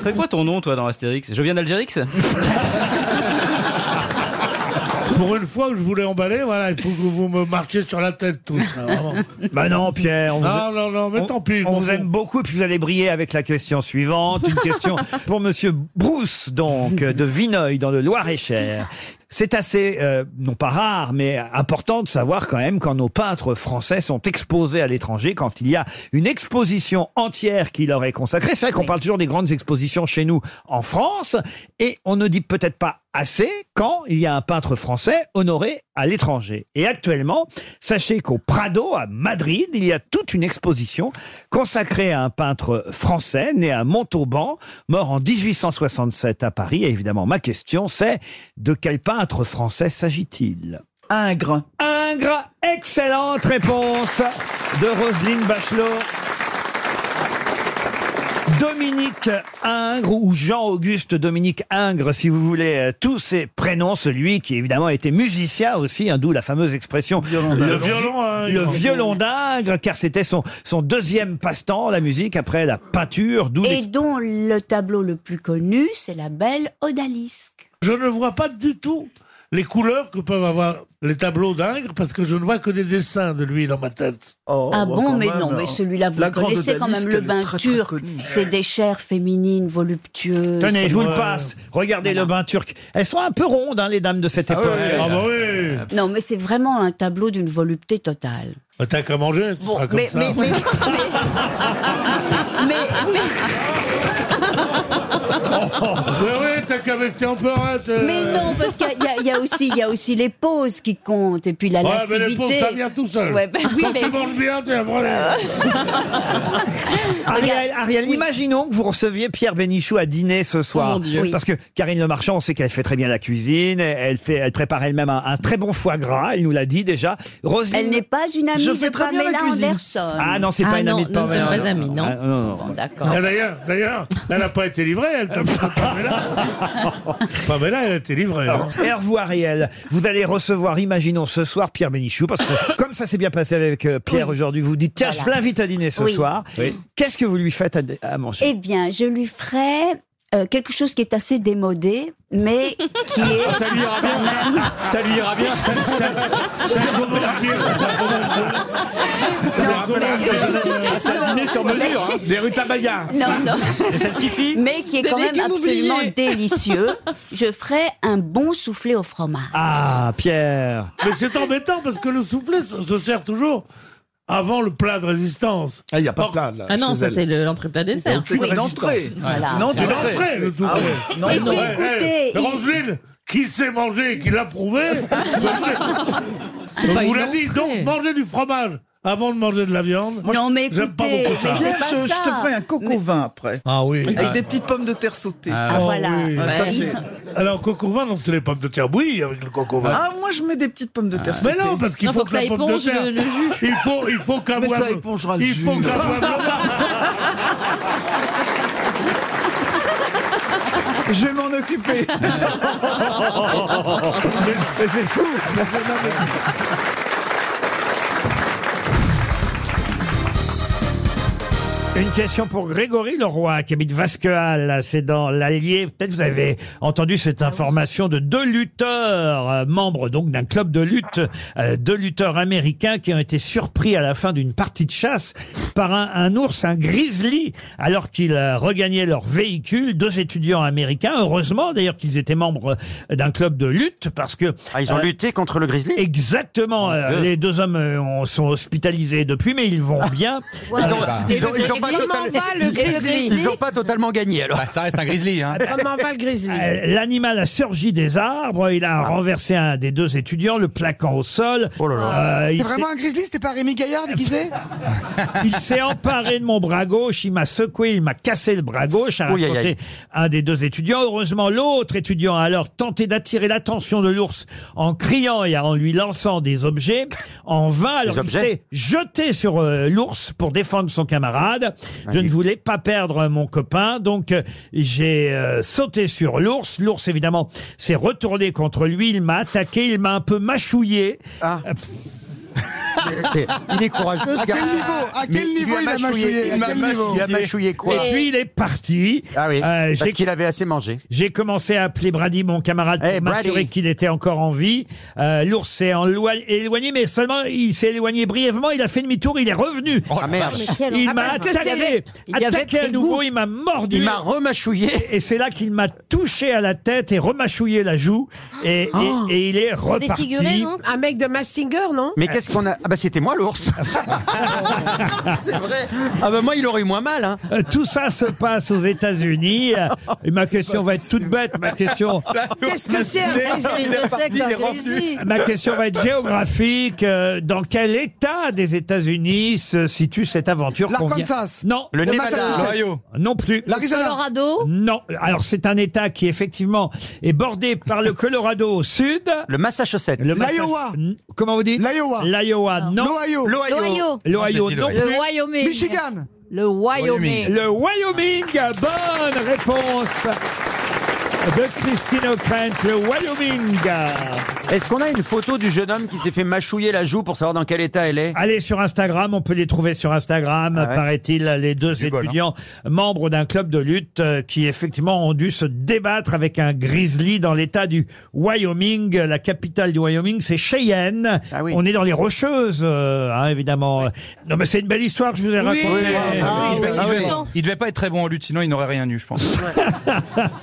C'est quoi ton nom, toi, dans Astérix Je viens d'Algérix Pour une fois que je voulais emballer, voilà, il faut que vous me marchiez sur la tête tous. là, vraiment. Bah non, Pierre. On vous... Non, non, non, mais on- tant pis. je On m'en vous fous. aime beaucoup, puis vous allez briller avec la question suivante. Une question pour Monsieur Brousse, donc, de Vineuil, dans le Loir-et-Cher. C'est assez, euh, non pas rare, mais important de savoir quand même quand nos peintres français sont exposés à l'étranger, quand il y a une exposition entière qui leur est consacrée. C'est vrai qu'on parle toujours des grandes expositions chez nous en France, et on ne dit peut-être pas assez quand il y a un peintre français honoré à l'étranger. Et actuellement, sachez qu'au Prado, à Madrid, il y a toute une exposition consacrée à un peintre français né à Montauban, mort en 1867 à Paris. Et évidemment, ma question, c'est de quel peintre français s'agit-il Ingres. Ingres, excellente réponse de Roselyne Bachelot. Dominique Ingres ou Jean-Auguste Dominique Ingres, si vous voulez, euh, tous ces prénoms, celui qui évidemment était musicien aussi, hein, d'où la fameuse expression Le violon à le Ingres. violon euh, d'Ingres, car c'était son, son deuxième passe-temps, la musique, après la peinture, d'où Et l'ex- dont le tableau le plus connu, c'est la belle Odalisque. Je ne vois pas du tout les couleurs que peuvent avoir les tableaux d'Ingres parce que je ne vois que des dessins de lui dans ma tête. ah bon, mais non, mais celui-là, vous le connaissez quand même, le bain turc. C'est des chairs féminines, voluptueuses. Tenez, je vous le Ouais. passe. Regardez le bain turc. Elles sont un peu rondes, hein, les dames de cette époque. Ah bah oui Non, mais c'est vraiment un tableau d'une volupté totale. Bah T'as qu'à manger, ce sera comme mais- ça. mais- mais- Oh, Oui, oui, t'as Avec, avec températe. Mais non, parce qu'il y a- il y, a- il y a aussi, il y a aussi les pauses qui comptent et puis la Ouais, lascivité. mais les pauses, ça vient tout seul. Ouais, ben oui, Quand mais- tu manges bien, t'es un problème. Ah, Ariel, Ariel, imaginons que vous receviez Pierre Bénichou à dîner ce soir. Oh mon Dieu. Oui. Parce que Karine Le Marchand, on sait qu'elle fait très bien la cuisine, elle, fait, elle prépare elle-même un, un très bon foie gras, elle nous l'a dit déjà. Roselyne- Elle n'est pas une amie Je de fais très bien la Pamela cuisine. Anderson. Ah non, c'est pas une amie de Pamela. Ah, D'accord. Ah, D'ailleurs, d'ailleurs, elle n'a pas été livrée, elle. comme ça, Pamela. Pamela, Bah, elle a été livrée. hein. Ah. Hervé Ariel, vous allez recevoir, imaginons ce soir, Pierre Bénichou, parce que comme ça s'est bien passé avec euh, Pierre aujourd'hui, vous vous dites, tiens, je Voilà. l'invite à dîner ce Oui. soir. Oui. Qu'est-ce que vous lui faites à, à manger Eh bien, je lui ferai euh, quelque chose qui est assez démodé, mais qui est ça lui ira bien. Ça lui ira bien. Ça, ça, ça lui ira bien. Ça lui ira bien. C'est un dîner sur mesure, hein. Des rutabagas. Non, non. Et ça suffit mais qui est Des quand même légumes oubliés. absolument délicieux. Je ferai un bon soufflé au fromage. Ah, Pierre. Mais c'est embêtant parce que le soufflet se, se sert toujours avant le plat de résistance. Ah, il n'y a pas de plat, là. Ah non, ça c'est le- l'entrée-plat dessert. C'est une Oui. entrée. Voilà. Une entrée, le soufflet. Ah ouais. Non, Ouais, non. ouais. Écoutez, Mais il- Roselyne, qui sait manger et qui l'a prouvé, C'est pas on vous une l'a dit, donc mangez du fromage avant de manger de la viande. Moi, non, mais j'aime pas écoutez, beaucoup ça. mais c'est pas Je- je te ça. ferai un coco vin après. Ah oui. Avec Ah. des petites pommes de terre sautées. Ah, oui. Bah, Ah, ça, Bah, Ouais. c'est- Alors, coco vin, non, c'est les pommes de terre bouillies avec le coco vin. Ah, moi je mets des petites pommes de terre Ah, Mais sautées. non, parce qu'il faut, que, la pomme de terre. Il faut, il faut qu'à Mais boire- ça épongera le Il jus. faut qu'à boire- Je vais m'en occuper. Mais c'est fou Une question pour Grégory Leroy, qui habite Vasquehal, c'est dans l'Allier. Peut-être vous avez entendu cette information de deux lutteurs, euh, membres donc d'un club de lutte, euh, deux lutteurs américains qui ont été surpris à la fin d'une partie de chasse par un, un ours, un grizzly, alors qu'ils euh, regagnaient leur véhicule. Deux étudiants américains, heureusement d'ailleurs qu'ils étaient membres euh, d'un club de lutte, parce que... euh, Ah, ils ont lutté contre le grizzly Exactement. euh, Dieu. les deux hommes euh, ont- sont hospitalisés depuis, mais ils vont bien. Ils ont- ils ont- ils ont pas total- Ils ont pas totalement gagné alors. ça reste un grizzly. Hein. Ah, va le grizzly Ah, Euh, L'animal a surgi des arbres, il Ah. a renversé un des deux étudiants, le plaquant au sol. Oh Euh, il C'était s'est- vraiment un grizzly, c'était pas Rémi Gaillard déguisé il s'est emparé de mon bras gauche, il m'a secoué, il m'a cassé le bras gauche, a Oui, aïe, raconté aïe. un des deux étudiants. Heureusement, l'autre étudiant a alors tenté d'attirer l'attention de l'ours en criant et en lui lançant des objets. En vain, alors il objets s'est jeté sur euh, l'ours pour défendre son camarade. Je ne voulais pas perdre mon copain, donc euh, j'ai euh, sauté sur l'ours. L'ours, évidemment, s'est retourné contre lui, il m'a attaqué, il m'a un peu mâchouillé. Ah. Euh, Il est courageux. Ah, À quel garçon. niveau À quel Mais niveau il a mâchouillé À Il m'a quel mâchouillé. niveau Il a mâchouillé quoi Et puis il est parti. Ah oui, Euh, j'ai- parce qu'il avait assez mangé. J'ai commencé à appeler Brady, mon camarade, pour Hey, Brady. m'assurer qu'il était encore en vie. Euh, L'ours s'est enloi- éloigné, mais seulement il s'est éloigné brièvement. Il a fait demi-tour, il est revenu. Ah merde. Mais quel Il horreur. m'a Ah, parce que attaqué, il avait- il avait attaqué à pris nouveau, goût. il m'a mordu. Il m'a remâchouillé. Et c'est là qu'il m'a touché à la tête et remâchouillé la joue. Et, Ah. et- Ah. et, il est reparti. Un mec de Massinger, non Mais qu'est-ce Euh, qu'on a Ah bah c'était moi l'ours. C'est vrai. Ah bah moi il aurait eu moins mal. Hein. Euh, Tout ça se passe aux États-Unis. Euh, Et ma question va être toute bête. Ma question. Qu'est-ce que c'est un grizzly Je sais que c'est un grizzly. Ma question va être géographique. Euh, Dans quel état des États-Unis se situe cette aventure qu'on vient- L'Arkansas. Non. Le Le Nevada. Massachusetts. L'Ohio. Non plus. L'Arizona. Le Colorado. Non. Alors c'est un état qui effectivement est bordé par le Colorado au sud. Le Massachusetts. Le Massa- L'Iowa. N- Comment vous dites L'Iowa. L'Iowa. Non. L'Ohio. Ah, L'Ohio. Ah, L'Ohio. Non Le plus. Wyoming. Michigan. Le Wyoming. Le Wyoming, bonne réponse de Christine O'Krent, le Wyoming. Est-ce qu'on a une photo du jeune homme qui s'est fait mâchouiller la joue pour savoir dans quel état elle est Allez sur Instagram, on peut les trouver sur Instagram, Ah ouais. hein. paraît-il, les deux étudiants membres d'un club de lutte euh, qui effectivement ont dû se débattre avec un grizzly dans l'état du Wyoming. La capitale du Wyoming, c'est Cheyenne. Ah On est dans les Rocheuses, euh, hein, évidemment. Non mais c'est une belle histoire que je vous ai racontée. Ah Il devait- il devait pas être très bon en lutte, sinon il n'aurait rien eu, je pense.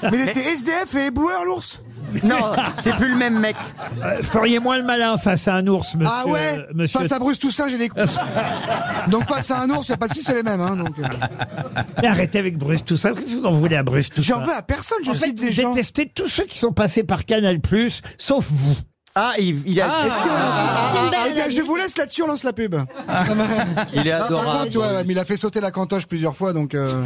Mais il était SDF SDF et éboueur l'ours Non, c'est plus le même mec. feriez moins le malin face à un ours, monsieur. euh, ah ouais monsieur... Face à Bruce Toussaint, j'ai les couilles. donc face à un ours, il n'y a pas de si c'est les mêmes. Hein, donc, euh. Mais arrêtez avec Bruce Toussaint. Qu'est-ce que vous en voulez à Bruce Toussaint J'en veux à personne, je En fait, cite des vous gens. détestez tous ceux qui sont passés par Canal+, sauf vous. Ah, il, a... Et si on lance- Ah, ah, ah, je vous laisse là-dessus, on lance la pub. Il est Ah, par adorable. contre, ouais, ouais, mais il a fait sauter la cantoche plusieurs fois, donc. Euh,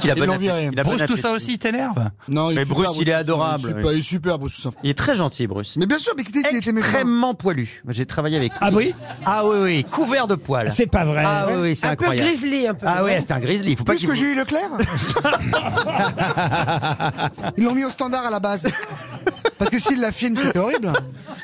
qu'il a ils bon l'ont appétit. viré. Il a bon Bruce Toussaint appétit. aussi, il t'énerve Non, il Mais est super, Bruce, il est Toussaint, adorable, Il est, oui. super, il est super, Bruce Toussaint. Il est très gentil, Bruce. Mais bien sûr, mais qui était Extrêmement poilu. J'ai travaillé avec lui. Ah oui Ah oui, oui, couvert de poils. C'est pas vrai. Ah oui, oui, c'est Un peu incroyable. grizzly, un peu. Ah oui, c'est un grizzly. Faut pas Plus qu'il que vous- j'ai eu Leclerc Ils l'ont mis au standard à la base. Parce que s'il la filme, c'était horrible.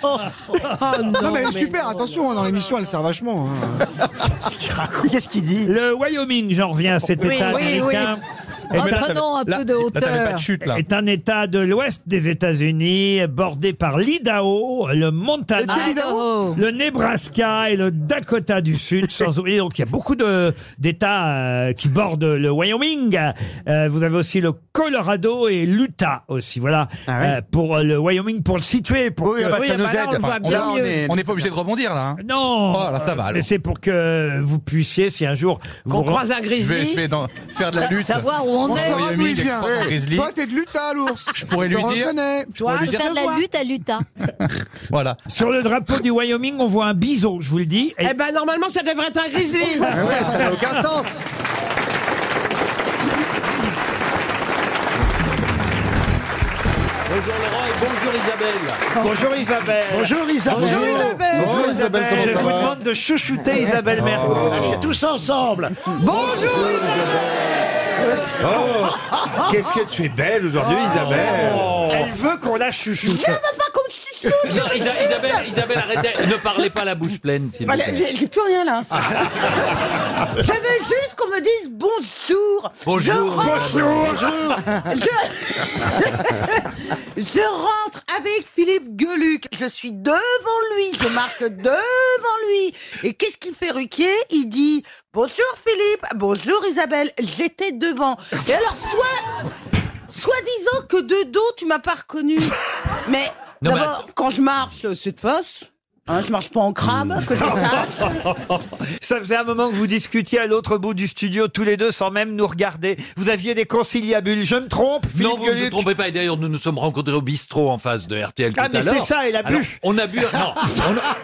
non, mais elle est super, attention, hein, dans l'émission, elle sert vachement. hein. Qu'est-ce qu'il dit Le Wyoming, j'en reviens à cet Oui, État oui, américain. oui. est Oh, un- prenons un là- peu de là, t'avais hauteur. pas chute, là. Est un État de l'ouest des États-Unis, bordé par l'Idaho, le Montana, Et quel Idaho le Nebraska et le Dakota du Sud. Sans oublier, donc il y a beaucoup de- d'États euh, qui bordent le Wyoming. Euh, vous avez aussi le Colorado et l'Utah aussi. Voilà Euh, pour le Wyoming, pour le situer. Pour bah, que- ah bah on est- on n'est pas obligé de rebondir là. hein. Non. Oh là, ça va. Mais alors. c'est pour que vous puissiez, si un jour vous croise un grizzly. Je vais, je vais dans- faire de la Sa- lutte. savoir où on Au est. Wyoming, D'où il avec vient. Eh, trois grizzlies. Toi, t'es de Lutah, l'ours. Je pourrais lui te dire- reconnais. je pourrais lui dire- Faire de la lutte à lutin. Voilà. Sur le drapeau du Wyoming, on voit un bison, je vous le dis. Et- Eh ben normalement ça devrait être un grizzly. ouais, ça n'a aucun sens. Bonjour Laurent et bonjour Isabelle. Bonjour Isabelle. Bonjour Isabelle. Bonjour Bonjour Isabelle. Bonjour Isabelle, comment Je ça vous va demande de chouchouter Oh. Isabelle Mergo. Allez, tous ensemble. Bonjour Oh. Qu'est-ce que tu es belle aujourd'hui, Isabelle. Oh. Elle veut qu'on la chouchoute. Non, Isa- Isabelle, Isabelle, arrêtez, ne parlez pas la bouche pleine, s'il vous Voilà, plaît. j'ai j'ai plus rien là. J'avais juste qu'on me dise bonjour. Bonjour. Je rentre- Bonjour. Je... je rentre avec Philippe Gueluc. Je suis devant lui. Je marche devant lui. Et qu'est-ce qu'il fait, Ruquier Il dit bonjour Philippe, bonjour Isabelle. J'étais devant. Et alors, soit. Soit disant que de dos, tu m'as pas reconnu. Mais Non, mais d'abord, quand je marche, c'est de face. Hein, je marche pas en crabe, Hmm. que je sache. Ça faisait un moment que vous discutiez à l'autre bout du studio, tous les deux, sans même nous regarder. Vous aviez des conciliabules. Je me trompe, Philippe Non, vous ne vous Gueluc trompez pas. Et d'ailleurs, nous nous sommes rencontrés au bistrot en face de RTL tout Ah, à mais l'heure. c'est ça, elle a bu. Alors, On a bu, non,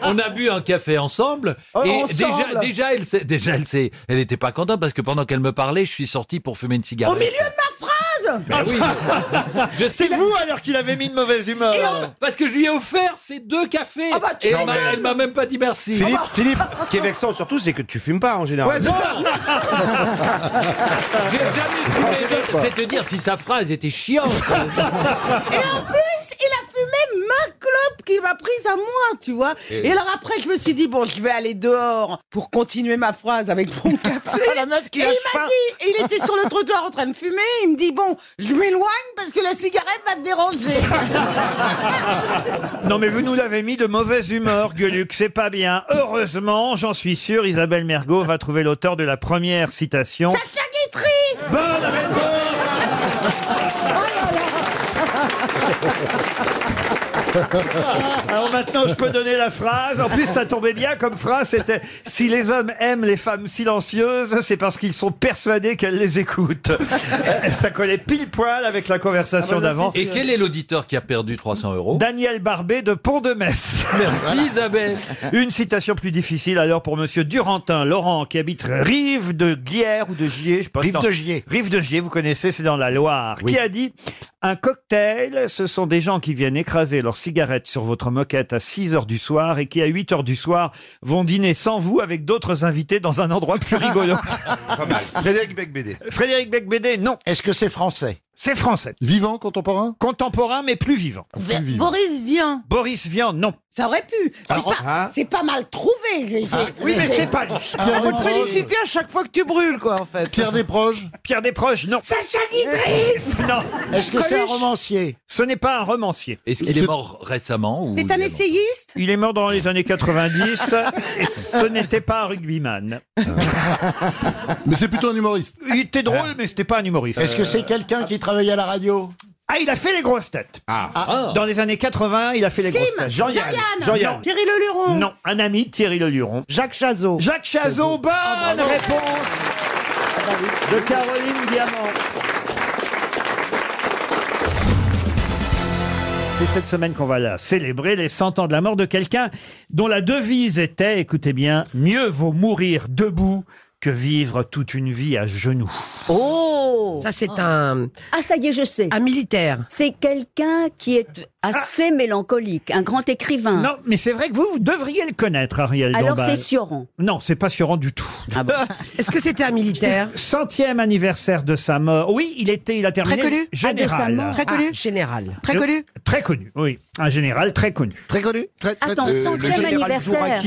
on, on a bu un café ensemble. Oh, et ensemble. déjà, déjà, elle, s'est- déjà, elle s'est- elle était pas contente parce que pendant qu'elle me parlait, je suis sorti pour fumer une Au Oh, cigarette. milieu de ma phrase Mais oui. Je sais vous alors qu'il avait mis de mauvaise humeur. Ah bah, Parce que je lui ai offert ces deux cafés. tu et elle m'étonnes. m'a- elle m'a même pas dit merci. Philippe, Philippe, ce qui est vexant surtout, c'est que tu fumes pas en général. J'ai jamais fumé de- Ah, C'est te dire si sa phrase était chiante. Ah, Et en plus, il a fumé ma clope qu'il m'a prise à moi, tu vois. Et- Et alors après, je me suis dit, bon, je vais aller dehors pour continuer ma phrase avec mon café. La meuf qui et il lâche m'a pas. dit, et il était sur le trottoir en train de fumer, il me dit, bon, je m'éloigne parce que la cigarette va te déranger. Non mais vous nous l'avez mis de mauvaise humeur, Gueluc, c'est pas bien. Heureusement, j'en suis sûr, Isabelle Mergot va trouver l'auteur de la première citation. Sacha Guitry Bonne réponse Alors maintenant, je peux donner la phrase. En plus, ça tombait bien comme phrase. C'était si les hommes aiment les femmes silencieuses, c'est parce qu'ils sont persuadés qu'elles les écoutent. Euh, ça collait pile poil avec la bah, Ah conversation d'avant. Et quel est l'auditeur qui a perdu 300 euros Daniel Barbet de Pont-de-Metz. Oh. Merci Isabelle. Une citation plus difficile alors pour Monsieur Durantin, Laurent, qui habite Rive de Guière ou de Gier, je pense. Rive non. de Gier. Rive de Gier, vous connaissez, c'est dans la Loire. Qui a dit Un cocktail, ce sont des gens qui viennent écraser leurs cigarettes sur votre moquette à 6 heures du soir et qui à 8 heures du soir vont dîner sans vous avec d'autres invités dans un endroit plus rigolo. Pas mal. Frédéric Becbédé. Frédéric Becbédé, non. Est-ce que c'est français C'est français. Vivant, contemporain Contemporain, mais plus vivant. Boris Vian. Boris Vian, non. Ça aurait pu. C'est Ah, pas- C'est pas, mal trouvé. j'ai- oui, mais j'ai- c'est pas lui. Ah, Pierre faut te Desproges. féliciter à chaque fois que tu brûles, quoi, en fait. Pierre Desproges Pierre Desproges, non. Sacha Guitry Non. Est-ce que c'est un Coluche romancier Ce n'est pas un romancier. Est-ce qu'il est mort récemment ou C'est un essayiste Il est mort dans les années 90 et ce n'était pas un rugbyman. mais c'est plutôt un humoriste. Il était drôle, mais c'était pas un humoriste. Est-ce que c'est quelqu'un qui travaille à la radio Ah, il a fait les grosses têtes. Ah. Dans les années 80, il a fait les Sim, grosses têtes. Jean-Yann, Jean-Yann. Non. Thierry Leluron. Non, un ami, Thierry Leluron. Jacques Chazot. Jacques Chazot, Ah, bonne réponse de Caroline Diamant. C'est cette semaine qu'on va la célébrer, les 100 ans de la mort de quelqu'un dont la devise était, écoutez bien, mieux vaut mourir debout que vivre toute une vie à genoux. Oh Ça, c'est un. Ah, ça y est, je sais. Un militaire. C'est quelqu'un qui est assez mélancolique, un grand écrivain. Non, mais c'est vrai que vous, vous devriez le connaître, Ariel Alors Dombal. c'est Sioran. Ah Non, c'est pas Sioran du tout. Est-ce que c'était un militaire Centième anniversaire de sa mort. Oui, il était, il a terminé. Général. Ah, général. Je- Très connu, oui. Un général très connu. Très euh, connu. Attends, centième anniversaire.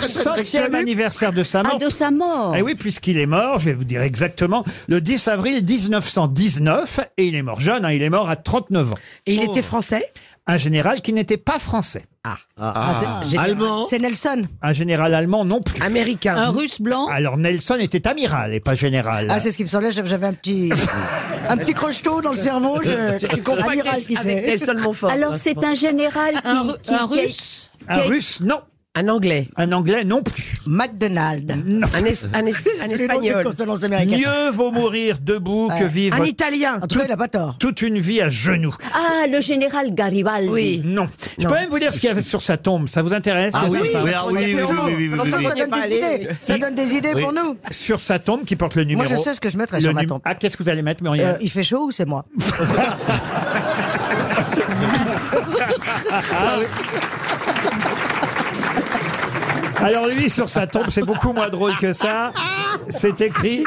Centième anniversaire de sa Ah, mort. de sa mort. Eh oui, puisqu'il est mort, je vais vous dire exactement, le 10 avril 1919, et il est mort jeune, hein, il est mort à 39 ans. Et il était français Un général qui n'était pas français. Ah. Ah, c'est- général. Allemand C'est Nelson. Un général allemand non plus. Américain. Un Russe blanc Alors Nelson était amiral et pas général. Ah, c'est ce qui me semblait, j'avais j'avais un petit, un petit crochetot dans le cerveau. Je, Tu confonds avec Amiral, qui Nels- c'est avec Nelson Montfort. Alors c'est hein. un général qui, Un Ru- qui- un qui a- Russe qui Un a- russe, non. Un anglais. Un anglais non plus. McDonald. Un, es- un es- un espagnol. Mieux vaut mourir debout que vivre Un italien. En tout cas, il n'a pas tort. toute une vie à genoux. Ah, le général Garibaldi. Oui. Non. Je peux même vous dire ce qu'il y avait sur sa tombe. Ça vous intéresse Ah Il y a oui, ça ou pas oui, ah oui, oui, oui, oui, oui, oui, oui. Ça donne des idées, ça donne des idées Oui. pour nous. Sur sa tombe qui porte le numéro. je sais ce que je mettrais le sur ma num- tombe. Ah, qu'est-ce que vous allez mettre, Euh, Muriel il fait chaud ou c'est moi Alors lui, sur sa tombe, c'est beaucoup moins drôle que ça. C'est écrit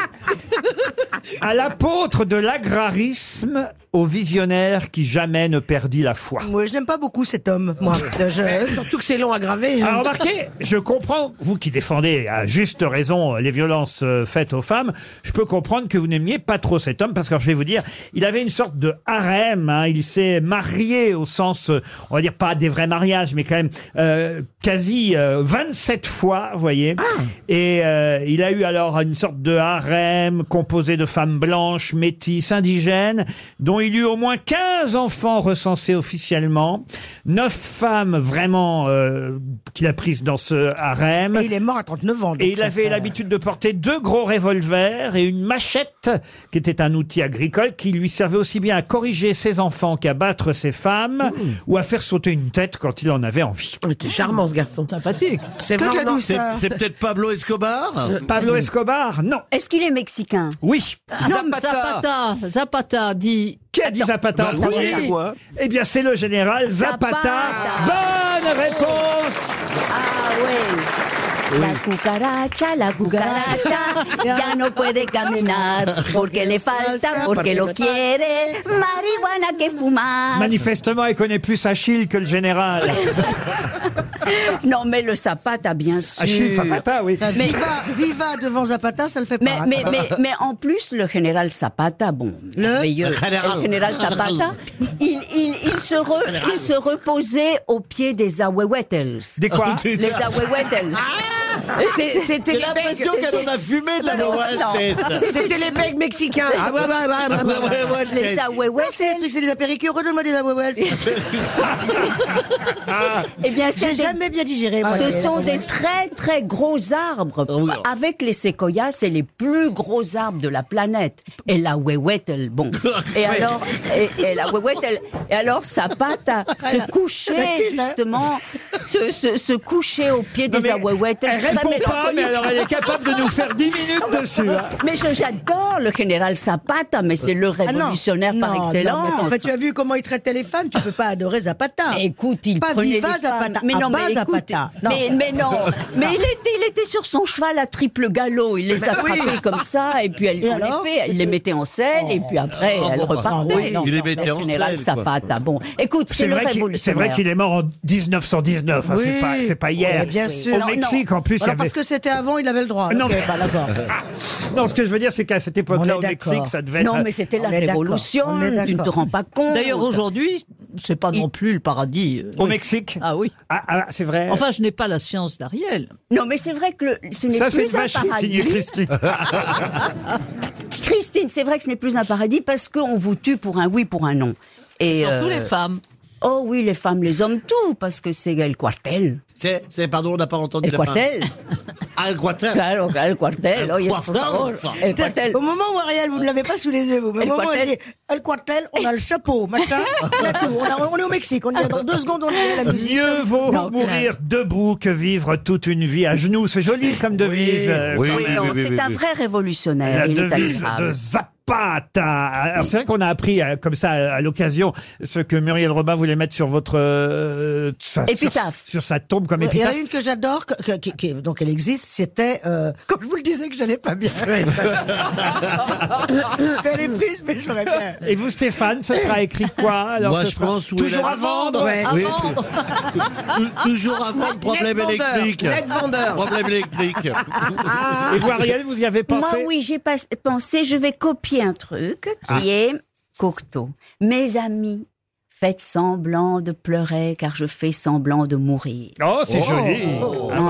à l'apôtre de l'agrarisme, au visionnaire qui jamais ne perdit la foi. Moi, je n'aime pas beaucoup cet homme, moi. Je- Surtout que c'est long à graver. hein. Ah, remarquez, je comprends, vous qui défendez à juste raison les violences euh, faites aux femmes, je peux comprendre que vous n'aimiez pas trop cet homme, parce que alors, je vais vous dire, il avait une sorte de harem, hein, il s'est marié au sens, euh, on va dire pas des vrais mariages, mais quand même euh, quasi euh, 27 fois, vous voyez. Ah. Et euh, il a eu alors une sorte de harem composé de femmes blanches, métisses, indigènes, dont il eut au moins 15 enfants recensés officiellement, 9 femmes vraiment euh, qu'il a prises dans ce harem. Et il est mort à 39 ans. donc Et il ça avait fait- euh, l'habitude de porter deux gros revolvers et une machette, qui était un outil agricole, qui lui servait aussi bien à corriger ses enfants qu'à battre ses Mmh. femmes, ou à faire sauter une tête quand il en avait envie. Oh, Il était charmant, ce garçon. Sympathique. C'est Que de la vraiment... douceur. c'est- c'est- peut-être Pablo Escobar hein. euh, Euh, Pablo Escobar, non. Est-ce qu'il est mexicain Oui. Zapata, Zapata dit. Qui a dit Zapata Bah en premier Eh bien, c'est le général Zapata. Bonne réponse Ah oui. La cucaracha, la cucaracha, ya no puede caminar porque le falta, porque lo quiere, marihuana que fumar. Manifestement, il connaît plus Achille que le général. Non, mais le Zapata, bien sûr. Achille Zapata, oui. Mais, Viva, viva devant Zapata, ça le fait mais, pas. mais, mais, mais en plus, le général Zapata, bon, merveilleux. général. Le général Zapata, il, il, il, se re- il se reposait au pied des Ahuehuetels. Des quoi Les Ahuehuetels. c'est- C'était les l'impression Becs. qu'elle en a fumé de la Zahuehuetel. C'était les Becs mexicains. Ah, ouais, ouais, ouais, ouais, ouais, ouais, ouais. Les Zahuehuetels. Non, C'est c'est des apéritifs. Redonne-moi des Zahuehuetels. Eh bien, c'est Ah. J'ai des- jamais bien digéré. moi, Ah, Ce les- sont des très très gros arbres. Avec les séquoias, c'est les plus gros arbres de la planète. Et la ouéouettel, bon. Et alors, et, et la ouéouettel, et alors sa patte à se coucher hein. justement, se, se, se coucher au pied Non, des mais ouéouettels. elle répond pas, mais alors elle est capable de nous faire 10 minutes dessus. hein. Mais je- j'adore le général Zapata, mais c'est le Ah, non. révolutionnaire Non, par non, excellence. mais enfin, tu as vu comment il traitait les femmes, tu peux pas adorer Zapata. Écoute, il pas prenait viva les femmes. Zapata, Mais à Ah, non, bas mais écoute, Zapata. Mais, mais non. mais il était, il était sur son cheval à triple galop. Il les a Eh ben Oui. frappés comme ça, et puis elle, Et en alors Oh. Ah effet, il les mettait en scène, et puis après, elle repartait. oui, Non, il les non, mettait le en général scène, quoi. Zapata. Bon, écoute, c'est C'est le vrai qu'il- c'est vrai révolutionnaire. qu'il est mort en 1919, hein, c'est Oui. pas, c'est pas hier. Ouais, bien sûr. Au Non, Mexique, non. en plus, il y Alors, avait... Ah, parce que c'était avant, il avait le droit. Non. Ok, bah, d'accord. Non, ce que je veux dire, c'est qu'à cette époque-là, On au est Mexique, d'accord. ça devait Non, être... mais c'était la On est d'accord. révolution, On est tu ne te d'accord. rends pas compte. D'ailleurs, aujourd'hui, c'est pas non plus le paradis. euh, Au oui. Mexique Ah oui. Ah, ah, c'est vrai. Enfin, je n'ai pas la science d'Ariel. Non, mais c'est vrai que le- ce n'est ça, c'est une plus un vacherie signée paradis. Christine. Christine, c'est vrai que ce n'est plus un paradis parce qu'on vous tue pour un oui, pour un non. Et Surtout les femmes. Oh oui, les femmes, les hommes, tout, parce que c'est El Cuartel. C'est, c'est- pardon, on n'a pas entendu El la fin. Cuartel. Ah, El Cuartel. Claro, claro, oh, el Eh, Cuartel. El oh, oye, por Cuartel, favor. El Cuartel. Au moment où Ariel, vous ne l'avez pas sous les yeux, vous. Mais El au moment où elle Cuartel. dit El Cuartel, on a le chapeau, machin, on a tout. On, a- on est au Mexique, on y est dans deux secondes, on y est la musique. Mieux vaut mourir debout que vivre toute une vie à genoux. C'est joli comme devise. euh, Oui, quand même. non, c'est un vrai révolutionnaire. La il est devise admirable. de Zapata. Alors, C'est vrai qu'on a appris euh, comme ça à à l'occasion ce que Muriel Robin voulait mettre sur votre euh, sa- sur- Épitaphe. sur, sa tombe comme Ouais, Il y en a épitaphe. une que j'adore, que- que- qui- qui- donc elle existe, c'était... euh, quand je vous le disais que j'allais pas bien. Elle est prise, mais j'aurais bien. Et vous, Stéphane, ce sera écrit quoi alors Moi, ce je sera pense où est toujours la- à vendre. Ouais. Oui, À vendre. Toujours avant le problème Net vendeur, électrique. net vendeur. Problème électrique. Et vous, Ariel, vous y avez pensé Ah. Moi, oui, j'ai pas- pensé, je vais copier un truc qui Ah. est Cocteau. Mes amis, faites semblant de pleurer car je fais semblant de mourir. Oh, c'est joli.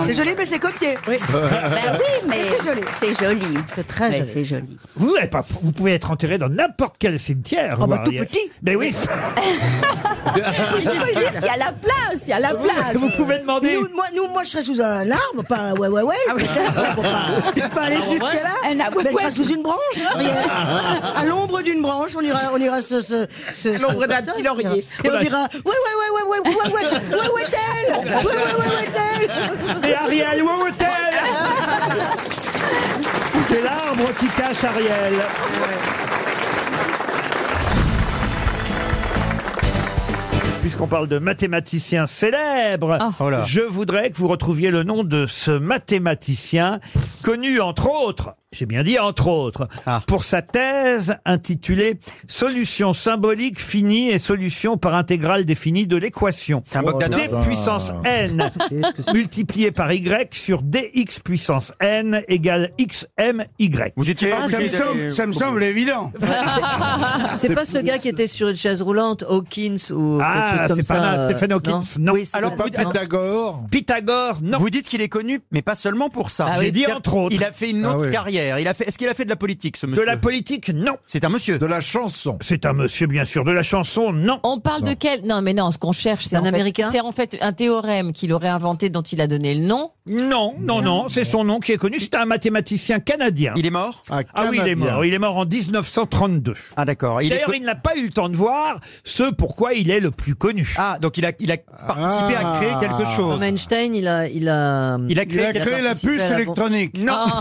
C'est joli, Oh. mais c'est copié. Bah, Oui. Ben oui, mais C'est joli. c'est joli. C'est très joli. C'est joli. Vous, n'avez pas, vous pouvez être enterré dans n'importe quel cimetière. Oh, vous, bah, tout Ariel. petit. Mais oui. Il y a la place, il y a la place. Vous pouvez demander. Ah Nous, moi, nous, moi, je serais sous un arbre, pas un ouais, ouais, ouais. mais ça, faut pas, faut pas aller jusque-là. Un ah ouais, Mais elle ouais. sera sous une branche, Ariel. À l'ombre d'une branche, on ira, on ira se. se, se l'ombre d'un se- petit laurier. Et on dira ouais, ouais, ouais, ouais, ouais, ouais, ouais, ouais, ouais, ouais, tel Ouais, ouais, ouais, ouais, tel Et Ariel, où hôtel C'est l'arbre qui cache Ariel. Puisqu'on parle de mathématiciens célèbres, je voudrais que vous retrouviez le nom de ce mathématicien connu entre autres, j'ai bien dit entre autres, pour sa thèse intitulée Solution symbolique finie et solution par intégrale définie de l'équation. Oh Bogdanov. D puissance n multiplié par y sur dx puissance n égale xmy. Vous étiez pas obligé d'aller- évident. C'est pas ce gars qui était sur une chaise roulante, Hawkins ou quelque Ah, chose comme c'est pas ça, mal, euh, Stephen Hawkins, non. Oui, c'est pas- non. Pythagore. Pythagore, non. Vous dites qu'il est connu, mais pas seulement pour ça. Ah oui. J'ai dit C'est-à-dire entre autres. Il a fait une autre Ah oui. carrière. Il a fait. Est-ce qu'il a fait de la politique, ce De monsieur la politique, non. C'est un monsieur. De la chanson. C'est un monsieur, bien sûr. De la chanson, non. On parle de quel Non, mais non, ce qu'on cherche, c'est un en fait- Américain C'est en fait un théorème qu'il aurait inventé dont il a donné le nom. Non, non, non, c'est son nom qui est connu. C'est un mathématicien canadien. Il est mort ah, oui, il est Canadien. mort. Il est mort en 1932. Ah d'accord. Il est- D'ailleurs, il n'a pas eu le temps de voir ce pourquoi il est le plus connu. Ah, donc il a, il a participé Ah. à créer quelque chose. Comme Einstein, il a, il a, Il a créé- Il a créé la participé puce à la- électronique. Non. Ah.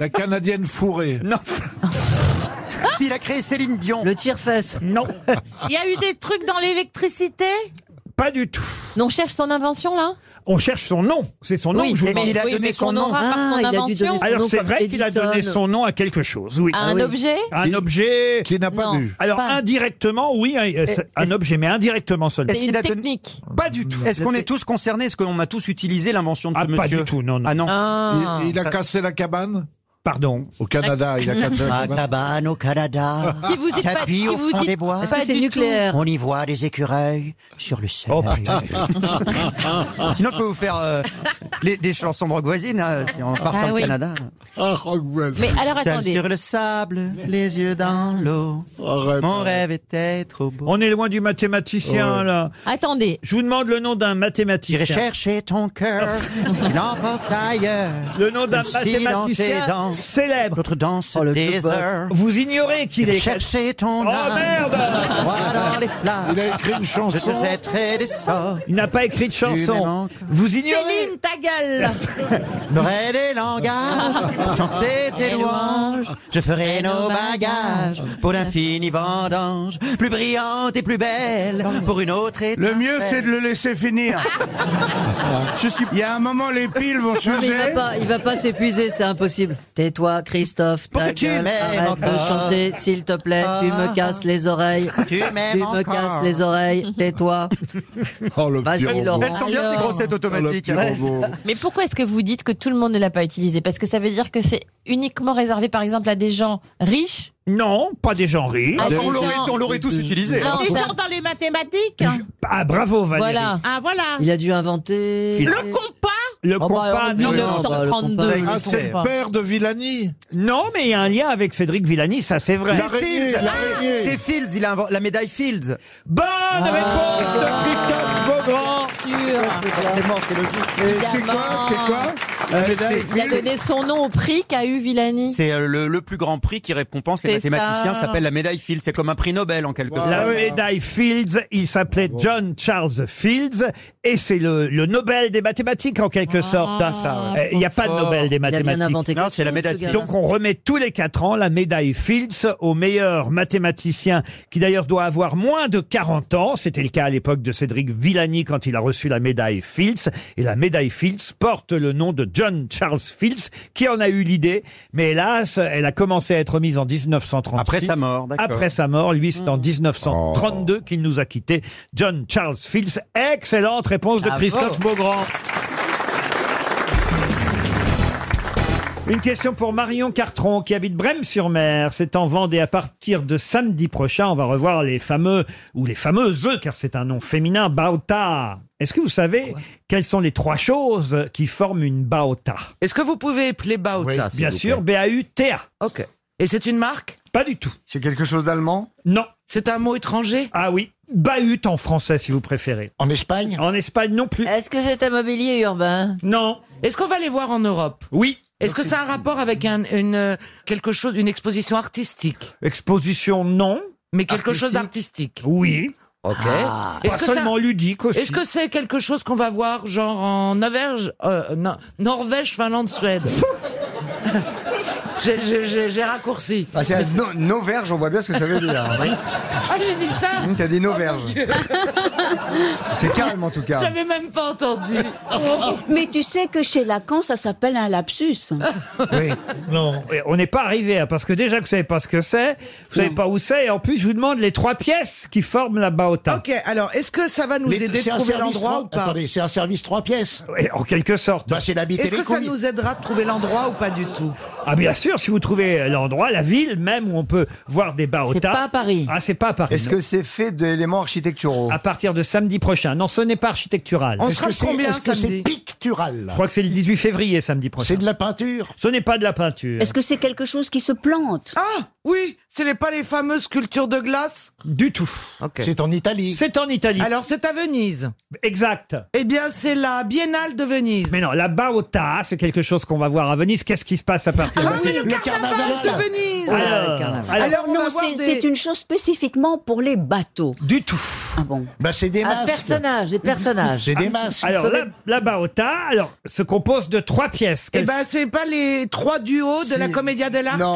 La canadienne fourrée. Non. S'il a créé Céline Dion. Le tire-fesse. Non. Il y a eu des trucs dans l'électricité Pas du tout. On cherche son invention là On cherche son nom. C'est son nom Oui, que je vous mais- demande. il a oui, donné mais son qu'on nom. Ah, aura par son il a dû invention. donner son Alors nom c'est comme vrai qu'il a Edison. donné son nom à quelque chose. Oui. À un Ah oui. objet À Un objet. Qu'il n'a pas Non, vu. Alors pas. indirectement, oui, un, euh, c'est un objet, mais indirectement seulement. Est-ce qu'il a donné- Nick. Pas du tout. Est-ce qu'on est tous concernés Est-ce qu'on a tous utilisé l'invention de Ah, ce pas monsieur du tout, non, non. Ah non. Ah. Il, il a cassé la cabane Pardon. Au Canada, il a cassé la Ma cabane. cabane au Canada. Si vous dites pas- tapis si au vous fond dites des bois. Est-ce que pas c'est du nucléaire tout On y voit des écureuils sur le sol. Oh, putain. Sinon, je peux vous faire euh, les- des chansons de rock voisine, hein, si on part Ah sur oui. le Canada. Mais alors Celle attendez. Sur le sable, les yeux dans l'eau. Mon rêve était trop beau. On est loin du mathématicien là. Attendez. Je vous demande le nom d'un mathématicien. Rechercher ton cœur, si tu l'emportes ailleurs. Le nom d'un Même si dans tes mathématicien danses, célèbre. Oh, Notre danse le désert. Vous ignorez qu'il est. Chercher ton Oh âme. merde Crois dans les flammes. Il a écrit une Ah, Je chanson. te jetterai des sorts. Il n'a pas écrit de Tu chanson. m'aimes Vous ignorez. Céline, ta gueule Ferai des langages, chanter tes louanges. Je ferai nos bagages pour l'infini vendange. Plus brillante et plus belle pour une autre Le étincelle. mieux, c'est de le laisser finir. Je suis... Il y a un moment, les piles Non, vont mais changer. il va pas, il va pas s'épuiser, c'est impossible. Tais-toi, Christophe. Pour ta que tu gueule, m'aimes arrête de encore. Ah. chanter, s'il te plaît. tu me casses les oreilles. Tu m'aimes Tu me encore. casses les oreilles. Tais-toi. Oh, le Ah, Vas-y, robot. Laurent. Elles sont bien ces Alors. grosses têtes automatiques. hein. Mais pourquoi est-ce que vous dites que tout le monde ne l'a pas utilisé Parce que ça veut dire que c'est uniquement réservé, par exemple, à des gens riches Non, pas des gens riches. Ah, on l'aurait- on l'aurait tous utilisé. hein. hein. Non, Ah, Des ça- gens dans les mathématiques Ah bravo Valérie. Voilà. Ah voilà Il a dû inventer. Il- Le compas Le Oh, bah, compas alors, 1932, de- Ah, ils sont c'est le pas. père de Villani Non, mais il y a un lien avec Cédric Villani, ça c'est vrai. C'est Fields. C'est Fields, il a inventé la médaille Fields. Bonne hein. réponse de Christophe Beaugrand. C'est mort, c'est logique. c'est quoi, c'est quoi Euh, c'est- Il a donné son nom au prix qu'a eu Villani. C'est euh, le, le plus grand prix qui récompense les C'est mathématiciens, ça. ça s'appelle la médaille Fields. C'est comme un prix Nobel en quelque sorte. La médaille Fields, il s'appelait John Charles Fields et c'est le, le Nobel des mathématiques en Ah. quelque sorte. hein. Euh, Il n'y a pas de Nobel des mathématiques. Non, c'est la médaille Fields. Donc on remet tous les quatre ans la médaille Fields au meilleur mathématicien qui d'ailleurs doit avoir moins de 40 ans. C'était le cas à l'époque de Cédric Villani quand il a reçu la médaille Fields. Et la médaille Fields porte le nom de John Charles Fields qui en a eu l'idée. Mais hélas, elle a commencé à être mise en 1936. Après sa mort, d'accord. Après sa mort, lui c'est en 1932 qu'il nous a quitté. John Charles Fields. Excellente réponse de Bravo. Christophe Beaugrand. Une question pour Marion Cartron qui habite Brême-sur-Mer. C'est en Vendée à partir de samedi prochain. On va revoir les fameux ou les fameuses, car c'est un nom féminin, Baota. Est-ce que vous savez quelles sont les trois choses qui forment une Baota Est-ce que vous pouvez appeler Bauta s'il Bien vous sûr, plaît B-A-U-T-A. Ok. Et c'est une marque Pas du tout. C'est quelque chose d'allemand Non. C'est un mot étranger Ah oui. Bahut en français, si vous préférez. En Espagne En Espagne non plus. Est-ce que c'est un mobilier urbain Non. Est-ce qu'on va les voir en Europe Oui. Est-ce que ça a un rapport avec un- une, euh, quelque chose, une exposition artistique Exposition, non. Mais quelque chose d'artistique Oui. Ok. Ah. Pas seulement ludique aussi. Est-ce que c'est quelque chose qu'on va voir genre en Norvège, euh, non, Norvège, Finlande, Suède J'ai- j'ai- J'ai j'ai raccourci. Ah, c'est no- nos verges, on voit bien ce que ça veut dire. hein. Ah, j'ai dit ça Hum, T'as des nos Oh, verges. C'est calme en tout cas. J'avais même pas entendu. Mais tu sais que chez Lacan, ça s'appelle un lapsus. Oui. Non. On n'est pas arrivé, hein, parce que déjà que vous savez pas ce que c'est, vous savez pas où c'est, et en plus je vous demande les trois pièces qui forment la baota. Ok, alors est-ce que ça va nous Les- aider c'est à un trouver service l'endroit trois- ou pas Attendez, c'est un service trois pièces. Et En quelque sorte. Bah, c'est l'habiter Est-ce les que ça couilles. nous aidera à trouver l'endroit ou pas du tout Ah bien sûr, si vous trouvez l'endroit, la ville même où on peut voir des baotas. C'est pas à Paris. Ah c'est pas à Paris. Est-ce que c'est fait d'éléments architecturaux À partir de samedi prochain. Non, ce n'est pas architectural. Est-ce que c'est est-ce que c'est pictural Je crois que c'est le 18 février samedi prochain. C'est de la peinture. Ce n'est pas de la peinture. Est-ce que c'est quelque chose qui se plante Ah oui, ce n'est pas les fameuses sculptures de glace Du tout. C'est en Italie. C'est en Italie. Alors c'est à Venise. Exact. Eh bien c'est la Biennale de Venise. Mais non, la baota, c'est quelque chose qu'on va voir à Venise. Qu'est-ce qui se passe à partir Ah de oui, samedi le, carnaval, de Venise Ah, Alors, alors- Alors, on non, va voir c'est des- c'est une chose spécifiquement pour les bateaux. Du tout. Ah bon Bah, c'est des masques. C'est des Ah, masques. Alors, Ça la, la baota, alors, se compose de trois pièces. Eh Quelles- ben c'est pas les trois duos de la Commedia dell'arte Non,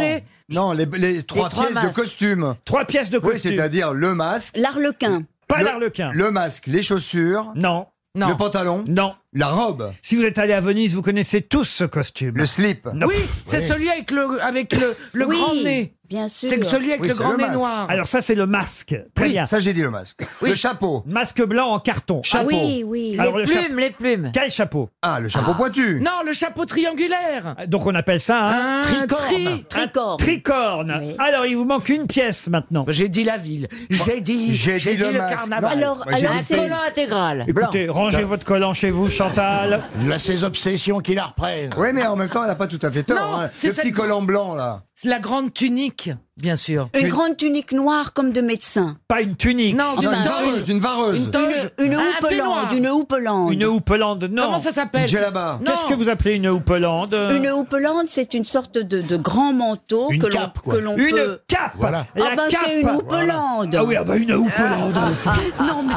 non les, les trois trois pièces de masques. costume. Trois pièces de Oui, costume. c'est-à-dire le masque. L'arlequin. Pas le- l'arlequin. Le masque, les chaussures. Non. Le pantalon. Non. La robe. Si vous êtes allé à Venise, vous connaissez tous ce costume. Le slip. Non. Oui, c'est celui avec le avec le, le Oui, grand nez. Bien sûr. C'est celui avec Oui, le c'est grand le nez masque. noir. Alors ça, c'est le masque. Très Oui, bien. Ça, j'ai dit le masque. Le chapeau. Masque blanc en carton. Ah Chapeau. oui, oui. Alors, le cha- les plumes. Quel chapeau Ah, Ah, le chapeau pointu. Non, le chapeau triangulaire. Donc on appelle ça hein, un... Un tri- Tricorne. Tricorne. Alors il vous manque une pièce maintenant. J'ai dit la ville. J'ai dit, j'ai dit, le, masque. carnaval. Alors, Moi, j'ai ben, alors dit c'est intégral. Écoutez, rangez votre collant chez vous, Chantal. Là, ses obsessions qui la reprennent. Oui, mais en même temps, elle n'a pas tout à fait tort. Non, hein. c'est Le ça- petit collant blanc, là. La grande tunique, bien sûr. une grande tunique noire comme de médecin. Pas une tunique. Non, Ah, une une toge. vareuse, une vareuse. Une toge. Une Un houppelande, peignoir. une houppelande. Une houppelande, non. Comment ça s'appelle Djellaba. Qu'est-ce que vous appelez une houppelande Une houppelande, c'est une sorte de, de grand manteau Une que l'on- cape, quoi. que l'on Euh, Une peut. cape Voilà. La ah ben c'est cape. une houppelande. Ah oui, ah bah une houppelande Non, mais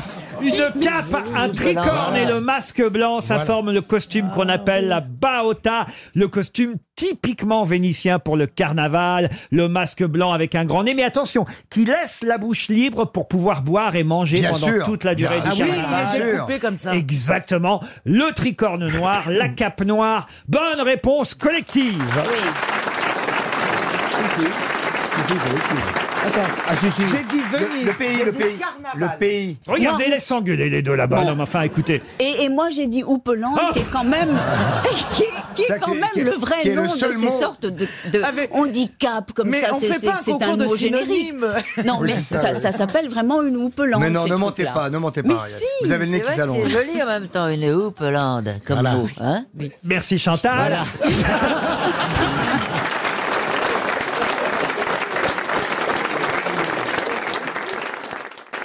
Une cape, un tricorne et le masque blanc, ça forme le costume qu'on appelle la baota, le costume typiquement vénitien pour le carnaval, le masque blanc avec un grand nez, mais attention, qui laisse la bouche libre pour pouvoir boire et manger Bien pendant sûr. toute la durée Bien du Ah oui, carnaval. il Bien est sûr. découpé comme ça. Exactement, le tricorne noir, la cape noire, bonne réponse collective. oui. J'ai dit Venise. le pays, J'ai le dit pays, Le pays. Regardez, laisse s'engueuler les deux là-bas. Non, mais enfin, écoutez. Et, et moi, j'ai dit Houpeland, qui est quand même, qui, qui est Ça, quand qui est- même qui est- le vrai qui est le nom de seul ces mot. sortes de, de handicap comme mais ça. on c'est- fait c'est- pas un c'est concours de mot générique. synonymes. Non, Oui, mais c'est ça, ça, oui. ça s'appelle vraiment une Houpeland. Mais non, ces ne mentez trucs-là. pas, ne mentez pas. Mais Ariel. si, Vous avez le nez c'est qui vrai que s'allonge. C'est joli en même temps, une Houppelande, comme vous. Hein Merci Chantal.